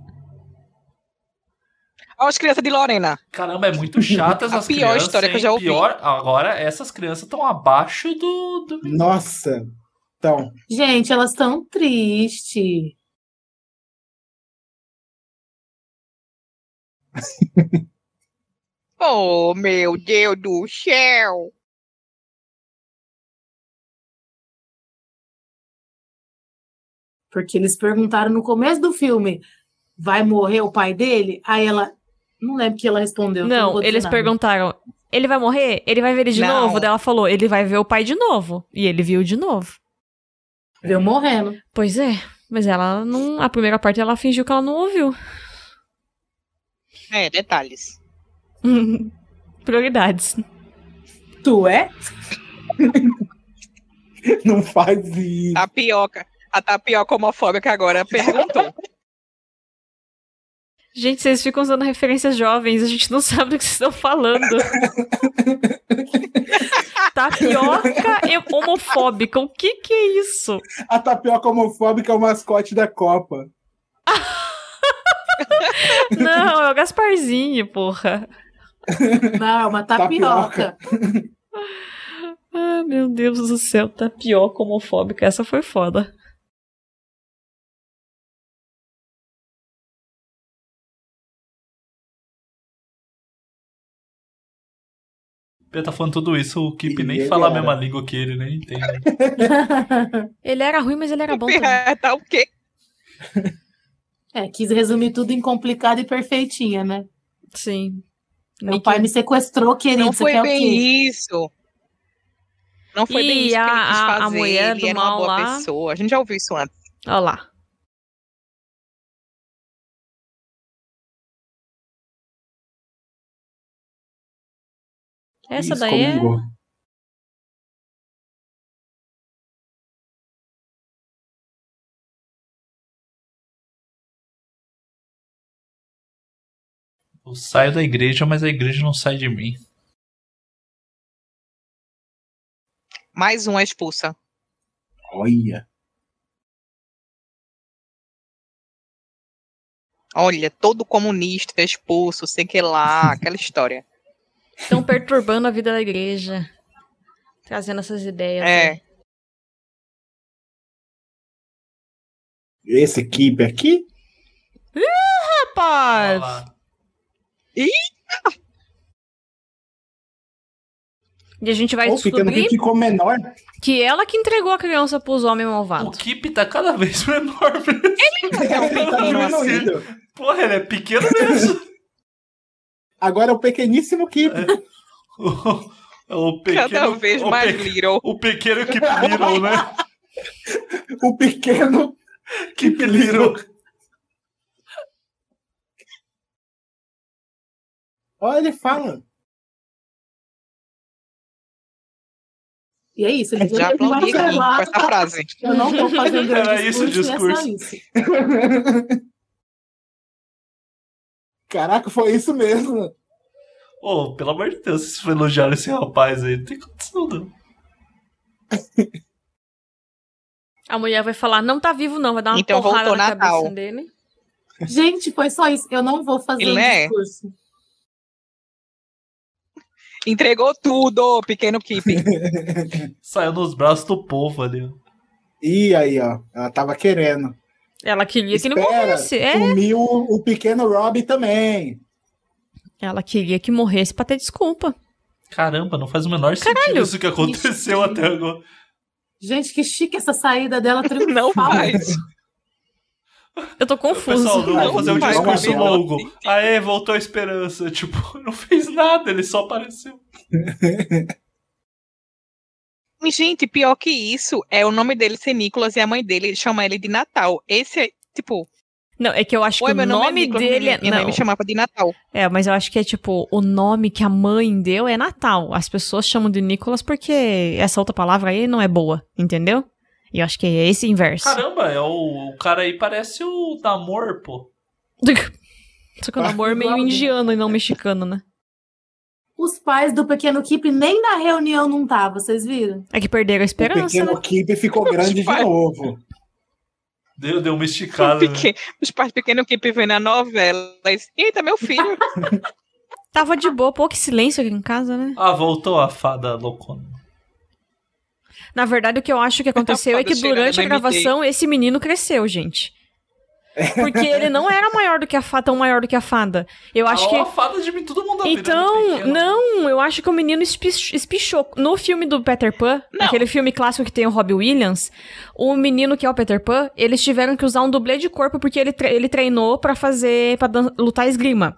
[SPEAKER 7] Olha as crianças de Lorena.
[SPEAKER 3] Caramba, é muito chato
[SPEAKER 7] (laughs) A
[SPEAKER 3] essas
[SPEAKER 7] pior
[SPEAKER 3] crianças,
[SPEAKER 7] história que eu
[SPEAKER 3] hein?
[SPEAKER 7] já ouvi.
[SPEAKER 3] Pior, agora essas crianças estão abaixo do, do...
[SPEAKER 1] Nossa. Então,
[SPEAKER 6] (laughs)
[SPEAKER 1] (laughs)
[SPEAKER 6] Gente, elas estão tristes.
[SPEAKER 7] Oh, meu Deus do céu.
[SPEAKER 6] Porque eles perguntaram no começo do filme: vai morrer o pai dele? Aí ela. Não lembro o que ela respondeu. então
[SPEAKER 2] Não,
[SPEAKER 6] vou dizer
[SPEAKER 2] eles
[SPEAKER 6] nada.
[SPEAKER 2] perguntaram: ele vai morrer? Ele vai ver ele de
[SPEAKER 7] Não.
[SPEAKER 2] novo? Daí ela falou: ele vai ver o pai de novo. E ele viu de novo.
[SPEAKER 6] Veio morrendo.
[SPEAKER 2] Pois é. Mas ela não. A primeira parte ela fingiu que ela não ouviu. (laughs)
[SPEAKER 7] É, detalhes.
[SPEAKER 2] Prioridades.
[SPEAKER 6] Tu é?
[SPEAKER 1] não faz isso.
[SPEAKER 7] Tapioca. A tapioca homofóbica agora perguntou.
[SPEAKER 2] (laughs) Gente, vocês ficam usando referências jovens, a gente não (laughs) sabe do que vocês estão falando. (laughs) Tapioca é homofóbica, o que que é isso?
[SPEAKER 1] A tapioca homofóbica é o mascote da Copa.
[SPEAKER 2] Não, é o Gasparzinho, porra.
[SPEAKER 6] Não, é uma (laughs) tapioca.
[SPEAKER 2] Ah, meu Deus do céu, tapioca homofóbica, essa foi foda.
[SPEAKER 3] Ele tá falando tudo isso, o Kip
[SPEAKER 1] E
[SPEAKER 3] nem
[SPEAKER 1] ele
[SPEAKER 3] fala a
[SPEAKER 1] era.
[SPEAKER 3] mesma língua que ele, nem entende.
[SPEAKER 2] Ele era ruim, mas ele era bom também.
[SPEAKER 7] tá o quê?
[SPEAKER 6] É, quis resumir tudo em complicado e perfeitinha, né?
[SPEAKER 2] Sim.
[SPEAKER 6] Meu pai me sequestrou, querido.
[SPEAKER 7] Não
[SPEAKER 6] você
[SPEAKER 7] foi
[SPEAKER 2] é
[SPEAKER 6] quer o quê?
[SPEAKER 7] bem isso. Não foi
[SPEAKER 2] E
[SPEAKER 7] bem isso que ele
[SPEAKER 2] a-
[SPEAKER 7] quis
[SPEAKER 2] a- a
[SPEAKER 7] fazer.
[SPEAKER 2] mulher
[SPEAKER 7] ele
[SPEAKER 2] do
[SPEAKER 7] era uma
[SPEAKER 2] mal
[SPEAKER 7] boa
[SPEAKER 2] lá?
[SPEAKER 7] pessoa. A gente já ouviu isso antes.
[SPEAKER 2] Olha lá. Essa
[SPEAKER 1] Isso,
[SPEAKER 2] daí é...
[SPEAKER 1] comungou.
[SPEAKER 3] Eu saio da igreja, mas a igreja não sai de mim.
[SPEAKER 7] Mais uma expulsa.
[SPEAKER 1] Olha.
[SPEAKER 7] Olha, todo comunista é expulso, sei que lá, aquela história.
[SPEAKER 2] Estão perturbando a vida da igreja. Trazendo essas ideias.
[SPEAKER 7] É.
[SPEAKER 2] né?
[SPEAKER 1] Esse equipe aqui?
[SPEAKER 3] Olha
[SPEAKER 2] Rapaz!
[SPEAKER 3] lá.
[SPEAKER 2] E a gente vai
[SPEAKER 1] Ou pequeno
[SPEAKER 2] descobrir
[SPEAKER 1] que ficou
[SPEAKER 2] (laughs)
[SPEAKER 1] menor.
[SPEAKER 2] que ela que entregou a criança pros homens
[SPEAKER 3] O
[SPEAKER 2] malvados.
[SPEAKER 3] Kip tá cada vez (laughs) menor.
[SPEAKER 1] Ele tá diminuindo.
[SPEAKER 3] Porra, ele é pequeno mesmo. (laughs)
[SPEAKER 1] Agora é o pequeníssimo Kip.
[SPEAKER 3] O- o (laughs) pequeno,
[SPEAKER 7] Cada vez
[SPEAKER 3] o
[SPEAKER 7] mais
[SPEAKER 3] pe-
[SPEAKER 7] little.
[SPEAKER 3] O pequeno Kip Little, né?
[SPEAKER 1] O pequeno.
[SPEAKER 3] Kip Little.
[SPEAKER 1] Olha, ele fala.
[SPEAKER 6] E é isso, ele
[SPEAKER 7] Já
[SPEAKER 6] veio pra
[SPEAKER 7] aplaudi aqui
[SPEAKER 6] falar,
[SPEAKER 7] com essa frase.
[SPEAKER 6] Eu não
[SPEAKER 3] (laughs)
[SPEAKER 6] tô fazendo grande
[SPEAKER 3] Era isso o
[SPEAKER 6] discurso, e é só isso.
[SPEAKER 1] Caraca, foi isso mesmo.
[SPEAKER 3] Ô, pelo amor de Deus, vocês elogiaram esse rapaz aí. Não tem condição, não.
[SPEAKER 2] A mulher vai falar, não tá vivo não, vai dar uma
[SPEAKER 7] Então
[SPEAKER 2] porrada
[SPEAKER 7] voltou
[SPEAKER 2] na
[SPEAKER 7] Natal.
[SPEAKER 2] cabeça dele.
[SPEAKER 6] Gente, foi só isso. Eu não vou fazer
[SPEAKER 7] Ele
[SPEAKER 6] um
[SPEAKER 7] é?
[SPEAKER 6] discurso.
[SPEAKER 7] Entregou tudo, pequeno Kipe.
[SPEAKER 2] (laughs)
[SPEAKER 3] Saiu nos braços do povo ali. ó.
[SPEAKER 1] Ih, aí, ó. Ela tava querendo.
[SPEAKER 2] Ela queria que ele
[SPEAKER 1] Espera,
[SPEAKER 2] morresse. É,
[SPEAKER 1] sumiu o pequeno Rob também.
[SPEAKER 2] ela queria que morresse pra ter desculpa.
[SPEAKER 3] Caramba, não faz o menor sentido
[SPEAKER 2] Caralho.
[SPEAKER 3] isso que aconteceu até agora.
[SPEAKER 6] Gente, que chique essa saída dela triunfal.
[SPEAKER 7] Não faz.
[SPEAKER 2] Eu tô confusa.
[SPEAKER 3] Pessoal, não
[SPEAKER 7] Não
[SPEAKER 3] vou fazer um
[SPEAKER 7] faz
[SPEAKER 3] discurso
[SPEAKER 1] o menor
[SPEAKER 3] longo. Aê, voltou a esperança. (laughs) Tipo, não fez nada, ele só apareceu.
[SPEAKER 7] E, Gente, pior que isso, é o nome dele ser Nicolas e a mãe dele chama ele de Natal. Esse é, tipo,
[SPEAKER 2] Não, é que eu acho
[SPEAKER 7] oi,
[SPEAKER 2] que
[SPEAKER 7] meu
[SPEAKER 2] o
[SPEAKER 7] nome,
[SPEAKER 2] nome
[SPEAKER 7] é Nicolas,
[SPEAKER 2] dele
[SPEAKER 7] minha
[SPEAKER 2] é...
[SPEAKER 7] mãe- minha mãe
[SPEAKER 2] Não,
[SPEAKER 7] me chamava de Natal.
[SPEAKER 2] é, mas eu acho que é tipo, o nome que a mãe deu é Natal. As pessoas chamam de Nicolas porque essa outra palavra aí não é boa, entendeu? E eu acho que é esse inverso.
[SPEAKER 3] Caramba, é o, o cara aí parece o Namor, pô.
[SPEAKER 2] (laughs) Só que o namoro é meio indiano e não mexicano, né?
[SPEAKER 6] Os pais do pequeno Kip nem na reunião não tá, vocês viram?
[SPEAKER 2] É que perderam a
[SPEAKER 1] O
[SPEAKER 2] esperança, né?
[SPEAKER 1] pequeno Kip ficou grande de
[SPEAKER 7] Pai.
[SPEAKER 1] novo.
[SPEAKER 3] Deu, deu uma esticada. né?
[SPEAKER 7] Pequen- Os pais pequenos que vivem na novela. eles, Eita, tá meu filho.
[SPEAKER 2] Tava de boa, pô, que silêncio aqui em casa, né?
[SPEAKER 3] Ah, voltou a fada loucona.
[SPEAKER 2] Na verdade, o que eu acho
[SPEAKER 7] (laughs)
[SPEAKER 2] que aconteceu é que
[SPEAKER 7] Chega, né?
[SPEAKER 2] durante a
[SPEAKER 7] não imitei.
[SPEAKER 2] gravação, esse menino
[SPEAKER 1] (laughs)
[SPEAKER 2] cresceu, gente. Porque ele não era maior do que a fada, tão maior do que a fada. Eu acho
[SPEAKER 3] ah,
[SPEAKER 2] que.
[SPEAKER 3] ó, a fada de mim, todo mundo tá virando
[SPEAKER 2] Então,
[SPEAKER 3] pequeno.
[SPEAKER 2] não, eu acho que o menino espich- espichou. No filme do Peter Pan,
[SPEAKER 7] Não.
[SPEAKER 2] aquele filme clássico que tem o Robbie Williams, o menino que é o Peter Pan, eles tiveram que usar um dublê de corpo porque ele, tre- ele treinou pra fazer, para lutar esgrima.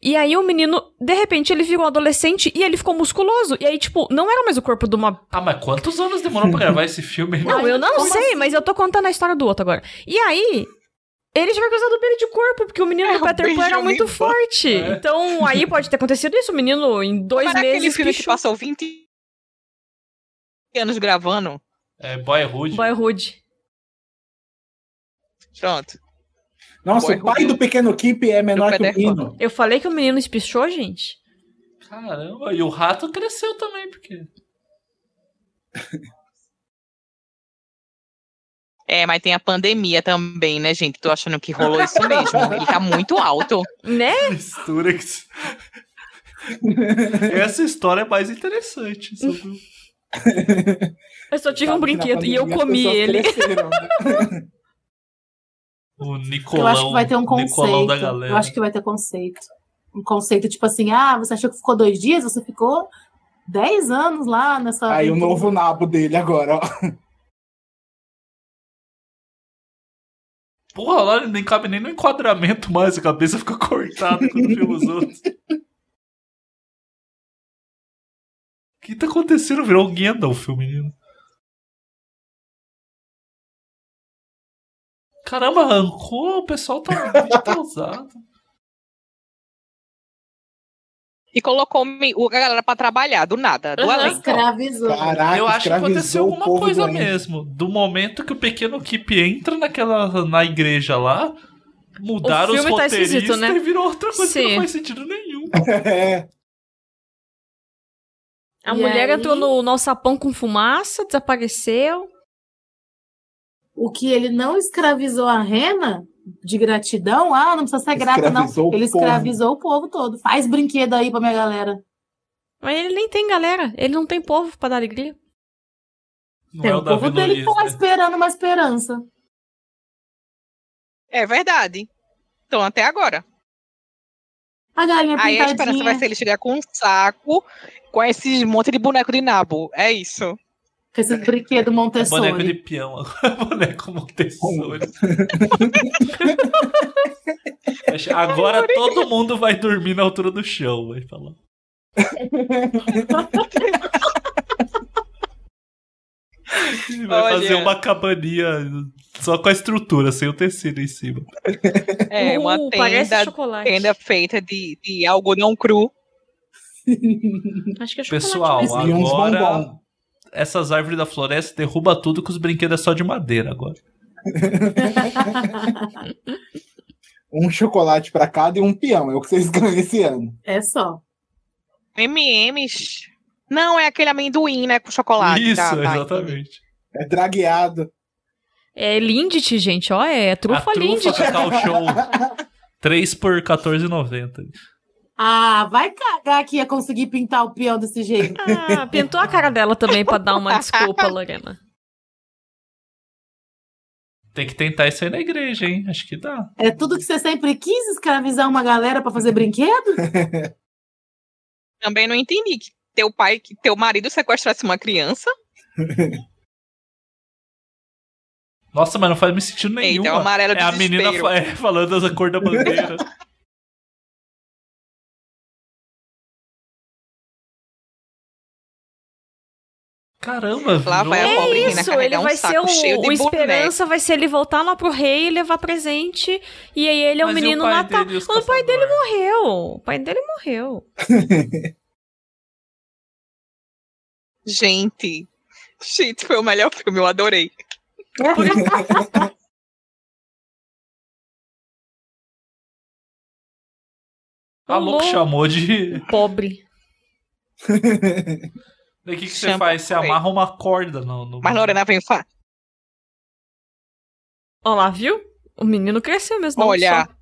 [SPEAKER 2] E aí o menino, de repente, ele virou um adolescente e ele ficou musculoso. E aí, tipo, não era mais o corpo de uma
[SPEAKER 3] Ah, mas quantos anos demorou pra gravar
[SPEAKER 2] (laughs)
[SPEAKER 3] esse filme?
[SPEAKER 2] não, eu não sei,
[SPEAKER 7] assim?
[SPEAKER 2] mas eu tô contando a história do outro agora. E aí, ele tiveram que usar do pele de corpo, porque o menino
[SPEAKER 7] É,
[SPEAKER 2] do
[SPEAKER 7] o
[SPEAKER 2] Peter Pan era
[SPEAKER 7] Benjamin
[SPEAKER 2] muito
[SPEAKER 7] Button.
[SPEAKER 2] forte.
[SPEAKER 3] É.
[SPEAKER 2] Então, aí pode ter acontecido isso, o menino em (laughs) dois
[SPEAKER 7] Para aquele
[SPEAKER 2] meses
[SPEAKER 7] filme que
[SPEAKER 2] pichou.
[SPEAKER 7] passou 20 anos gravando.
[SPEAKER 3] É Boyhood.
[SPEAKER 2] Boyhood.
[SPEAKER 7] Pronto.
[SPEAKER 1] Nossa,
[SPEAKER 7] Boy,
[SPEAKER 1] o pai
[SPEAKER 7] Rubinho.
[SPEAKER 1] do pequeno Kip é menor
[SPEAKER 7] Do
[SPEAKER 1] que o
[SPEAKER 7] Peter Pan.
[SPEAKER 1] Pino.
[SPEAKER 2] Eu falei que o menino espichou, gente?
[SPEAKER 3] Caramba, e o rato cresceu também, porque.
[SPEAKER 7] É, mas tem a pandemia também, né, gente? Tô achando que
[SPEAKER 2] (laughs)
[SPEAKER 7] rolou isso mesmo. Ele tá muito alto.
[SPEAKER 2] Né?
[SPEAKER 3] Mistura que.
[SPEAKER 6] (laughs)
[SPEAKER 3] se- Essa história é mais interessante. sobre
[SPEAKER 6] (laughs)
[SPEAKER 3] o-
[SPEAKER 2] Eu só tive um
[SPEAKER 1] Sabe que na
[SPEAKER 2] brinquedo e eu
[SPEAKER 1] pandemia as
[SPEAKER 2] comi
[SPEAKER 1] pessoas
[SPEAKER 2] ele.
[SPEAKER 1] cresceram, né?
[SPEAKER 3] O
[SPEAKER 6] Eu
[SPEAKER 3] Nicolão.
[SPEAKER 6] acho que vai ter um
[SPEAKER 3] Nicolão
[SPEAKER 6] conceito.
[SPEAKER 3] da galera.
[SPEAKER 6] Eu acho que vai ter conceito. Um conceito tipo assim, ah, você achou que ficou dois dias? Você ficou dez anos lá nessa...
[SPEAKER 1] Aí o novo nabo dele agora, ó.
[SPEAKER 3] Porra, lá nem cabe nem no enquadramento mais. A cabeça fica cortada quando filma os outros. O que tá acontecendo? Virou o Gandalf, o menino. Caramba, arrancou. O pessoal tá muito
[SPEAKER 6] (laughs)
[SPEAKER 3] ousado.
[SPEAKER 7] E colocou me- o- a galera pra trabalhar, do nada, do
[SPEAKER 2] Aham.
[SPEAKER 7] além.
[SPEAKER 6] Escravizou.
[SPEAKER 1] Caraca,
[SPEAKER 3] eu acho que aconteceu
[SPEAKER 1] escravizou o
[SPEAKER 3] alguma
[SPEAKER 1] povo
[SPEAKER 3] coisa
[SPEAKER 1] doente.
[SPEAKER 3] mesmo. Do momento que o pequeno Kip entra naquela na igreja lá, mudaram
[SPEAKER 2] O
[SPEAKER 3] os
[SPEAKER 2] filme tá
[SPEAKER 3] roteiristas
[SPEAKER 2] esquisito, né?
[SPEAKER 3] e virou outra coisa que
[SPEAKER 2] Sim.
[SPEAKER 3] não faz sentido nenhum.
[SPEAKER 1] É,
[SPEAKER 2] A
[SPEAKER 6] E
[SPEAKER 2] mulher
[SPEAKER 6] aí?
[SPEAKER 2] entrou no, no alçapão com fumaça, desapareceu.
[SPEAKER 6] O que ele não escravizou a rena de gratidão, ah, não precisa ser grata, não.
[SPEAKER 1] Escravizou o
[SPEAKER 6] Ele
[SPEAKER 1] povo.
[SPEAKER 6] escravizou o povo todo. Faz brinquedo aí pra minha galera.
[SPEAKER 2] Mas ele nem tem galera, ele não tem povo pra dar alegria.
[SPEAKER 3] Não
[SPEAKER 6] Tem
[SPEAKER 3] é o
[SPEAKER 6] o povo
[SPEAKER 3] Davi
[SPEAKER 6] dele
[SPEAKER 3] Luiz,
[SPEAKER 6] que tá lá
[SPEAKER 3] né?
[SPEAKER 6] esperando uma esperança.
[SPEAKER 7] É verdade. Então, até agora.
[SPEAKER 6] A galinha
[SPEAKER 7] Aí a esperança
[SPEAKER 6] pintadinha.
[SPEAKER 7] vai ser ele chegar com um saco, com esses monte de boneco de nabo. É isso.
[SPEAKER 6] Com esse brinquedo
[SPEAKER 3] É boneco de
[SPEAKER 6] Montessori.
[SPEAKER 3] peão. agora, (laughs) boneco Montessori. Agora todo mundo vai dormir na altura do chão. Vai falar. E Vai
[SPEAKER 7] Olha.
[SPEAKER 3] fazer uma cabaninha só com a estrutura, sem o tecido em cima.
[SPEAKER 7] É uma
[SPEAKER 2] Uh, Parece
[SPEAKER 7] tenda,
[SPEAKER 2] chocolate.
[SPEAKER 7] tenda feita de, de algodão cru.
[SPEAKER 2] Acho que é chocolate
[SPEAKER 3] Pessoal,
[SPEAKER 2] mesmo.
[SPEAKER 1] e uns
[SPEAKER 3] Agora-
[SPEAKER 1] um bombom.
[SPEAKER 3] Essas árvores da floresta derruba tudo que os brinquedos é só de madeira agora.
[SPEAKER 1] Um chocolate pra cada e um peão. É o que vocês ganham esse ano.
[SPEAKER 6] É só.
[SPEAKER 7] MMs. Não, é aquele amendoim, né? Com chocolate.
[SPEAKER 3] Isso,
[SPEAKER 7] tá, tá, entendi.
[SPEAKER 3] exatamente.
[SPEAKER 1] É dragueado.
[SPEAKER 2] É Lindt, gente, ó, é trufa,
[SPEAKER 3] a trufa
[SPEAKER 1] tá
[SPEAKER 2] Lindt.
[SPEAKER 3] Cacau Show 3 por 14,90.
[SPEAKER 6] Ah, vai cagar que ia conseguir pintar o peão desse jeito.
[SPEAKER 1] (laughs)
[SPEAKER 2] Ah, pintou a cara dela também pra dar uma
[SPEAKER 7] (laughs)
[SPEAKER 2] desculpa, Lorena.
[SPEAKER 3] Tem que tentar isso aí na igreja, hein? Acho que dá.
[SPEAKER 6] É tudo que você sempre quis escravizar uma galera pra fazer brinquedo?
[SPEAKER 7] Também não entendi que teu pai, que teu marido sequestrasse uma criança.
[SPEAKER 3] Nossa, mas não faz me sentido nenhum.
[SPEAKER 7] Então, amarelo
[SPEAKER 3] é a
[SPEAKER 7] desespero.
[SPEAKER 3] menina fa- (laughs) é, falando da cor da bandeira. Caramba,
[SPEAKER 7] Lá vai a
[SPEAKER 3] nossa.
[SPEAKER 7] É, pobre menina
[SPEAKER 2] É Isso, ele
[SPEAKER 7] carregar um
[SPEAKER 2] vai ser
[SPEAKER 7] saco
[SPEAKER 2] o,
[SPEAKER 7] cheio de
[SPEAKER 2] o
[SPEAKER 7] boneco.
[SPEAKER 2] esperança, vai ser ele voltar lá pro rei e levar presente. E aí ele é um
[SPEAKER 3] Mas e o
[SPEAKER 2] menino
[SPEAKER 3] pai
[SPEAKER 2] natal.
[SPEAKER 3] dele e os
[SPEAKER 2] Mas o pai dele morreu. O pai dele morreu.
[SPEAKER 7] Gente, gente, foi o melhor filme, eu adorei.
[SPEAKER 3] A louco
[SPEAKER 2] Alô?
[SPEAKER 3] chamou de.
[SPEAKER 2] Pobre.
[SPEAKER 3] Daí O que, que você
[SPEAKER 7] Chama-
[SPEAKER 3] faz? Você amarra uma corda no. no...
[SPEAKER 7] Mas Lorena veio falar.
[SPEAKER 2] Ó lá, viu? O menino cresceu mesmo. não
[SPEAKER 7] Olha.
[SPEAKER 2] só.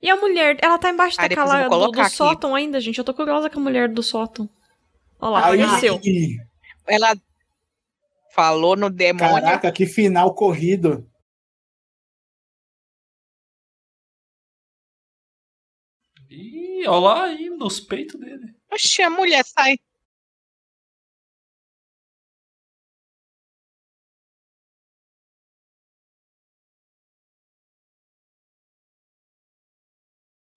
[SPEAKER 2] E a mulher, ela tá embaixo
[SPEAKER 7] Aí depois eu
[SPEAKER 2] daquela
[SPEAKER 7] vou
[SPEAKER 2] do,
[SPEAKER 7] colocar
[SPEAKER 2] do
[SPEAKER 7] aqui.
[SPEAKER 2] sótão ainda, gente. Eu tô curiosa com a mulher do sótão. Olha lá, tá
[SPEAKER 1] Aí,
[SPEAKER 2] apareceu.
[SPEAKER 7] Ela falou no demônio.
[SPEAKER 1] caraca, que final corrido.
[SPEAKER 3] Ih, olha lá aí nos peitos dele.
[SPEAKER 7] Oxi, a mulher sai.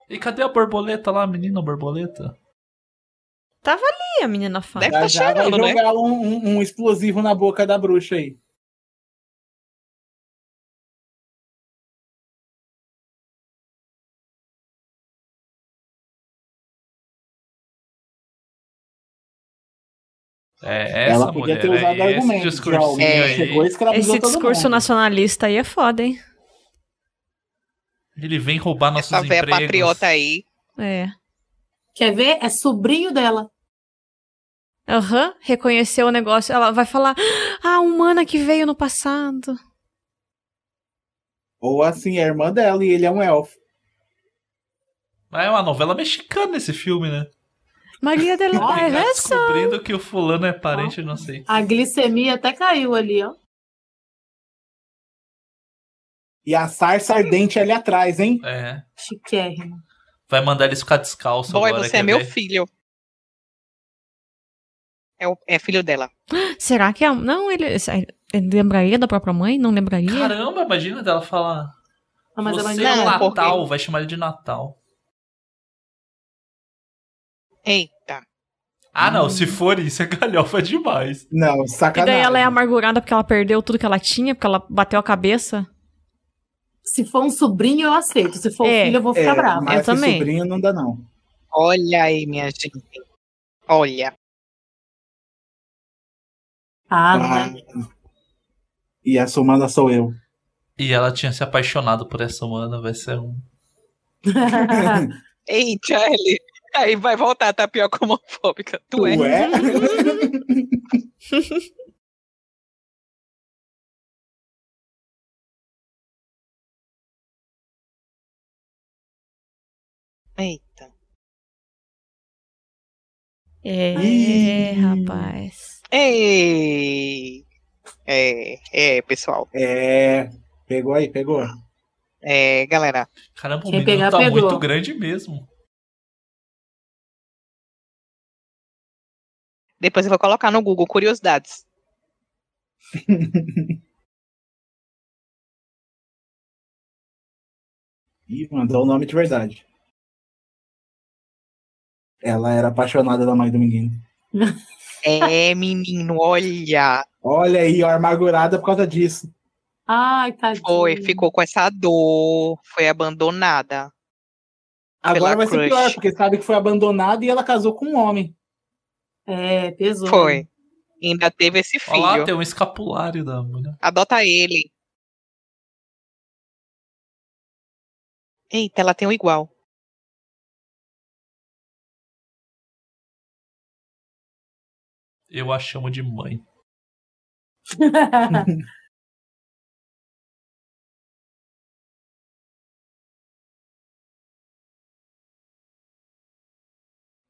[SPEAKER 3] E cadê a borboleta lá, a menina borboleta?
[SPEAKER 2] Tava ali a menina fala.
[SPEAKER 7] Deve
[SPEAKER 1] Já,
[SPEAKER 7] tá
[SPEAKER 1] já vai
[SPEAKER 7] cheirando, né?
[SPEAKER 1] jogar um, um- um explosivo na boca da bruxa aí.
[SPEAKER 3] É essa
[SPEAKER 1] Ela podia
[SPEAKER 3] mulher.
[SPEAKER 1] ter usado
[SPEAKER 3] é esse
[SPEAKER 1] argumento.
[SPEAKER 3] discursinho
[SPEAKER 1] já,
[SPEAKER 7] É.
[SPEAKER 1] Chegou e
[SPEAKER 3] aí.
[SPEAKER 1] escravizou
[SPEAKER 2] Esse
[SPEAKER 1] todo
[SPEAKER 2] discurso
[SPEAKER 1] mundo.
[SPEAKER 2] nacionalista aí é foda, hein?
[SPEAKER 3] Ele vem roubar nossos
[SPEAKER 7] Essa véia
[SPEAKER 3] empregos.
[SPEAKER 7] Tá patriota aí.
[SPEAKER 2] É.
[SPEAKER 6] Quer ver? É sobrinho dela.
[SPEAKER 2] Aham, reconheceu o negócio. Ela vai falar, ah, a humana que veio no passado.
[SPEAKER 1] Ou assim, é a irmã dela e ele é um elfo.
[SPEAKER 3] Mas é uma novela mexicana esse filme, né?
[SPEAKER 2] Maria é del
[SPEAKER 1] Ah,
[SPEAKER 3] Ele tá
[SPEAKER 2] Essa.
[SPEAKER 3] descobrindo que o fulano é parente, de não sei.
[SPEAKER 6] A glicemia até caiu ali, ó.
[SPEAKER 1] E a sarça ardente ali atrás, hein?
[SPEAKER 3] É.
[SPEAKER 6] Chiquérrimo.
[SPEAKER 3] Vai mandar eles ficar descalço
[SPEAKER 7] Boy,
[SPEAKER 3] agora.
[SPEAKER 7] você
[SPEAKER 3] quer
[SPEAKER 7] é meu
[SPEAKER 3] ver?
[SPEAKER 7] filho. É, o- é filho dela.
[SPEAKER 2] Será que é. Não, ele, ele lembraria da própria mãe? Não lembraria?
[SPEAKER 3] Caramba, imagina dela falar.
[SPEAKER 1] Ah,
[SPEAKER 6] Não, Ah, mas
[SPEAKER 3] você
[SPEAKER 6] ela
[SPEAKER 3] é
[SPEAKER 7] não,
[SPEAKER 3] o
[SPEAKER 6] ainda-
[SPEAKER 7] porque-
[SPEAKER 3] Natal, vai chamar ele de Natal.
[SPEAKER 7] Eita.
[SPEAKER 3] Ah, não,
[SPEAKER 1] Hum.
[SPEAKER 3] se for isso é (laughs) galhofa demais.
[SPEAKER 1] Não,
[SPEAKER 2] e
[SPEAKER 1] sacanagem.
[SPEAKER 2] daí ela é amargurada porque ela perdeu tudo que ela tinha, porque ela bateu a cabeça.
[SPEAKER 6] Se for um sobrinho, eu aceito. Se for
[SPEAKER 2] É.
[SPEAKER 6] um filho, eu vou
[SPEAKER 1] É,
[SPEAKER 6] ficar brava.
[SPEAKER 1] mas
[SPEAKER 2] Eu
[SPEAKER 1] esse
[SPEAKER 2] também.
[SPEAKER 1] sobrinho não dá, não.
[SPEAKER 7] Olha aí, minha gente. Olha.
[SPEAKER 6] Ah, não
[SPEAKER 1] Ah,
[SPEAKER 6] é?
[SPEAKER 1] E a somada sou eu.
[SPEAKER 3] E ela tinha se apaixonado por essa humana, vai ser um.
[SPEAKER 6] né?
[SPEAKER 7] Eita, ele. Aí vai voltar tá a tapioca homofóbica. (laughs) Tu é.
[SPEAKER 1] Ué?
[SPEAKER 7] Eita.
[SPEAKER 2] É,
[SPEAKER 1] Ih.
[SPEAKER 2] rapaz.
[SPEAKER 7] Ei. É, é, pessoal.
[SPEAKER 1] É. Pegou aí, pegou.
[SPEAKER 7] É, galera.
[SPEAKER 3] Caramba, o
[SPEAKER 6] Quem
[SPEAKER 3] menino
[SPEAKER 6] pegar,
[SPEAKER 3] tá
[SPEAKER 6] pegou.
[SPEAKER 3] muito grande mesmo.
[SPEAKER 7] Depois eu vou colocar no Google curiosidades.
[SPEAKER 1] Ih, mandou o nome de verdade. Ela era apaixonada da mãe do menino.
[SPEAKER 7] (laughs) É, menino, olha.
[SPEAKER 1] Olha aí, ó, amargurada por causa disso.
[SPEAKER 6] (laughs) Ai, tadinho.
[SPEAKER 7] Foi, ficou com essa dor. Foi abandonada.
[SPEAKER 1] Agora
[SPEAKER 7] Pela
[SPEAKER 1] vai ser
[SPEAKER 7] crush.
[SPEAKER 1] pior, porque sabe que foi abandonada e ela casou com um homem.
[SPEAKER 6] É, pesou.
[SPEAKER 7] Foi. Ainda teve esse
[SPEAKER 3] Olha lá,
[SPEAKER 7] filho.
[SPEAKER 3] tem um escapulário da mulher.
[SPEAKER 7] Adota ele. Eita, ela tem um igual.
[SPEAKER 3] Eu a chamo de mãe.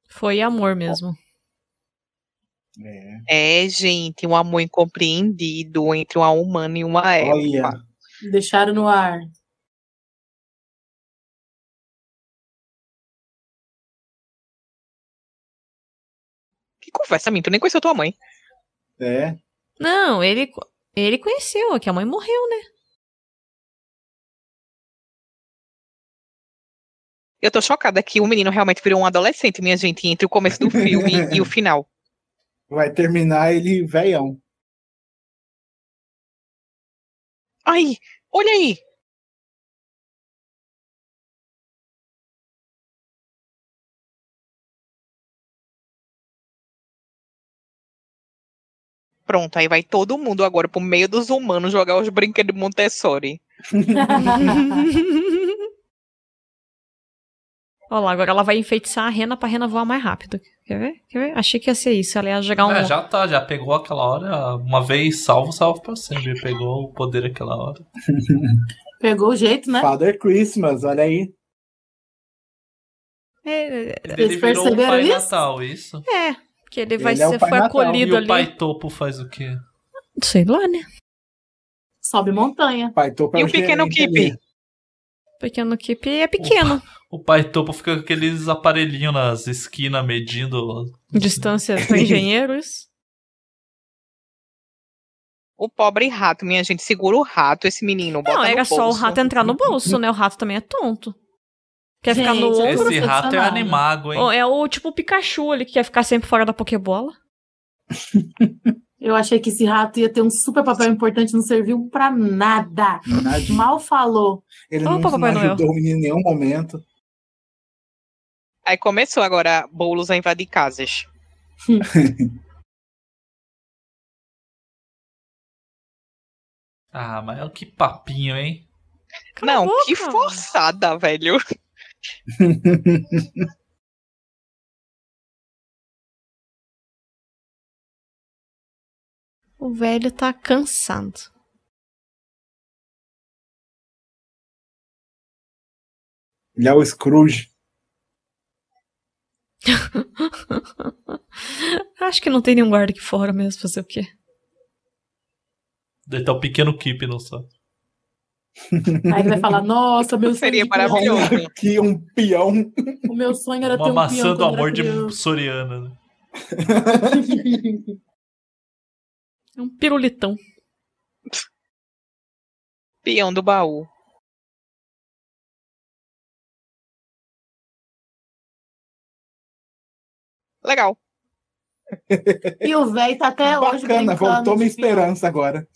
[SPEAKER 2] Foi amor mesmo.
[SPEAKER 7] É, gente, um amor incompreendido entre uma humana e uma
[SPEAKER 1] Olha.
[SPEAKER 7] elfa.
[SPEAKER 6] (laughs) Deixaram no ar.
[SPEAKER 7] Que conversa, mim, tu nem conheceu tua mãe.
[SPEAKER 1] É.
[SPEAKER 2] Não, ele, ele conheceu, é que a mãe morreu, né?
[SPEAKER 7] Eu tô chocada que o menino realmente virou um adolescente, minha gente, entre o começo do filme e o final.
[SPEAKER 1] Vai terminar ele velhão.
[SPEAKER 7] Ai, olha aí! Pronto, aí vai todo mundo agora pro meio dos humanos jogar os brinquedos de Montessori.
[SPEAKER 2] Olha lá, agora ela vai enfeitiçar a rena pra rena voar mais rápido. Quer ver? Quer ver? Achei que ia ser isso. Ela ia jogar um.
[SPEAKER 3] É, já tá, já pegou aquela hora. Uma vez salvo, salvo pra sempre. Pegou o poder aquela hora.
[SPEAKER 6] Pegou o jeito, né?
[SPEAKER 1] Father Christmas, olha aí.
[SPEAKER 2] É,
[SPEAKER 3] Ele virou o Pai Natal, isso?
[SPEAKER 2] É, porque ele vai
[SPEAKER 1] Ele é o
[SPEAKER 2] ser
[SPEAKER 1] Pai
[SPEAKER 2] foi
[SPEAKER 1] Natal,
[SPEAKER 3] E
[SPEAKER 2] acolhido
[SPEAKER 3] o
[SPEAKER 2] ali.
[SPEAKER 3] Pai Topo faz o quê?
[SPEAKER 2] Sei lá, né?
[SPEAKER 6] Sobe montanha.
[SPEAKER 1] Pai, tô pra né?
[SPEAKER 7] E o pequeno Kipe?
[SPEAKER 2] Pequeno Kip é pequeno.
[SPEAKER 3] O Pai Topo fica com aqueles aparelhinhos nas esquinas medindo.
[SPEAKER 2] Distância
[SPEAKER 1] (laughs)
[SPEAKER 2] para engenheiros.
[SPEAKER 7] O pobre rato, minha gente, segura o rato, esse menino. Bota
[SPEAKER 2] Não,
[SPEAKER 7] no
[SPEAKER 2] era só o
[SPEAKER 7] bolso.
[SPEAKER 2] rato entrar no bolso, né? O rato também é tonto. Quer ficar no
[SPEAKER 6] Gente,
[SPEAKER 2] ombro.
[SPEAKER 3] Esse rato é
[SPEAKER 6] profissional.
[SPEAKER 3] animago, hein?
[SPEAKER 2] Ou É o tipo o Pikachu ali que quer ficar sempre fora da Pokébola.
[SPEAKER 6] Eu achei que esse rato ia ter um super papel importante, não serviu pra nada.
[SPEAKER 1] Nadinha.
[SPEAKER 6] Mal falou.
[SPEAKER 1] Ele
[SPEAKER 2] Opa,
[SPEAKER 1] não, não
[SPEAKER 2] Papai Noel.
[SPEAKER 1] ajudou o menino em nenhum momento.
[SPEAKER 7] Aí começou agora bolos a invadir casas.
[SPEAKER 3] Ah, mas que papinho, hein?
[SPEAKER 2] Cala a
[SPEAKER 7] Não,
[SPEAKER 2] boca.
[SPEAKER 7] que forçada, velho. (laughs)
[SPEAKER 2] O velho tá cansado.
[SPEAKER 1] Ele é o Scrooge.
[SPEAKER 2] Acho que não tem nenhum guarda aqui fora mesmo, fazer o quê?
[SPEAKER 3] Deve ter o tá um pequeno Kip, não só.
[SPEAKER 6] Aí ele vai falar: Nossa, meu sonho.
[SPEAKER 7] (laughs) Seria
[SPEAKER 6] de criança-
[SPEAKER 7] maravilhoso.
[SPEAKER 1] Aqui um peão.
[SPEAKER 6] O meu sonho era ter
[SPEAKER 3] Uma
[SPEAKER 6] um
[SPEAKER 3] maçã
[SPEAKER 6] peão
[SPEAKER 3] do
[SPEAKER 6] quando era
[SPEAKER 3] amor de
[SPEAKER 6] criança."
[SPEAKER 3] Soriana. né?
[SPEAKER 2] É um pirulitão.
[SPEAKER 7] Peão do baú. Legal.
[SPEAKER 6] E o velho tá até hoje.
[SPEAKER 1] Bacana,
[SPEAKER 6] brincando
[SPEAKER 1] voltou minha
[SPEAKER 6] de peão. (laughs)
[SPEAKER 1] esperança agora.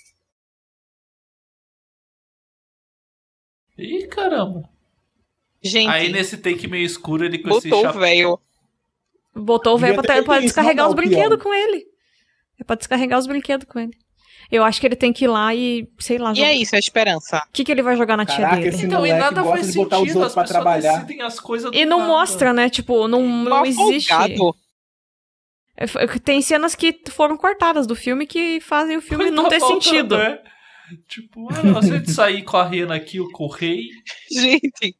[SPEAKER 3] Ih, caramba.
[SPEAKER 7] Gente,
[SPEAKER 3] Aí nesse take meio escuro ele com esse
[SPEAKER 7] botou o
[SPEAKER 3] chapéu.
[SPEAKER 7] velho.
[SPEAKER 2] Botou o velho
[SPEAKER 1] Devia
[SPEAKER 2] pra,
[SPEAKER 1] ter
[SPEAKER 2] pra
[SPEAKER 1] feito isso,
[SPEAKER 2] descarregar
[SPEAKER 1] não
[SPEAKER 2] os
[SPEAKER 1] dá o
[SPEAKER 2] brinquedos
[SPEAKER 1] peão.
[SPEAKER 2] com ele. É pra descarregar os brinquedos com ele. Eu acho que ele tem que ir lá e, sei lá,
[SPEAKER 7] E
[SPEAKER 2] jogar.
[SPEAKER 7] é isso, é esperança.
[SPEAKER 2] o que, que ele vai jogar na
[SPEAKER 1] Caraca,
[SPEAKER 2] tia dele.
[SPEAKER 1] esse
[SPEAKER 3] Então,
[SPEAKER 1] moleque gosta de botar os outros
[SPEAKER 3] as
[SPEAKER 1] pra
[SPEAKER 3] pessoas
[SPEAKER 1] trabalhar.
[SPEAKER 3] decidem as coisas do
[SPEAKER 2] E não
[SPEAKER 3] nada.
[SPEAKER 2] mostra, né? Tipo, não, não
[SPEAKER 7] Mal
[SPEAKER 2] existe.
[SPEAKER 7] folgado.
[SPEAKER 2] É, f- Tem cenas que foram cortadas do filme que fazem o filme
[SPEAKER 3] Mas
[SPEAKER 2] não
[SPEAKER 3] tá
[SPEAKER 2] ter
[SPEAKER 3] faltando,
[SPEAKER 2] sentido.
[SPEAKER 3] né? Tipo, ah, não, se a gente sair correndo aqui, o correio.
[SPEAKER 7] Gente,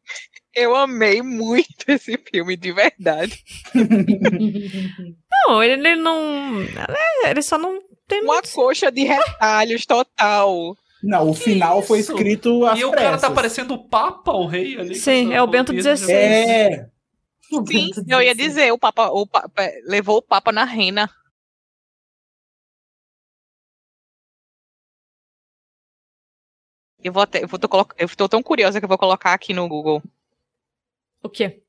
[SPEAKER 7] eu amei muito (laughs) esse filme, de verdade.
[SPEAKER 2] Não, ele, ele não. é, ele só não
[SPEAKER 1] Um
[SPEAKER 2] tem
[SPEAKER 7] Uma
[SPEAKER 2] muito.
[SPEAKER 7] coxa de retalhos total.
[SPEAKER 1] Não, o final foi
[SPEAKER 3] isso?
[SPEAKER 1] escrito às
[SPEAKER 3] E o cara tá
[SPEAKER 1] pressas.
[SPEAKER 3] parecendo o Papa, o rei ali. né?
[SPEAKER 2] Sim,
[SPEAKER 3] com
[SPEAKER 2] é o
[SPEAKER 3] essa
[SPEAKER 2] Bento
[SPEAKER 3] roupinha de-
[SPEAKER 2] XVI.
[SPEAKER 1] É,
[SPEAKER 7] Sim, eu
[SPEAKER 6] (laughs)
[SPEAKER 7] ia dizer, o papa, o papa levou o papa na rena. Eu vou até, eu, vou tô, colo- eu tô tão curiosa que eu vou colocar aqui no Google
[SPEAKER 2] O quê?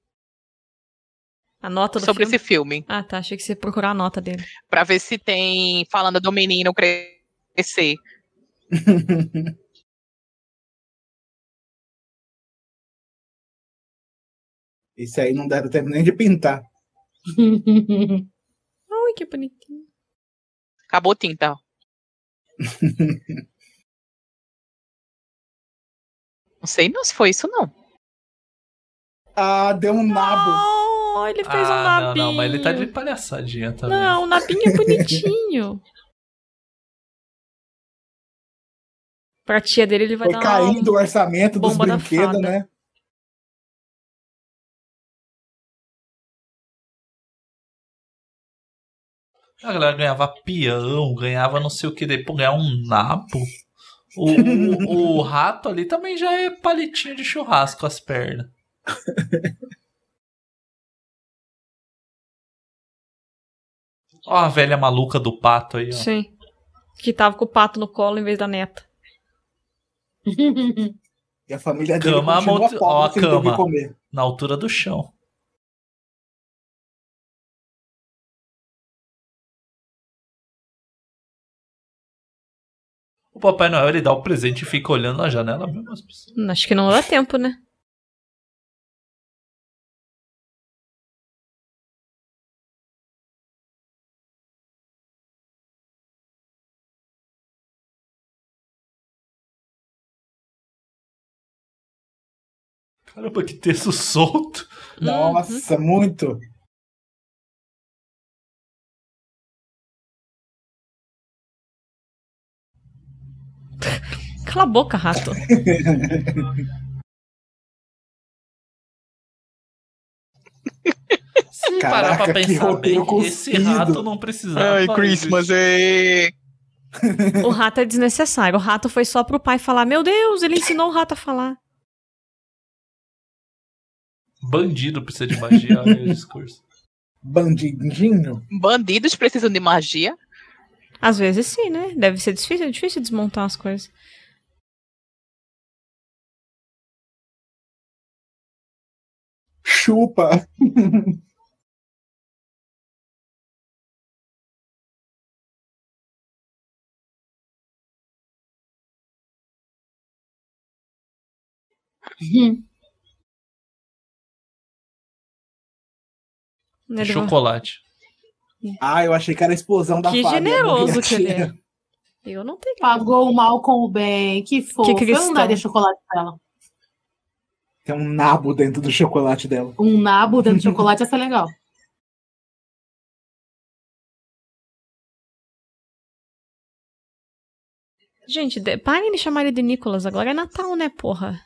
[SPEAKER 2] A nota do
[SPEAKER 7] sobre
[SPEAKER 2] filme.
[SPEAKER 7] esse filme,
[SPEAKER 2] Ah, tá. Achei que você ia procurar a nota dele.
[SPEAKER 7] Pra ver se tem falando do menino crescer.
[SPEAKER 1] Isso aí não deram tempo nem de pintar.
[SPEAKER 2] Ai, que bonitinho.
[SPEAKER 7] Acabou tinta. não sei não se foi isso não.
[SPEAKER 1] Ah, deu um nabo.
[SPEAKER 2] Oh, Oh, ele fez um
[SPEAKER 3] ah, não,
[SPEAKER 2] nabinho.
[SPEAKER 3] não, mas ele tá de palhaçadinha também.
[SPEAKER 2] Não, o nabinho é
[SPEAKER 3] (laughs)
[SPEAKER 2] bonitinho. pra tia dele, ele vai
[SPEAKER 1] Foi
[SPEAKER 2] dar
[SPEAKER 1] caindo o
[SPEAKER 2] uma...
[SPEAKER 1] orçamento dos
[SPEAKER 2] bomba da
[SPEAKER 1] brinquedos,
[SPEAKER 2] fada.
[SPEAKER 1] né?
[SPEAKER 3] A galera ganhava peão, ganhava não sei o que, depois ganhava um nabo. O, o,
[SPEAKER 2] (laughs)
[SPEAKER 3] o rato ali também já é palitinho de churrasco
[SPEAKER 2] (laughs)
[SPEAKER 3] as pernas. Ó a velha maluca do pato aí, ó.
[SPEAKER 2] Sim. Que tava com o pato no colo em vez da neta.
[SPEAKER 1] E a família dele
[SPEAKER 3] Cama
[SPEAKER 1] continua pobre,
[SPEAKER 3] amoldo- ó, a
[SPEAKER 1] sem ter o que
[SPEAKER 3] cama.
[SPEAKER 1] comer.
[SPEAKER 3] Na altura do chão. O Papai Noel ele dá o presente e fica olhando na janela mesmo. as pessoas.
[SPEAKER 2] Hum, Acho que não dá tempo, né?
[SPEAKER 3] Caramba, que texto solto.
[SPEAKER 2] Uhum.
[SPEAKER 1] Nossa, muito.
[SPEAKER 2] Cala a boca, rato.
[SPEAKER 3] Se
[SPEAKER 1] Caraca,
[SPEAKER 3] parar pra
[SPEAKER 1] que
[SPEAKER 3] pensar bem,
[SPEAKER 1] roteiro
[SPEAKER 3] esse
[SPEAKER 1] cuspido.
[SPEAKER 3] rato não precisava.
[SPEAKER 11] Ai, Christmas, é.
[SPEAKER 2] O rato é desnecessário. O rato foi só pro pai falar: Meu Deus, ele ensinou o rato a falar.
[SPEAKER 3] Bandido precisa de magia, olha aí o discurso.
[SPEAKER 1] Bandidinho?
[SPEAKER 7] Bandidos precisam de magia. (laughs)
[SPEAKER 2] Às vezes sim, né? Deve ser difícil, é difícil desmontar as coisas.
[SPEAKER 1] Chupa.
[SPEAKER 2] Ele
[SPEAKER 3] Chocolate.
[SPEAKER 1] Ah, eu achei que era a explosão da
[SPEAKER 2] Que
[SPEAKER 1] fada,
[SPEAKER 2] generoso que ele
[SPEAKER 1] bonitinha.
[SPEAKER 2] é. Eu não tenho.
[SPEAKER 6] Pagou o mal com o bem. Que fofo. Eu
[SPEAKER 2] cristão.
[SPEAKER 6] não daria chocolate pra ela.
[SPEAKER 1] Tem um nabo dentro do chocolate dela.
[SPEAKER 6] Um nabo dentro de chocolate ia ser legal.
[SPEAKER 2] Gente, de... parem de chamar ele de Nicolas. Agora é Natal, né, porra?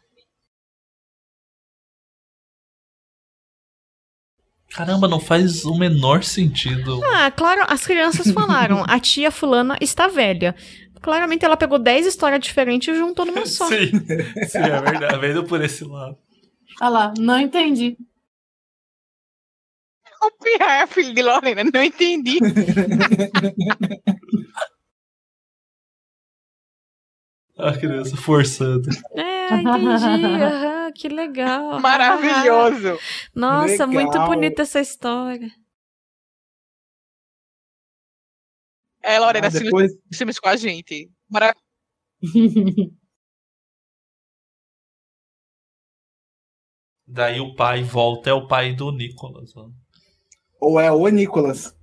[SPEAKER 3] Caramba, não faz o menor sentido.
[SPEAKER 2] Ah, claro, as crianças falaram. A tia fulana está velha. Claramente ela pegou 10 histórias diferentes e juntou numa só.
[SPEAKER 3] Sim, sim, é verdade. Vendo por esse lado.
[SPEAKER 6] Olha lá, não entendi.
[SPEAKER 7] O pior, filho de Lorena, não entendi.
[SPEAKER 3] A criança forçando.
[SPEAKER 2] É, entendi. Aham, que legal.
[SPEAKER 7] Maravilhoso.
[SPEAKER 2] Nossa,
[SPEAKER 1] Legal.
[SPEAKER 2] muito bonita essa história.
[SPEAKER 7] É, Lorena,
[SPEAKER 1] Ah, depois,
[SPEAKER 7] se, se mexe com a gente. Mara-
[SPEAKER 3] Daí o pai volta, é o pai do Nicolas. ó.
[SPEAKER 1] ou é o Nicolas.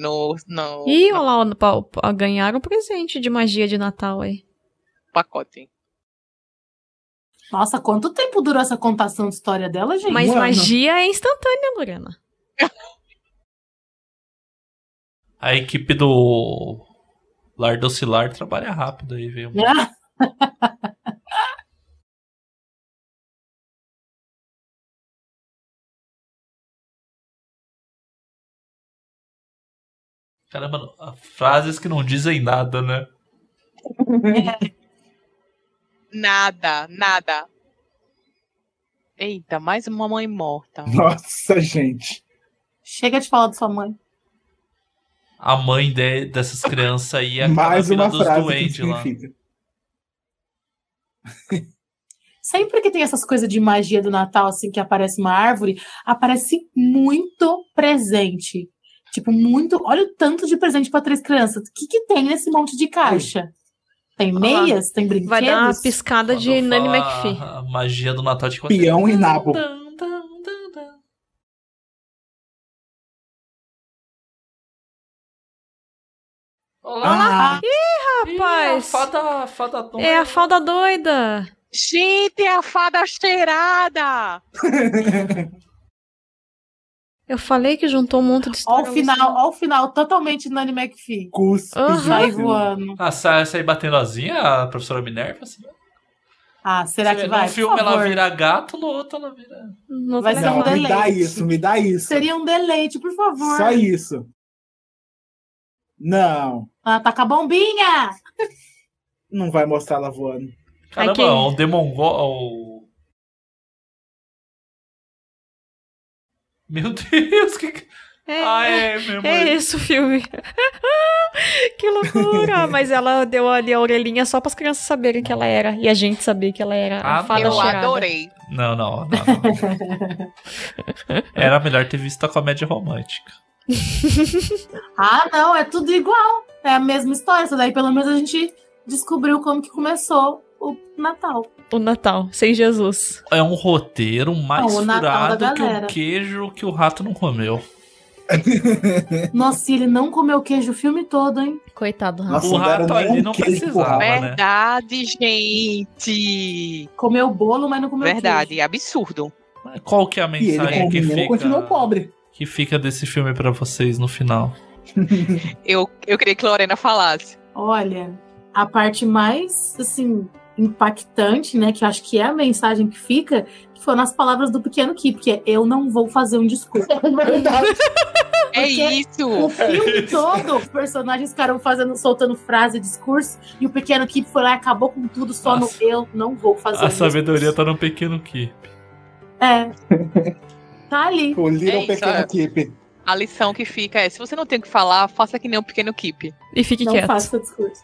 [SPEAKER 7] No, no
[SPEAKER 2] Ih, olha lá, ó, pa- pa- ganharam um presente de magia de Natal aí.
[SPEAKER 7] pacote.
[SPEAKER 6] Nossa, quanto tempo durou essa contação de história dela, gente?
[SPEAKER 2] Mas
[SPEAKER 1] Mano.
[SPEAKER 2] magia é instantânea, Lorena.
[SPEAKER 3] A equipe do Lar Docilar trabalha rápido aí, viu?
[SPEAKER 6] Né?
[SPEAKER 3] Caramba, não- frases que não dizem nada, né?
[SPEAKER 7] Nada, nada. Eita, mais uma mãe morta.
[SPEAKER 1] Nossa, gente.
[SPEAKER 6] Chega de falar de sua mãe.
[SPEAKER 3] A mãe de- dessas crianças aí é a
[SPEAKER 1] Mais
[SPEAKER 3] filha
[SPEAKER 1] uma
[SPEAKER 3] dos
[SPEAKER 1] frase que
[SPEAKER 3] doentes lá.
[SPEAKER 1] significa.
[SPEAKER 6] Sempre que tem essas coisas de magia do Natal, assim, que aparece uma árvore, aparece muito presente. Tipo, muito. Olha o tanto de presente para três crianças. O que, que tem nesse monte de caixa? Tem
[SPEAKER 2] Olha lá.
[SPEAKER 6] meias? Tem brinquedos?
[SPEAKER 2] Vai dar uma piscada
[SPEAKER 3] Quando
[SPEAKER 2] de
[SPEAKER 3] eu
[SPEAKER 2] Nanny
[SPEAKER 3] falar
[SPEAKER 2] McPhee.
[SPEAKER 3] A magia do Natal de quatro.
[SPEAKER 1] Peão e nabo.
[SPEAKER 3] Dun, dun, dun, dun. Olá,
[SPEAKER 1] Ah,
[SPEAKER 2] Rapaz,
[SPEAKER 1] Ah.
[SPEAKER 3] Ih, a fada, a fada tonta.
[SPEAKER 2] é a falda doida.
[SPEAKER 7] Gente, é a fada cheirada!
[SPEAKER 2] Eu falei que juntou um monte de
[SPEAKER 6] história. Ó o final, ó o final totalmente no Anime McPhee.
[SPEAKER 1] Cuspe,
[SPEAKER 6] Sai voando.
[SPEAKER 3] Ah, sai, sai batendo asinha, a professora Minerva? Assim.
[SPEAKER 6] Ah, será que
[SPEAKER 3] Num
[SPEAKER 6] vai? Por
[SPEAKER 3] filme ela
[SPEAKER 6] favor.
[SPEAKER 3] vira gato, no outro ela vira.
[SPEAKER 6] Vai
[SPEAKER 2] é
[SPEAKER 6] ser um
[SPEAKER 1] Não, me dá
[SPEAKER 6] deleite.
[SPEAKER 1] isso, me dá isso.
[SPEAKER 6] Seria um deleite, por favor.
[SPEAKER 1] Só isso. Não,
[SPEAKER 6] Ela tá com a bombinha.
[SPEAKER 1] não vai mostrar ela voando.
[SPEAKER 3] Caramba,
[SPEAKER 6] quem-
[SPEAKER 3] o Demon Go- o- Meu (laughs) Deus, que. que-
[SPEAKER 2] É,
[SPEAKER 3] Ai, meu
[SPEAKER 2] é
[SPEAKER 3] amor.
[SPEAKER 2] isso o filme. (laughs) que
[SPEAKER 6] (laughs)
[SPEAKER 2] loucura! Mas ela deu ali a orelhinha só para as crianças saberem que ela era. E a gente sabia que ela era a
[SPEAKER 3] Ah,
[SPEAKER 2] fada
[SPEAKER 3] eu
[SPEAKER 2] cheirada.
[SPEAKER 7] adorei.
[SPEAKER 3] Não, não, não, não. Era melhor ter visto a comédia romântica.
[SPEAKER 6] Ah, não, é tudo igual. É a mesma história. Essa daí, pelo menos, a gente descobriu como que começou o Natal.
[SPEAKER 2] O Natal, sem Jesus.
[SPEAKER 3] É um roteiro mais
[SPEAKER 6] Não, o Natal da
[SPEAKER 3] furado que o
[SPEAKER 6] galera.
[SPEAKER 3] queijo que o rato não comeu.
[SPEAKER 6] Nossa, e ele não comeu queijo o filme todo, hein?
[SPEAKER 2] Coitado,
[SPEAKER 3] Nossa, O não deram rato nem ali um não queijo pro precisava, rato. né?
[SPEAKER 7] Verdade, gente!
[SPEAKER 6] Comeu bolo, mas não comeu
[SPEAKER 7] Verdade, é absurdo.
[SPEAKER 3] Qual que é a
[SPEAKER 1] E ele
[SPEAKER 3] mensagem que
[SPEAKER 1] combinou,
[SPEAKER 3] fica,
[SPEAKER 1] continuou pobre.
[SPEAKER 3] que fica desse filme pra vocês no final?
[SPEAKER 7] Eu, eu queria que Lorena falasse.
[SPEAKER 6] Olha, a parte mais, assim, impactante, né, que eu acho que é a mensagem que fica, que foram as palavras do pequeno Ki, porque é eu não vou fazer um discurso. É
[SPEAKER 1] verdade.
[SPEAKER 7] É
[SPEAKER 6] O
[SPEAKER 7] isso!
[SPEAKER 6] filme todo, os personagens ficaram fazendo, soltando frase, discurso, e o pequeno Ki foi lá e acabou com tudo só
[SPEAKER 3] Nossa.
[SPEAKER 6] no eu não vou fazer um
[SPEAKER 3] A
[SPEAKER 6] discurso.
[SPEAKER 3] sabedoria tá no pequeno Ki. (laughs)
[SPEAKER 6] É. Tá ali.
[SPEAKER 1] O Tipo, Little
[SPEAKER 7] É isso,
[SPEAKER 1] Pequeno
[SPEAKER 7] é.
[SPEAKER 1] Keep.
[SPEAKER 7] A lição que fica é: se você não tem o que falar, faça que nem um pequeno keep.
[SPEAKER 2] E fique
[SPEAKER 6] não
[SPEAKER 2] quieto.
[SPEAKER 6] faça discurso.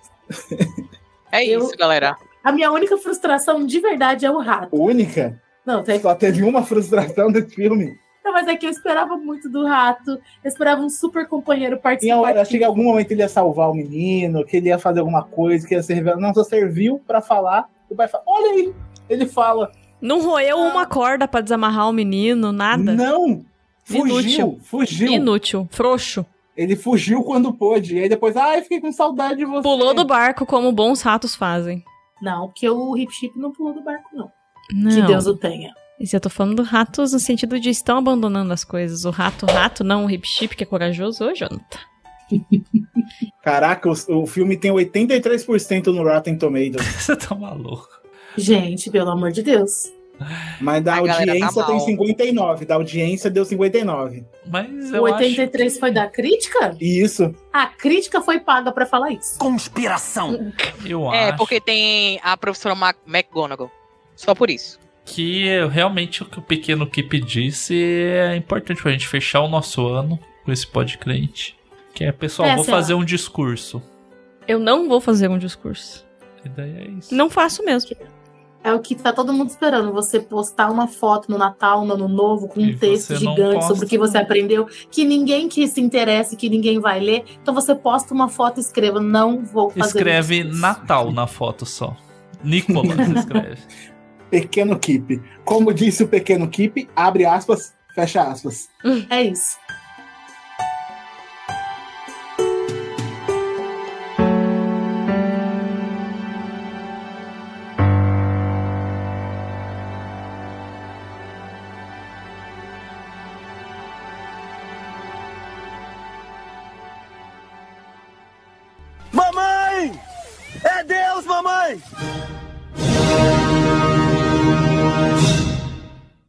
[SPEAKER 7] É
[SPEAKER 6] Eu-
[SPEAKER 7] isso, galera.
[SPEAKER 6] A minha única frustração de verdade é o rato.
[SPEAKER 1] Única.
[SPEAKER 6] Não, tem
[SPEAKER 1] Só teve uma frustração desse filme.
[SPEAKER 6] Não, mas é que eu esperava muito do rato. Eu esperava um super companheiro
[SPEAKER 1] Tinha
[SPEAKER 6] participar.
[SPEAKER 1] hora, achei que em algum momento ele ia salvar o menino, que ele ia fazer alguma coisa, que ia ser revelado. Não, só serviu pra falar. O pai fala, olha aí. Ele fala,
[SPEAKER 2] Não roeu uma corda pra desamarrar o menino, nada.
[SPEAKER 1] não, fugiu,
[SPEAKER 2] Inútil.
[SPEAKER 1] fugiu.
[SPEAKER 2] Inútil, frouxo.
[SPEAKER 1] Ele fugiu quando pôde. E aí depois, ai, fiquei com saudade de você.
[SPEAKER 2] Pulou do barco como bons ratos fazem.
[SPEAKER 6] Não, porque o hip chip não pulou do barco, não.
[SPEAKER 2] Não.
[SPEAKER 6] Que Deus o tenha.
[SPEAKER 2] Isso eu tô falando do ratos no sentido de estão abandonando as coisas. O rato, rato, não o hip chip que é corajoso, ô Jonathan.
[SPEAKER 1] Caraca, o, o filme tem 83% no Rotten Tomatoes.
[SPEAKER 3] Você tá maluco.
[SPEAKER 6] Gente, pelo amor de Deus.
[SPEAKER 1] Mas da
[SPEAKER 7] A galera tá
[SPEAKER 1] audiência tem
[SPEAKER 7] mal.
[SPEAKER 1] 59. Da audiência deu 59.
[SPEAKER 3] Mas
[SPEAKER 6] O
[SPEAKER 3] eu acho
[SPEAKER 6] 83 foi da crítica?
[SPEAKER 1] E isso,
[SPEAKER 6] A crítica foi paga pra falar isso.
[SPEAKER 11] Conspiração.
[SPEAKER 3] Eu
[SPEAKER 7] É,
[SPEAKER 3] acho
[SPEAKER 7] porque tem a professora Ma- McGonagall. Só por isso.
[SPEAKER 3] que é realmente o que o pequeno Kip disse é importante pra gente fechar o nosso ano com esse podcast. Que é, pessoal,
[SPEAKER 6] É,
[SPEAKER 3] vou
[SPEAKER 6] sei lá.
[SPEAKER 3] fazer um discurso.
[SPEAKER 2] Eu não vou fazer um discurso.
[SPEAKER 3] E daí é isso.
[SPEAKER 2] Não faço mesmo.
[SPEAKER 6] É o que tá todo mundo esperando. Você postar uma foto no Natal, no Ano Novo, com um
[SPEAKER 3] E
[SPEAKER 6] texto
[SPEAKER 3] você não
[SPEAKER 6] gigante
[SPEAKER 3] posta.
[SPEAKER 6] sobre o que você aprendeu, que ninguém que se interesse, que ninguém vai ler. Então você posta uma foto e escreva, não vou fazer
[SPEAKER 3] Escreve
[SPEAKER 6] isso.
[SPEAKER 3] Natal na foto só. Nicolas
[SPEAKER 6] (laughs)
[SPEAKER 3] escreve.
[SPEAKER 1] pequeno Keep. Como disse o pequeno Keep, abre aspas, fecha aspas.
[SPEAKER 6] É isso.
[SPEAKER 5] Mamãe! É Deus, mamãe!